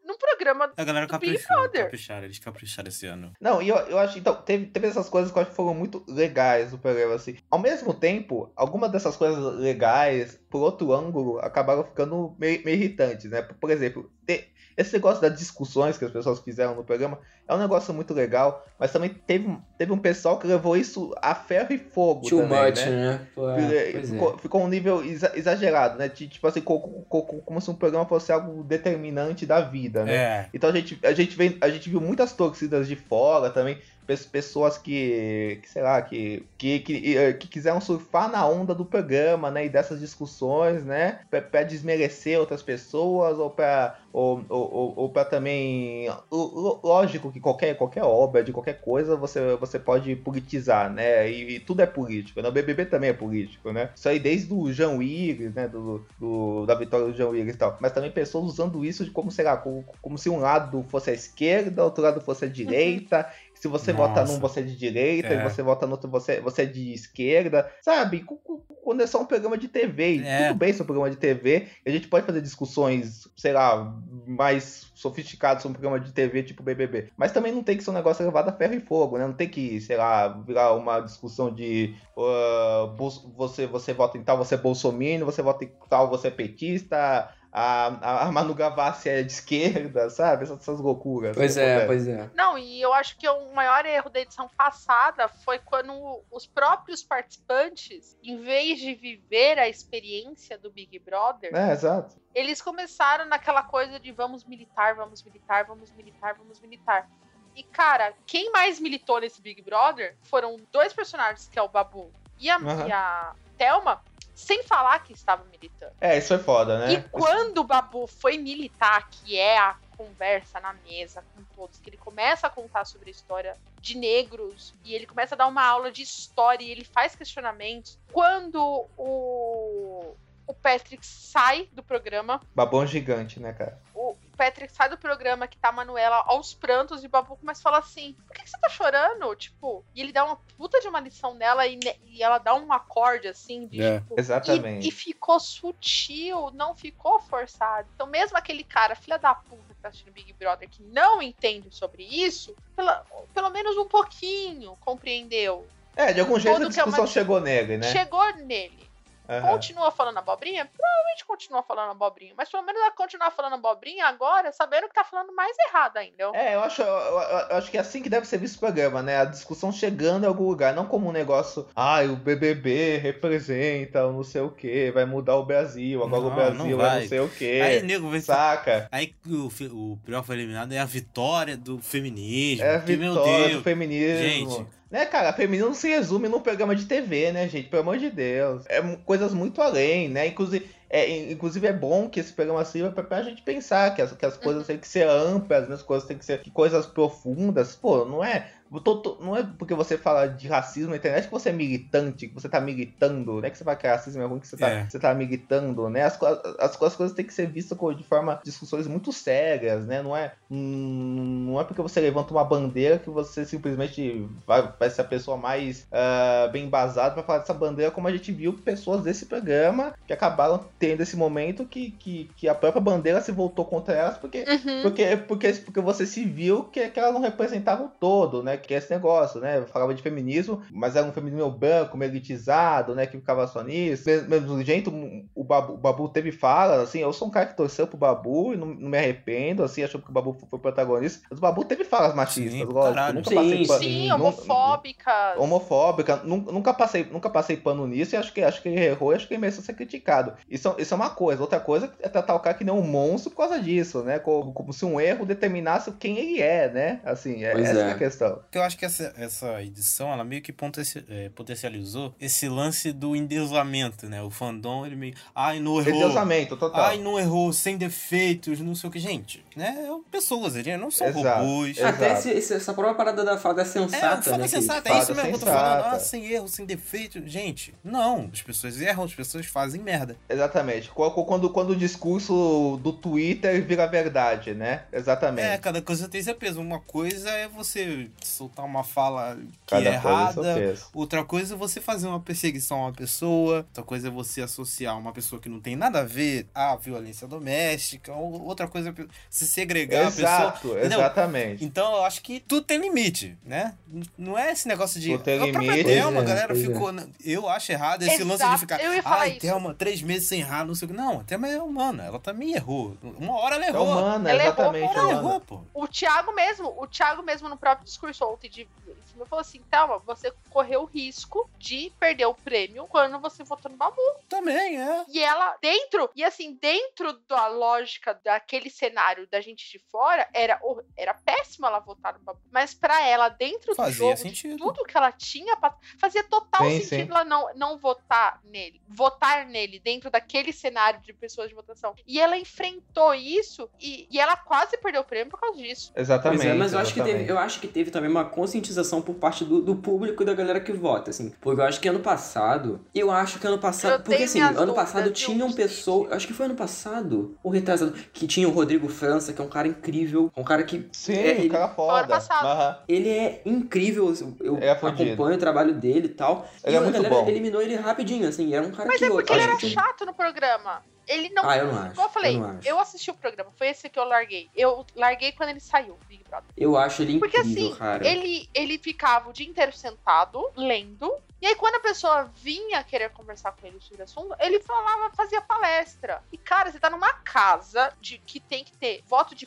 A: num programa
C: A galera
A: do Big
C: caprichou,
A: Brother.
C: capricharam, eles capricharam esse ano.
B: Não, e eu, eu acho, então, teve, teve essas coisas que eu acho que foram muito legais do programa, assim. Ao mesmo tempo, algumas dessas coisas legais, por outro ângulo, acabaram ficando meio, meio irritantes, né? Por exemplo, te- esse negócio das discussões que as pessoas fizeram no programa é um negócio muito legal, mas também teve, um- teve um pessoal que levou isso a ferro e fogo
D: Too
B: também,
D: much,
B: né?
D: né? Pô, é,
B: Fica-
D: pois é.
B: ficou, ficou um nível exa- exagerado, né? De- Tipo assim, co- co- co- como, se um programa fosse algo determinante da vida, né?
C: É.
B: Então a gente, a gente, vem, a gente viu muitas torcidas de fora também, pes- pessoas que, que sei lá, que, que, que, eh, que quiseram surfar na onda do programa, né? E dessas discussões, né? Pra, pra desmerecer outras pessoas ou pra, ou, ou, ou, ou pra também... ló- ló- Lógico que qualquer, qualquer obra, de qualquer coisa, você, você pode politizar, né? E, e tudo é político, né? O BBB também é político, né? Isso aí desde o Jean Willis, né? Do, do- da vitória do Jean Willis e tal. Mas também pessoas usando isso de como, sei lá, como, como se um lado fosse a esquerda, outro lado fosse a direita. Se você vota
C: Nossa.
B: num, você é de direita,
C: É.
B: e você vota no outro, você, você é de esquerda, sabe? Cu- cu- Quando é só um programa de TV. e
C: É.
B: Tudo bem ser um programa de TV, a gente pode fazer discussões, sei lá, mais sofisticadas sobre um programa de TV tipo BBB. Mas também não tem que ser um negócio levado a ferro e fogo, né? Não tem que, sei lá, virar uma discussão de ah, Bol- você, você vota em tal, você é bolsominion, você vota em tal, você é petista, a, a Manu Gavassi é de esquerda, sabe? Essas, essas loucuras. assim
D: Pois
B: que
D: é,
B: acontecem.
D: pois é.
A: Não, e eu acho que o maior erro da edição passada foi quando os próprios participantes, em vez de viver a experiência do Big Brother,
B: É, exato.
A: eles começaram naquela coisa de vamos militar, vamos militar, vamos militar, vamos militar. E cara, quem mais militou nesse Big Brother foram dois personagens, que é o Babu e a,
B: Aham.
A: e a Thelma, sem falar que estavam militando.
B: É, isso é foda, né?
A: E quando o Babu foi militar, que é a conversa na mesa com todos, que ele começa a contar sobre a história de negros e ele começa a dar uma aula de história e ele faz questionamentos. Quando o, o Patrick sai do programa,
B: Babão gigante, né, cara?
A: o Patrick sai do programa que tá a Manuela aos prantos e o Babu começa a falar assim: por que, que você tá chorando? Tipo, e ele dá uma puta de uma lição nela e, ne- e ela dá um acorde assim de
C: É.
A: tipo, e,
B: Exatamente.
A: e ficou sutil, não ficou forçado. Então, mesmo aquele cara, filha da puta, que tá assistindo Big Brother, que não entende sobre isso, pela- pelo menos um pouquinho compreendeu.
B: É, de algum jeito a
A: Todo que é uma-
B: discussão chegou nele, né?
A: Chegou nele.
B: Aham.
A: Continua falando abobrinha? Provavelmente continua falando abobrinha. Mas pelo menos ela continuar falando abobrinha agora, sabendo que tá falando mais errado ainda. Eu-
B: É, eu acho, eu, eu- eu acho que é assim que deve ser visto o programa, né? A discussão chegando em algum lugar, não como um negócio, ai, o BBB representa o não sei o que, vai mudar o Brasil, agora
C: Não,
B: o
C: não
B: Brasil é
C: vai.
B: não sei o que,
C: Aí, nego, vem
B: saca?
C: Aí o, fe- o pior foi eliminado é a vitória do feminismo.
B: É a
C: que, meu
B: vitória do
C: Deus.
B: feminismo.
C: Gente.
B: Né, cara, feminismo não se resume num programa de TV, né, gente? Pelo amor de Deus. É mu- coisas muito além, né? Inclusive, É, in- inclusive é bom que esse programa sirva pra, pra gente pensar que as, que as coisas têm que ser amplas, né? as coisas têm que ser que coisas profundas. Pô, não é. to- to- não é porque você fala de racismo na internet que você é militante, que você tá militando. Não é que você fala que racismo é ruim, que você tá,
C: É.
B: você tá militando, né? As, co- as, co- as coisas têm que ser vistas co- de forma discussões muito sérias, né? Não é, hum, não é porque você levanta uma bandeira que você simplesmente vai, vai ser a pessoa mais ah, bem embasada pra falar dessa bandeira, como a gente viu pessoas desse programa que acabaram tendo esse momento que, que, que a própria bandeira se voltou contra elas porque
A: Uhum.
B: porque, porque, porque você se viu que, que ela não representava o todo, né? Que é esse negócio, né? Eu falava de feminismo, mas era um feminismo branco, meio elitizado, né? Que ficava só nisso. Mesmo, mesmo jeito, hum, o Babu, o Babu teve fala, assim, eu sou um cara que torceu pro Babu e não, não me arrependo, assim, achou que o Babu foi o protagonista. Mas o Babu teve falas machistas,
C: Sim,
B: lógico.
C: caralho.
B: Nunca
D: Sim,
B: passei pano-
A: Sim,
B: nun-
A: homofóbicas.
B: homofóbica. nun- Nunca passei, nunca passei pano nisso e acho que, acho que ele errou e acho que ele mereceu ser criticado. Isso, isso é uma coisa. Outra coisa é tratar o cara que nem um monstro por causa disso, né? Como, como se um erro determinasse quem ele é, né? Assim, é,
D: Pois
B: essa é.
D: é.
B: a questão.
C: Porque eu acho que essa, essa edição, ela meio que potenci- eh, potencializou esse lance do endeusamento, né? O fandom, ele meio... Ai, não errou.
B: Endeusamento tá. total.
C: Ai, não errou, sem defeitos, não sei o que. Gente, né? Pessoas, eles não são
B: Exato. É
C: robôs.
B: Exato.
D: Até esse- esse- essa própria parada da fada
C: É,
D: sensata,
C: fala
D: né? que-
C: sensata, é
B: fala
C: isso mesmo que eu tô
B: sensata.
C: falando. Ah, sem erro, sem defeito. Gente, não. As pessoas erram, as pessoas fazem merda.
B: Exatamente. Qu- qu- Quando, quando o discurso do Twitter vira verdade, né? Exatamente.
C: É, cada coisa tem seu peso. Uma coisa é você soltar uma fala que
B: Cada
C: é
B: coisa seu
C: errada.
B: peso.
C: Outra coisa é você fazer uma perseguição a uma pessoa. Outra coisa é você associar uma pessoa que não tem nada a ver à violência doméstica. Ou- Outra coisa é se segregar a pessoa.
B: Exato,
C: Entendeu?
B: exatamente.
C: Então eu acho que tudo tem limite, né? N- Não é esse negócio de.
B: Tudo tem
C: a própria
B: limite.
C: Thelma, a
D: Pois é,
C: galera
D: pois é.
C: ficou. né? Eu acho errado esse
A: Exato,
C: lance de ficar.
A: eu ia falar
C: Ai,
A: isso."
C: Thelma, três meses sem errar, não sei o que. Não, a Thelma é humana. Ela também errou. Uma hora ela
B: É
C: errou.
B: humana,
A: Ela errou,
B: exatamente.
C: Uma hora ela
B: humana.
C: errou, pô.
A: O Thiago mesmo, o Thiago mesmo no próprio discurso ontem de ele falou assim, Thelma, você correu o risco de perder o prêmio quando você votou no Babu.
C: Também, é.
A: E ela, dentro, e assim, dentro da lógica daquele cenário da gente de fora, era, hor- era péssimo ela votar no Babu. Mas pra ela, dentro do
C: Fazia
A: jogo, de
C: sentido.
A: tudo que ela tinha, pra- fazia total
B: Sim,
A: sentido
B: sim.
A: ela não, não votar nele. Votar nele, dentro daquele cenário de pessoas de votação. E ela enfrentou isso e, e ela quase perdeu o prêmio por causa disso.
B: Exatamente.
D: Pois é, mas eu acho, que teve,
B: exatamente.
D: eu acho que teve também uma conscientização por parte do, do público e da galera que vota, assim. Porque eu acho que ano passado. Eu acho que ano passado.
A: Eu
D: porque
A: tenho
D: assim,
A: minhas
D: ano passado
A: dúvidas de
D: tinham
A: uns
D: pessoas.
A: vídeos.
D: Acho que foi ano passado, ou retrasado, que tinha o Rodrigo França, que é um cara incrível. Um cara que.
B: Sim,
D: é, ele-
B: o cara
A: Fora
B: foda.
A: passado.
B: Aham.
D: Ele é incrível, eu- eu
B: É fudido.
D: acompanho o trabalho dele e tal.
B: Ele
D: e
B: é
D: a
B: muito
D: galera
B: bom.
D: eliminou ele rapidinho, assim. Era um cara
A: Mas
D: que
A: é
D: eu
A: porque
D: acho
A: ele era
D: que tinha-
A: chato no programa. Ele não.
D: Ah, eu não acho.
A: Como eu falei,
D: eu, não
A: eu,
D: acho.
A: assisti o programa, foi esse que eu larguei. Eu larguei quando ele saiu, Big Brother.
D: Eu acho ele
A: Porque,
D: incrível,
A: assim,
D: cara.
A: Ele, ele ficava o dia inteiro sentado, lendo. E aí, quando a pessoa vinha querer conversar com ele sobre o assunto, ele falava, fazia palestra. E, cara, você tá numa casa de que tem que ter voto de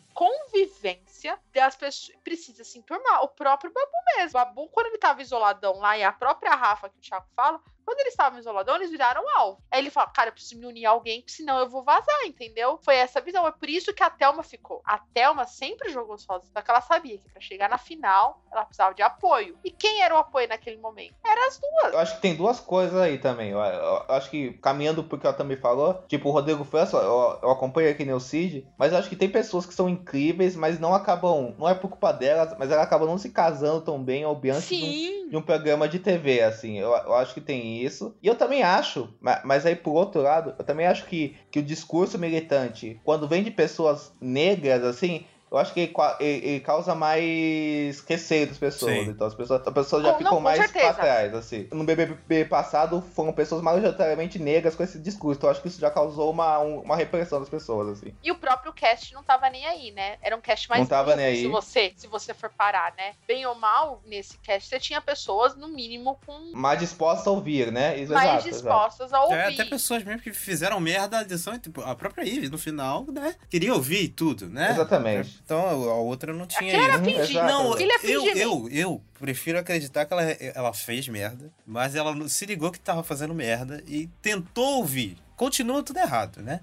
A: convivência das pessoas. Precisa se enturmar. O próprio Babu mesmo. O Babu, quando ele tava isoladão lá, e a própria Rafa que o Thiago fala, quando eles estavam isoladão, eles viraram alvo. Aí ele fala, cara, eu preciso me unir a alguém, porque senão eu vou vazar, entendeu? Foi essa visão. É por isso que a Thelma ficou. A Thelma sempre jogou sozinha, só que ela sabia que pra chegar na final, ela precisava de apoio. E quem era o apoio naquele momento? Eram as duas.
B: Eu acho que tem duas coisas aí também. Eu, eu- eu acho que, caminhando pro que ela também falou, tipo, o Rodrigo França, eu, eu acompanho aqui no Cid, mas eu acho que tem pessoas que são incríveis, mas não acabam, não é por culpa delas, mas elas acabam não se casando tão bem ao Bianchi de um
A: Sim.
B: de um programa de TV, assim. Eu, eu acho que tem isso. E eu também acho, ma- mas aí por outro lado, eu também acho que, que o discurso militante, quando vem de pessoas negras, assim. Eu acho que ele, qua- ele- ele causa mais receio das pessoas.
C: Sim.
B: Então as pessoas, as pessoas já
A: Com- não,
B: ficam
A: com
B: mais
A: certeza.
B: pra trás, assim. No BBB passado foram pessoas majoritariamente negras com esse discurso. Então eu acho que isso já causou uma, um- uma repressão das pessoas, assim.
A: E o próprio cast não tava nem aí, né? Era um cast mais
B: Não
A: limpo,
B: tava nem aí.
A: se você, se você for parar, né? Bem ou mal, nesse cast você tinha pessoas, no mínimo, com
B: Mais dispostas a ouvir, né? Isso,
A: mais
B: exato, exato.
A: dispostas a ouvir.
C: É, até pessoas mesmo que fizeram merda a edição, tipo, a própria Ive, no final, né? Queria ouvir tudo, né?
B: Exatamente. Uhum,
C: Então a outra não tinha
A: Aquilo era
C: isso.
A: fingir.
B: Exato.
C: Não,
A: Aquilo é
C: eu,
A: fingimento.
C: eu, eu prefiro acreditar que ela, ela fez merda, mas ela não- se ligou que tava fazendo merda e tentou ouvir. Continua tudo errado, né?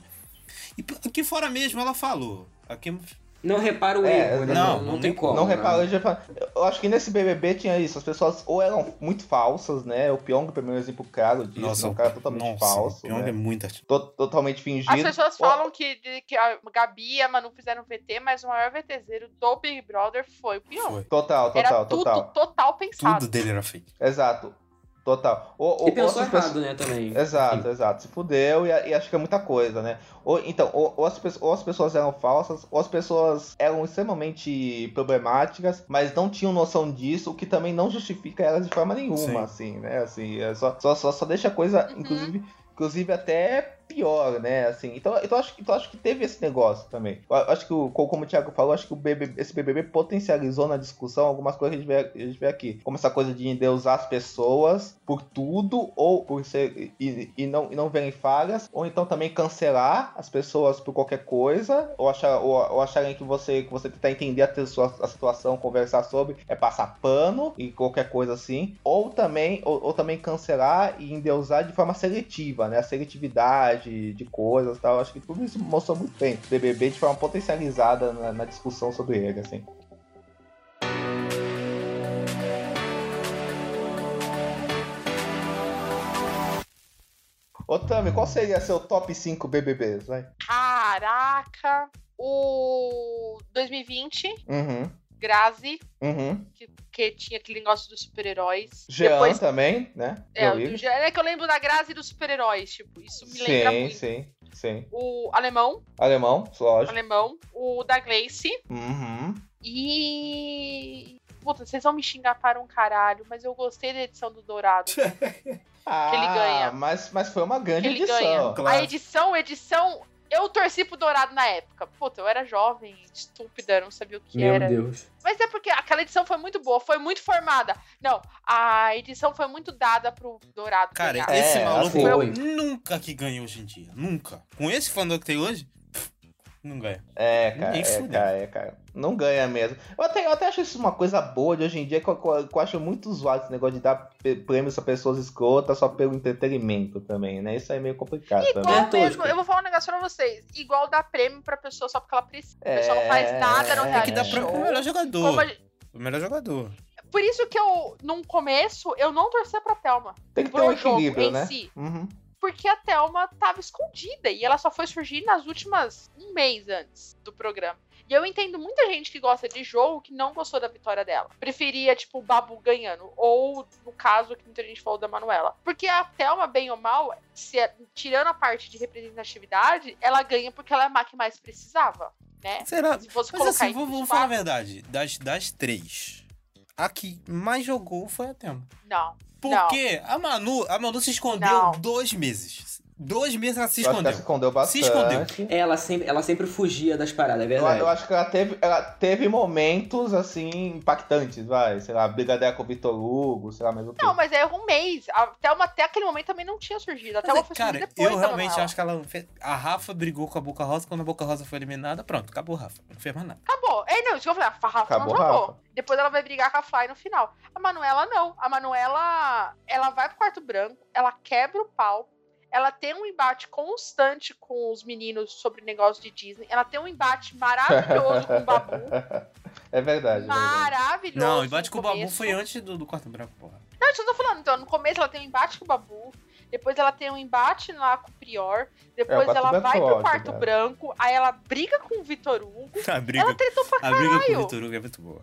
C: E p- aqui fora mesmo ela falou. Aqui
D: Não repara o
B: É,
D: erro, né?
C: não,
D: não
C: não
D: tem
C: tem-
D: como.
B: Não
D: né?
B: reparou, já fala- Eu acho que nesse BBB tinha isso. As pessoas ou eram muito falsas, né? O Pyong, pelo menos, exemplo claro disso. é um cara totalmente
C: nossa,
B: falso.
C: O Pyong
B: né?
C: é muito artista.
B: To- Totalmente fingido.
A: As pessoas
B: Ou-
A: falam que, de- que a Gabi e a Manu fizeram VT, mas o maior VTzeiro do Big Brother foi o Pyong.
C: Foi.
B: Total, total,
A: Era tudo
B: total.
A: total
C: Tudo
A: pensado.
C: dele era fake.
B: Exato. Total. Ou, ou
D: E pensou
B: outras
D: errado,
B: pessoas-
D: né, também.
B: Exato, exato. Se fudeu e, a- e acho que é muita coisa, né? Ou, então, ou, ou as, pe- ou as pessoas eram falsas, ou as pessoas eram extremamente problemáticas, mas não tinham noção disso, o que também não justifica elas de forma nenhuma, assim, né? Assim, é só, só, só, só deixa a coisa,
A: Uhum.
B: inclusive. Inclusive até pior, né? Assim, então, então, acho, que- então acho que teve esse negócio também. Eu acho que, o, como o Thiago falou, acho que o BBB, esse BBB potencializou na discussão algumas coisas que a gente, vê, a gente vê aqui. Como essa coisa de endeusar as pessoas por tudo, ou por ser. E, e não, e não verem falhas, ou então também cancelar as pessoas por qualquer coisa, ou, achar, ou, ou acharem que você, que você tentar entender a, pessoa- a situação, conversar sobre, é passar pano e qualquer coisa assim, ou também, ou, ou também cancelar e endeusar de forma seletiva, né? A seletividade de coisas e tal. Acho que tudo isso mostrou muito bem. o BBB de forma potencializada na, na discussão sobre ele, assim. Ô Tami, qual seria seu top 5 BBBs, vai?
A: Caraca! O 2020,
B: Uhum,
A: Grazi,
B: uhum.
A: que, que tinha aquele negócio dos super-heróis.
B: Jean
A: Depois,
B: também, né?
A: é,
B: Eu
A: o
B: li.
A: do Jean- é que eu lembro da Grazi e dos super-heróis, tipo, isso me lembra
B: Sim,
A: muito.
B: sim, sim.
A: O alemão,
B: Alemão, lógico.
A: alemão, o da Gleice
B: Uhum.
A: e... Puta, vocês vão me xingar para um caralho, mas eu gostei da edição do Dourado.
B: Ah,
A: ele ganha.
B: Mas, mas foi uma grande
A: que ele
B: edição.
A: ganha.
C: Claro.
A: A edição, edição. Eu torci pro Dourado na época. Puta, eu era jovem, estúpida, não sabia o que
D: Meu
A: era.
D: Deus.
A: Mas é porque aquela edição foi muito boa, foi muito formada. Não, a edição foi muito dada pro Dourado.
C: Cara,
A: ganhar.
C: esse
B: É,
C: maluco
D: assim, foi.
C: nunca que ganha hoje em dia. Nunca. Com esse fandom que tem hoje, pff, não ganha.
B: É, cara,
C: Ninguém
B: é,
C: fudeu.
B: cara, é, cara. Não ganha mesmo. Eu até, eu até acho isso uma coisa boa de hoje em dia, que eu, que eu- que eu acho muito zoado esse negócio de dar pe- prêmios a pessoas escrotas só pelo entretenimento também, né? Isso aí é meio complicado também.
D: É
A: Igual mesmo,
D: tosco.
A: eu vou falar um negócio pra vocês. Igual dar prêmio pra pessoa só porque ela precisa. A pessoa não faz
B: É,
A: nada, não
B: é
A: reality
C: Que dá pra
A: show.
C: o melhor
A: Como
C: jogador.
A: a gente-
C: O melhor jogador.
A: Por isso que eu, num começo, eu não torcia pra Thelma.
B: Tem que ter
A: pro
B: um
A: jogo
B: equilíbrio,
A: em
B: né?
A: si.
B: Uhum.
A: porque a Thelma tava escondida e ela só foi surgir nas últimas um mês antes do programa. E eu entendo muita gente que gosta de jogo que não gostou da vitória dela. Preferia, tipo, o Babu ganhando. Ou, no caso, que muita gente falou da Manuela. Porque a Thelma, bem ou mal, se é- tirando a parte de representatividade, ela ganha porque ela é a que mais precisava, né?
C: Será?
A: Se fosse
C: Mas
A: colocar
C: assim,
A: entre
C: vamos,
A: os
C: vamos falar a
A: quatro,
C: verdade. Das, das três, a que mais jogou foi a Thelma.
A: Não. Não.
C: Porque a Manu, a Manu se escondeu
A: Não.
C: dois meses. Dois meses ela se
B: Eu acho que ela se
C: escondeu.
B: escondeu
C: Se
B: bastante.
C: escondeu.
D: É, Ela sempre, ela sempre fugia das paradas, é
B: Eu,
D: verdade.
B: eu acho que ela teve, ela teve momentos, assim, impactantes, vai. Sei lá, brigadeira com o Vitor Hugo, sei lá, mas o quê.
A: Não, mas é um mês. A Thelma até aquele momento também não tinha surgido. A
C: Mas
A: Thelma
C: é,
A: foi surgir
C: cara,
A: depois então,
C: eu
A: da
C: realmente
A: Manuela.
C: acho que ela não fez. A Rafa brigou com a Boca Rosa. Quando a Boca Rosa foi eliminada, pronto, acabou a Rafa. Não fez mais nada.
A: Acabou. É, não, isso que eu falei, a Rafa
B: Acabou,
A: não jogou.
B: Rafa.
A: Depois ela vai brigar com a Fly no final. A Manuela não. A Manuela, ela vai pro quarto branco, ela quebra o pau, ela tem um embate constante com os meninos sobre negócio de Disney. Ela tem um embate maravilhoso com o Babu.
B: É verdade, é verdade.
A: Maravilhoso.
C: Não, o embate
A: no
C: com o Babu
A: começo.
C: foi antes do, do quarto branco, porra.
A: Não, isso eu tô falando. Então, no começo ela tem um embate com o Babu. Depois ela tem um embate lá com o Prior. Depois
B: quarto
A: ela
B: branco
A: vai
B: é
A: pro
B: ótimo,
A: quarto
B: cara.
A: branco. Aí ela briga com o Vitor Hugo.
C: A briga,
A: Ela tretou pra
C: a briga com
A: caralho.
C: o Vitor Hugo é muito boa.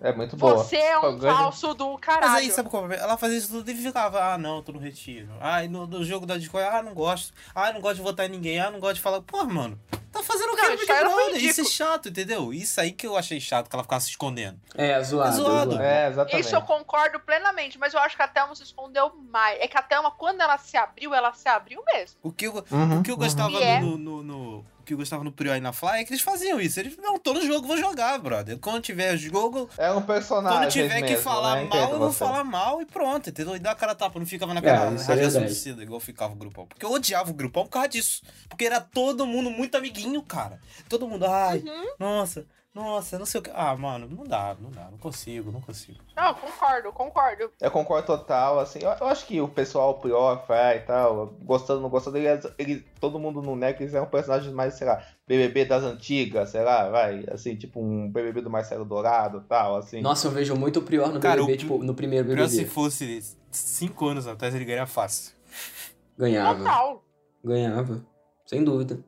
B: É muito boa.
A: Você é
B: Foi
A: um
B: grande-
A: falso do
C: Mas
A: caralho.
C: aí, sabe como? é? Ela fazia isso tudo e ficava, ah, não, tô no retiro. Ah, e no, no jogo da Discord, ah, não gosto. Ah, não gosto de votar em ninguém. Ah, não gosto de falar. Pô, mano, tá fazendo o que
A: Não,
C: no
A: isso
C: Big
A: era
C: Brother. Isso é
A: ridículo.
C: chato, entendeu? Isso aí que eu achei chato, que ela ficava se escondendo.
D: É, zoado.
C: É zoado.
D: zoado.
B: É, exatamente.
A: Isso eu concordo plenamente, mas eu acho que a Thelma se escondeu mais. É que a Thelma, quando ela se abriu, ela se abriu mesmo.
C: O que eu,
B: Uhum,
C: o que eu gostava
A: uhum. É.
C: no, no, no- O que eu gostava no Prior e na Fly é que eles faziam isso. Eles, não, tô no jogo, vou jogar, brother. Quando tiver jogo,
B: É um personagem.
C: quando tiver que
B: mesmo,
C: falar
B: né?
C: mal,
B: Entendo
C: eu vou
B: você.
C: falar mal e pronto, entendeu? E dar a cara a tapa, não ficava na cara
D: isso é
C: rajada
D: verdade.
C: suicida, igual ficava o grupão. Porque eu odiava o grupão por causa disso. Porque era todo mundo muito amiguinho, cara. Todo mundo, ai, nossa, Nossa, não sei o que. Ah, mano, não dá, não dá, não consigo, não consigo.
A: Não, concordo, concordo.
B: Eu concordo total, assim, eu, eu acho que o pessoal pior, Fry e tal, gostando, não gostando, eles, eles- todo mundo no nega, eles eram personagens mais, sei lá, BBB das antigas, sei lá, vai, assim, tipo um BBB do Marcelo Dourado e tal, assim.
D: Nossa, eu vejo muito o Prior no
C: Cara,
D: BBB,
C: o-
D: tipo, no primeiro
C: Pior se
D: BBB.
C: fosse cinco anos atrás, ele ganharia fácil.
D: Ganhava,
A: Total.
D: ganhava. Sem dúvida.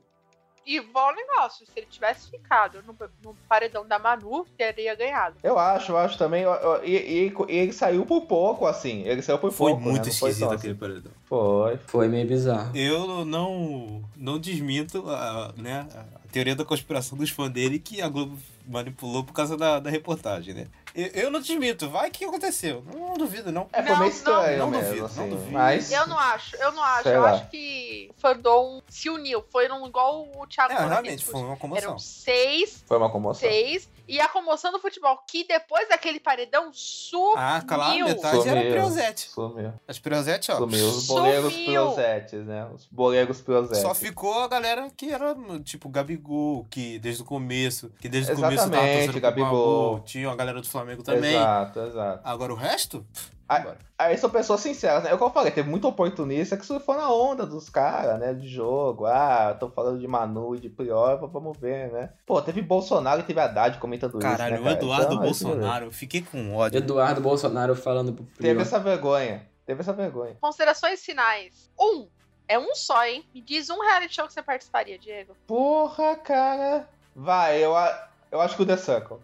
A: E bom negócio, se ele tivesse ficado no, no paredão da Manu, teria ganhado.
B: Eu acho, eu acho também, eu- eu- e, e- e ele saiu por pouco, assim, ele saiu por
C: Foi
B: pouco, né,
C: muito
B: não
C: esquisito
B: tão
C: aquele
B: assim.
C: paredão.
B: Foi,
D: Foi meio bizarro.
C: Eu não, não desminto a, né, a teoria da conspiração dos fãs dele que a Globo manipulou por causa da, da reportagem, né? Eu, eu não desminto, vai que aconteceu. Não, duvido, não.
B: É, foi
A: Não, não,
B: meio estranho
C: não
B: mesmo,
C: duvido, não
B: assim.
C: duvido.
B: Mas.
A: Eu não acho, eu não acho.
B: Sei
A: eu
B: lá.
A: acho que o fandom se uniu. Foi num, igual o Thiago
C: É,
A: falou,
C: realmente,
A: aqueles
C: foi uma comoção.
A: Eram seis,
B: Foi uma comoção.
A: seis. E a comoção do futebol, que depois daquele paredão sumiu.
C: Ah, claro, metade
B: Sumiu.
C: era Priosete.
B: Sumiu.
C: As Priosete, ó,
B: Sumiu. Os boleiros
A: Sumiu.
B: pirozetes, né? Os boleiros pirozetes.
C: Só ficou a galera que era, tipo, Gabigol, que desde o começo, que desde o começo tava
B: Exatamente,
C: torcendo pro
B: Gabigol.
C: Babu, tinha a galera do Flamengo também.
B: Exato, exato.
C: Agora o resto? Pff,
B: Ah,
C: vambora.
B: Aí são pessoas sinceras, né? É o que eu falei, teve muito oportunista que surfou na onda dos caras, né? De jogo. Ah, tô falando de Manu e de Prior, v- vamos ver, né? Pô, teve Bolsonaro e teve Haddad comentando
C: Caralho,
B: isso,
C: o
B: né, cara?
C: Eduardo
B: Então, é isso mesmo.
C: Bolsonaro, eu fiquei com ódio.
D: Eduardo Bolsonaro falando pro
B: Teve
D: Prior.
B: essa vergonha. Teve essa vergonha.
C: Ah.
A: Considerações finais. Um. É um só, hein? Me diz um reality show que você participaria, Diego.
B: Porra, cara. Vai, eu, a- eu acho que o The Circle.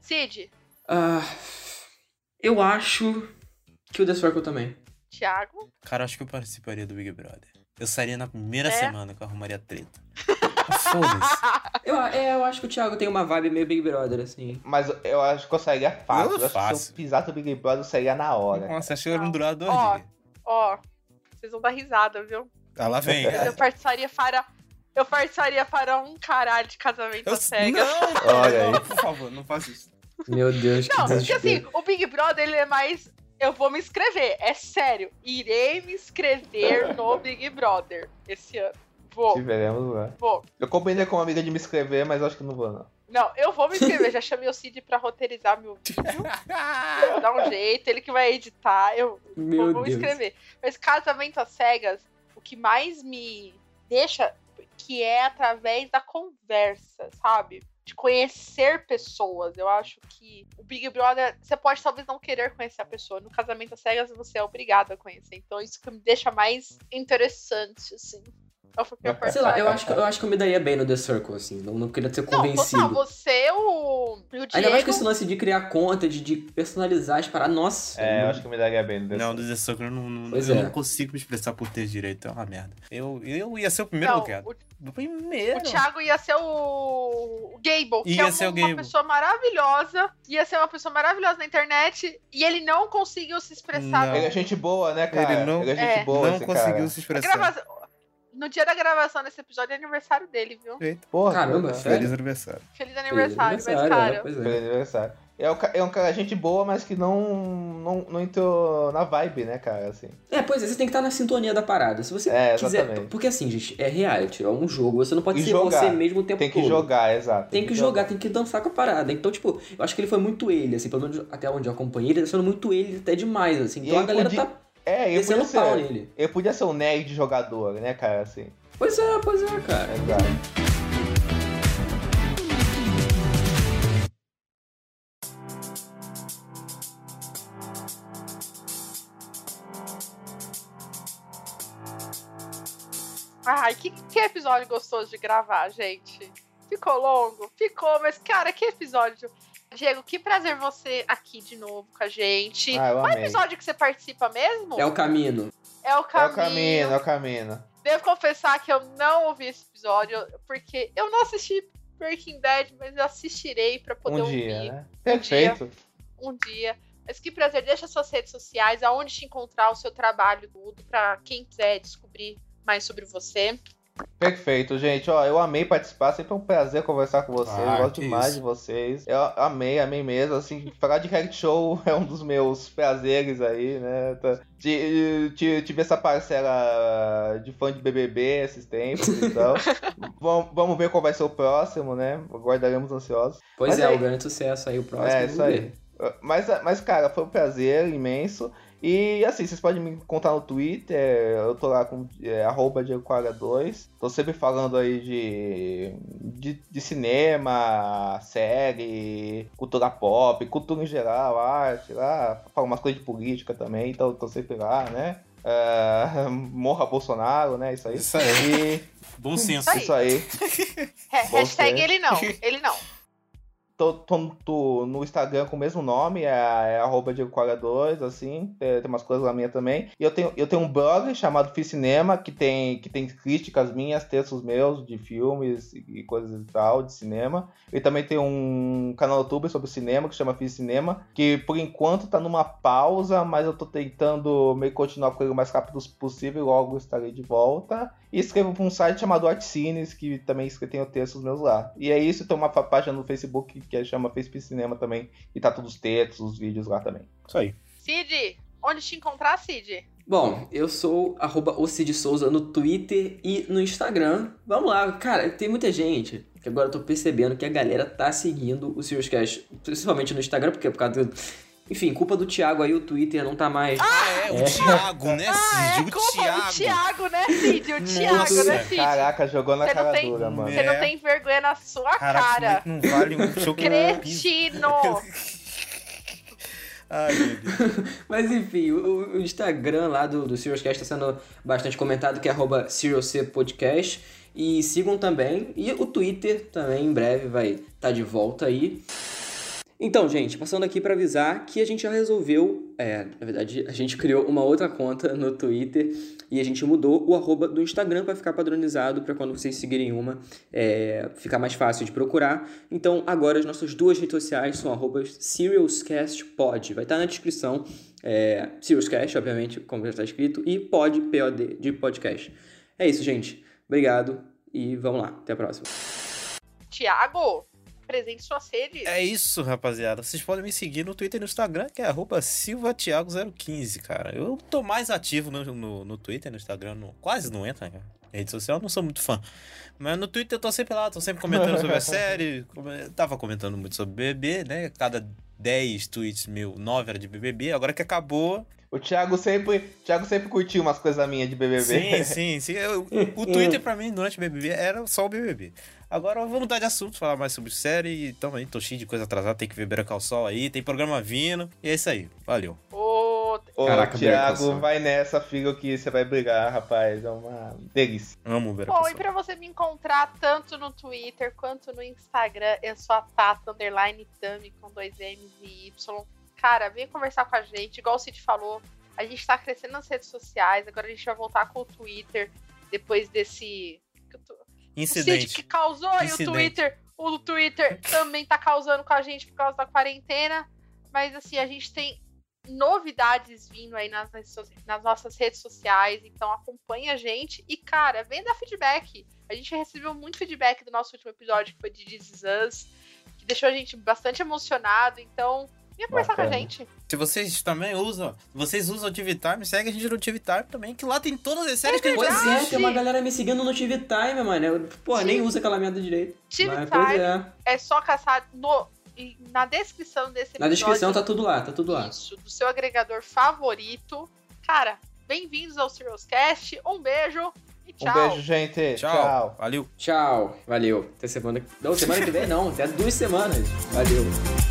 A: Cid,
D: Ah, eu acho que o The Circle também.
A: Thiago.
C: Cara, acho que eu participaria do Big Brother. Eu sairia na primeira
A: É?
C: semana que eu arrumaria treta. Ah, Foda-se.
D: Eu, é, eu acho que o Thiago tem uma vibe meio Big Brother, assim.
B: Mas eu acho que eu sairia fácil.
C: Não é
B: Eu acho que se
C: fácil.
B: eu pisasse o Big Brother, eu sairia na hora.
C: Nossa, acho que eu não durava dois
A: Ó.
C: dias.
A: Ó, vocês vão dar risada, viu?
C: Ah, lá vem.
A: Mas eu participaria para. Eu participaria para um caralho de casamento
C: Eu-
A: à cega.
C: Não,
B: Olha aí.
C: não, por favor, não faça isso.
D: Meu Deus, que
A: Não, porque
D: desespero.
A: assim, o Big Brother ele é mais. Eu vou me inscrever, é sério. Irei me inscrever no Big Brother esse ano.
B: Tipo-
A: Vou,
B: Tiveremos lá.
A: vou.
B: Eu combinei com uma amiga de me escrever, mas eu acho que não vou, não.
A: Não, eu vou me inscrever. Já chamei o Cid pra roteirizar meu vídeo. Eu vou dar um jeito, ele que vai editar. Eu vou,
D: Meu
A: vou
D: Deus.
A: escrever. Mas casamento às cegas, o que mais me deixa que é através da conversa, sabe? De conhecer pessoas. Eu acho que o Big Brother, você pode talvez não querer conhecer a pessoa. No casamento às cegas, você é obrigado a conhecer. Então, isso que me deixa mais interessante, assim. Eu fui pra
D: Sei lá, eu acho, que, eu acho que eu me daria bem no The Circle, assim. Não, não queria ser
A: Não,
D: convencido.
A: total, você, o, e o Diego...
D: Ainda mais com esse lance de criar conta, de, de personalizar as paradas. Nossa.
B: É, eu acho que me daria bem no The
C: Não, do The Sucker eu, não, não-
D: Pois
C: eu
D: é.
C: não consigo me expressar por ter direito, é uma merda. Eu, eu ia ser o primeiro
A: não,
C: lugar.
A: o,
C: O primeiro.
A: o Thiago ia ser o, o Gable, que
C: Ia
A: é
C: ser o
A: uma
C: Gable.
A: pessoa maravilhosa. Ia ser uma pessoa maravilhosa na internet. E ele não conseguiu se expressar
C: Não.
B: Ele é gente boa, né, cara?
C: Ele não-
B: é gente
A: É.
B: boa,
C: não
B: esse
C: conseguiu
B: cara.
C: se expressar.
A: Grava- No dia da gravação desse episódio é aniversário dele, viu?
B: Porra,
D: Caramba,
B: né?
D: sério?
C: Feliz aniversário.
A: Feliz é aniversário, né? mas, cara.
D: pois é.
B: Feliz aniversário. É, um ca- é um cara gente boa, mas que não, não, não entrou na vibe, né, cara, assim.
D: É, pois é, você tem que estar na sintonia da parada. Se você
B: É,
D: quiser.
B: exatamente.
D: Porque assim, gente, é reality, é um jogo. Você não pode
B: E
D: ser
B: jogar.
D: você mesmo o tempo
B: Tem que
D: todo.
B: jogar, exato.
D: Tem que jogar, tem que dançar com a parada. Então, tipo, eu acho que ele foi muito ele, assim, pelo menos até onde eu acompanhei, ele tá sendo muito ele até demais, assim.
B: E
D: Então a
B: ele
D: galera
B: podia-
D: tá
B: É, eu podia
D: descendo pau
B: ser.
D: nele.
B: Eu podia ser um nerd jogador, né, cara, assim. né,
D: Pois é, pois é, cara.
B: Exato.
A: Ai, que, que episódio gostoso de gravar, gente. Ficou longo? Ficou, mas, cara, que episódio. Diego, que prazer você aqui de novo com a gente.
B: Ah, eu
A: Qual
B: amei.
A: episódio que você participa mesmo?
D: É o caminho.
A: um É o
B: É
A: caminho.
B: o caminho, é o caminho.
A: Devo confessar que eu não ouvi esse episódio, porque eu não assisti Breaking Bad, mas eu assistirei pra poder
B: Um
A: ouvir
B: dia, né? Perfeito.
A: um dia. Mas que prazer, deixa suas redes sociais, aonde te encontrar, o seu trabalho, tudo, pra quem quiser descobrir mais sobre você.
B: Perfeito, gente. Ó, eu amei participar. Sempre é um prazer conversar com vocês.
C: Ah,
B: eu gosto
C: que
B: demais
C: isso.
B: de vocês. Eu amei, amei mesmo. Assim, falar de reality show é um dos meus prazeres aí, né? Tá- ti- ti- Tive essa parcela de fã de BBB esses tempos, então. Vam- Vamos ver qual vai ser o próximo, né? Aguardaremos ansiosos.
D: Pois
B: Mas
D: é,
B: aí-
D: o grande sucesso aí, o próximo.
B: É, isso
D: vamos
B: aí.
D: ver.
B: Mas, mas, cara, foi um prazer imenso. E assim, vocês podem me contar no Twitter, eu tô lá com é, arroba DiegoQuara2. Tô sempre falando aí de, de, de cinema, série, cultura pop, cultura em geral, arte, lá, falo umas coisas de política também, então tô sempre lá, né? Ah, morra Bolsonaro, né? Isso aí.
C: Isso aí.
B: E,
C: Bom senso.
A: Isso aí.
B: isso aí.
A: É, hashtag
B: Você.
A: ele não. Ele não.
B: tô, tô- tô no Instagram com o mesmo nome, é, é arroba Diego Quadra 2, assim, é, tem umas coisas lá minha também. E eu tenho, eu tenho um blog chamado Fiz Cinema, que tem, que tem críticas minhas, textos meus de filmes e coisas e tal, de cinema. E também tem um canal no YouTube sobre cinema, que chama Fiz Cinema, que por enquanto tá numa pausa, mas eu tô tentando meio que continuar com ele o mais rápido possível, logo estarei de volta. E escrevo pra um site chamado Artcines, que também escre- tem o textos meus lá. E é isso, tem uma fa- página no Facebook que é, chama Facebook Cinema também, e tá todos os textos, os vídeos lá também.
C: Isso aí.
A: Cid, onde te encontrar, Cid?
D: Bom, eu sou arroba o Cid Souza no Twitter e no Instagram. Vamos lá, cara, tem muita gente. Que agora eu tô percebendo que a galera tá seguindo o Serious Cash, principalmente no Instagram, porque é por causa do. Enfim, culpa do Thiago aí, o Twitter não tá mais.
C: É, o Thiago, né,
A: Ah,
C: Cid?
A: é
C: o
A: culpa do
C: Thiago.
A: Thiago, né, Cid? O Thiago,
C: Nossa,
A: né, Cid?
B: Caraca, jogou na
A: Você não
B: cara
A: tem- um
B: dura, mano. É.
A: Você não tem vergonha na sua cara.
C: Caraca, como é que não vale um show
A: Cretino!
C: Ai, meu Deus.
D: Mas enfim, o, o Instagram lá do, do SeriousCast está sendo bastante comentado, que é arroba SeriousCPodcast. E sigam também. E o Twitter também em breve vai estar de volta aí. Então, gente, passando aqui para avisar que a gente já resolveu, é, na verdade, a gente criou uma outra conta no Twitter e a gente mudou o arroba do Instagram para ficar padronizado, para quando vocês seguirem uma, é, ficar mais fácil de procurar. Então, agora as nossas duas redes sociais são arrobas SeriousCastPod. Vai estar na descrição é, SiriusCast, obviamente, como já está escrito, e pod, POD, de podcast. É isso, gente. Obrigado e vamos lá. Até a próxima.
A: Thiago, presente suas redes.
C: É isso, rapaziada. Vocês podem me seguir no Twitter e no Instagram, que é arroba silvatiago015, cara. Eu tô mais ativo no, no, no Twitter, no Instagram, no- quase não entra, cara. Rede social, eu não sou muito fã. Mas no Twitter eu tô sempre lá, tô sempre comentando sobre a série. como- eu Tava comentando muito sobre BBB, né? Cada 10 tweets meu, 9 era de BBB. Agora que acabou.
B: O Thiago sempre, Thiago sempre curtiu umas coisas minhas de BBB.
C: Sim, sim, sim. Eu- o Twitter pra mim durante o BBB era só o BBB. Agora vamos mudar de assunto, falar mais sobre série. Então aí, tô cheio de coisa atrasada, tem que ver Better Call Saul aí, tem programa vindo. E é isso aí, valeu.
A: Ô,
B: Ô,
D: Caraca,
B: Thiago,
D: Bianca,
B: vai nessa, filho, que você vai brigar, rapaz. É uma delícia.
C: Amo Better
A: Bom,
C: Call
A: e
C: Saul.
A: pra você me encontrar tanto no Twitter quanto no Instagram, eu sou a Tata, underline Tami, com dois M's e Y. Cara, vem conversar com a gente, igual o Cid falou, a gente tá crescendo nas redes sociais, agora a gente vai voltar com o Twitter, depois desse... O Cid que
C: Incidente.
A: causou e o
C: Incidente.
A: Twitter, o Twitter também tá causando com a gente por causa da quarentena, mas assim, a gente tem novidades vindo aí nas, redes so- nas nossas redes sociais, então acompanha a gente e cara, vem dar feedback. A gente recebeu muito feedback do nosso último episódio que foi de This Is Us, que deixou a gente bastante emocionado, então vem conversar com a
B: Bacana.
A: gente.
C: Se vocês também usam, se vocês usam o TV Time, segue a gente no TV Time também, que lá tem todas as séries que a gente
D: Pois é,
A: verdade.
D: tem uma galera me seguindo no TV Time, mano. Eu, Porra, nem usa aquela merda direito.
A: Tive
D: Mas,
A: Time
D: Pois é.
A: é só caçar no e na descrição desse
D: Na
A: episódio.
D: descrição tá tudo lá, tá tudo lá.
A: Isso, do seu agregador favorito. Cara, bem-vindos ao Serialscast. Um beijo e tchau.
B: Um beijo, gente.
C: Tchau. Valeu.
D: Tchau, valeu. Até semana. Não, semana que vem não, até duas semanas. Valeu.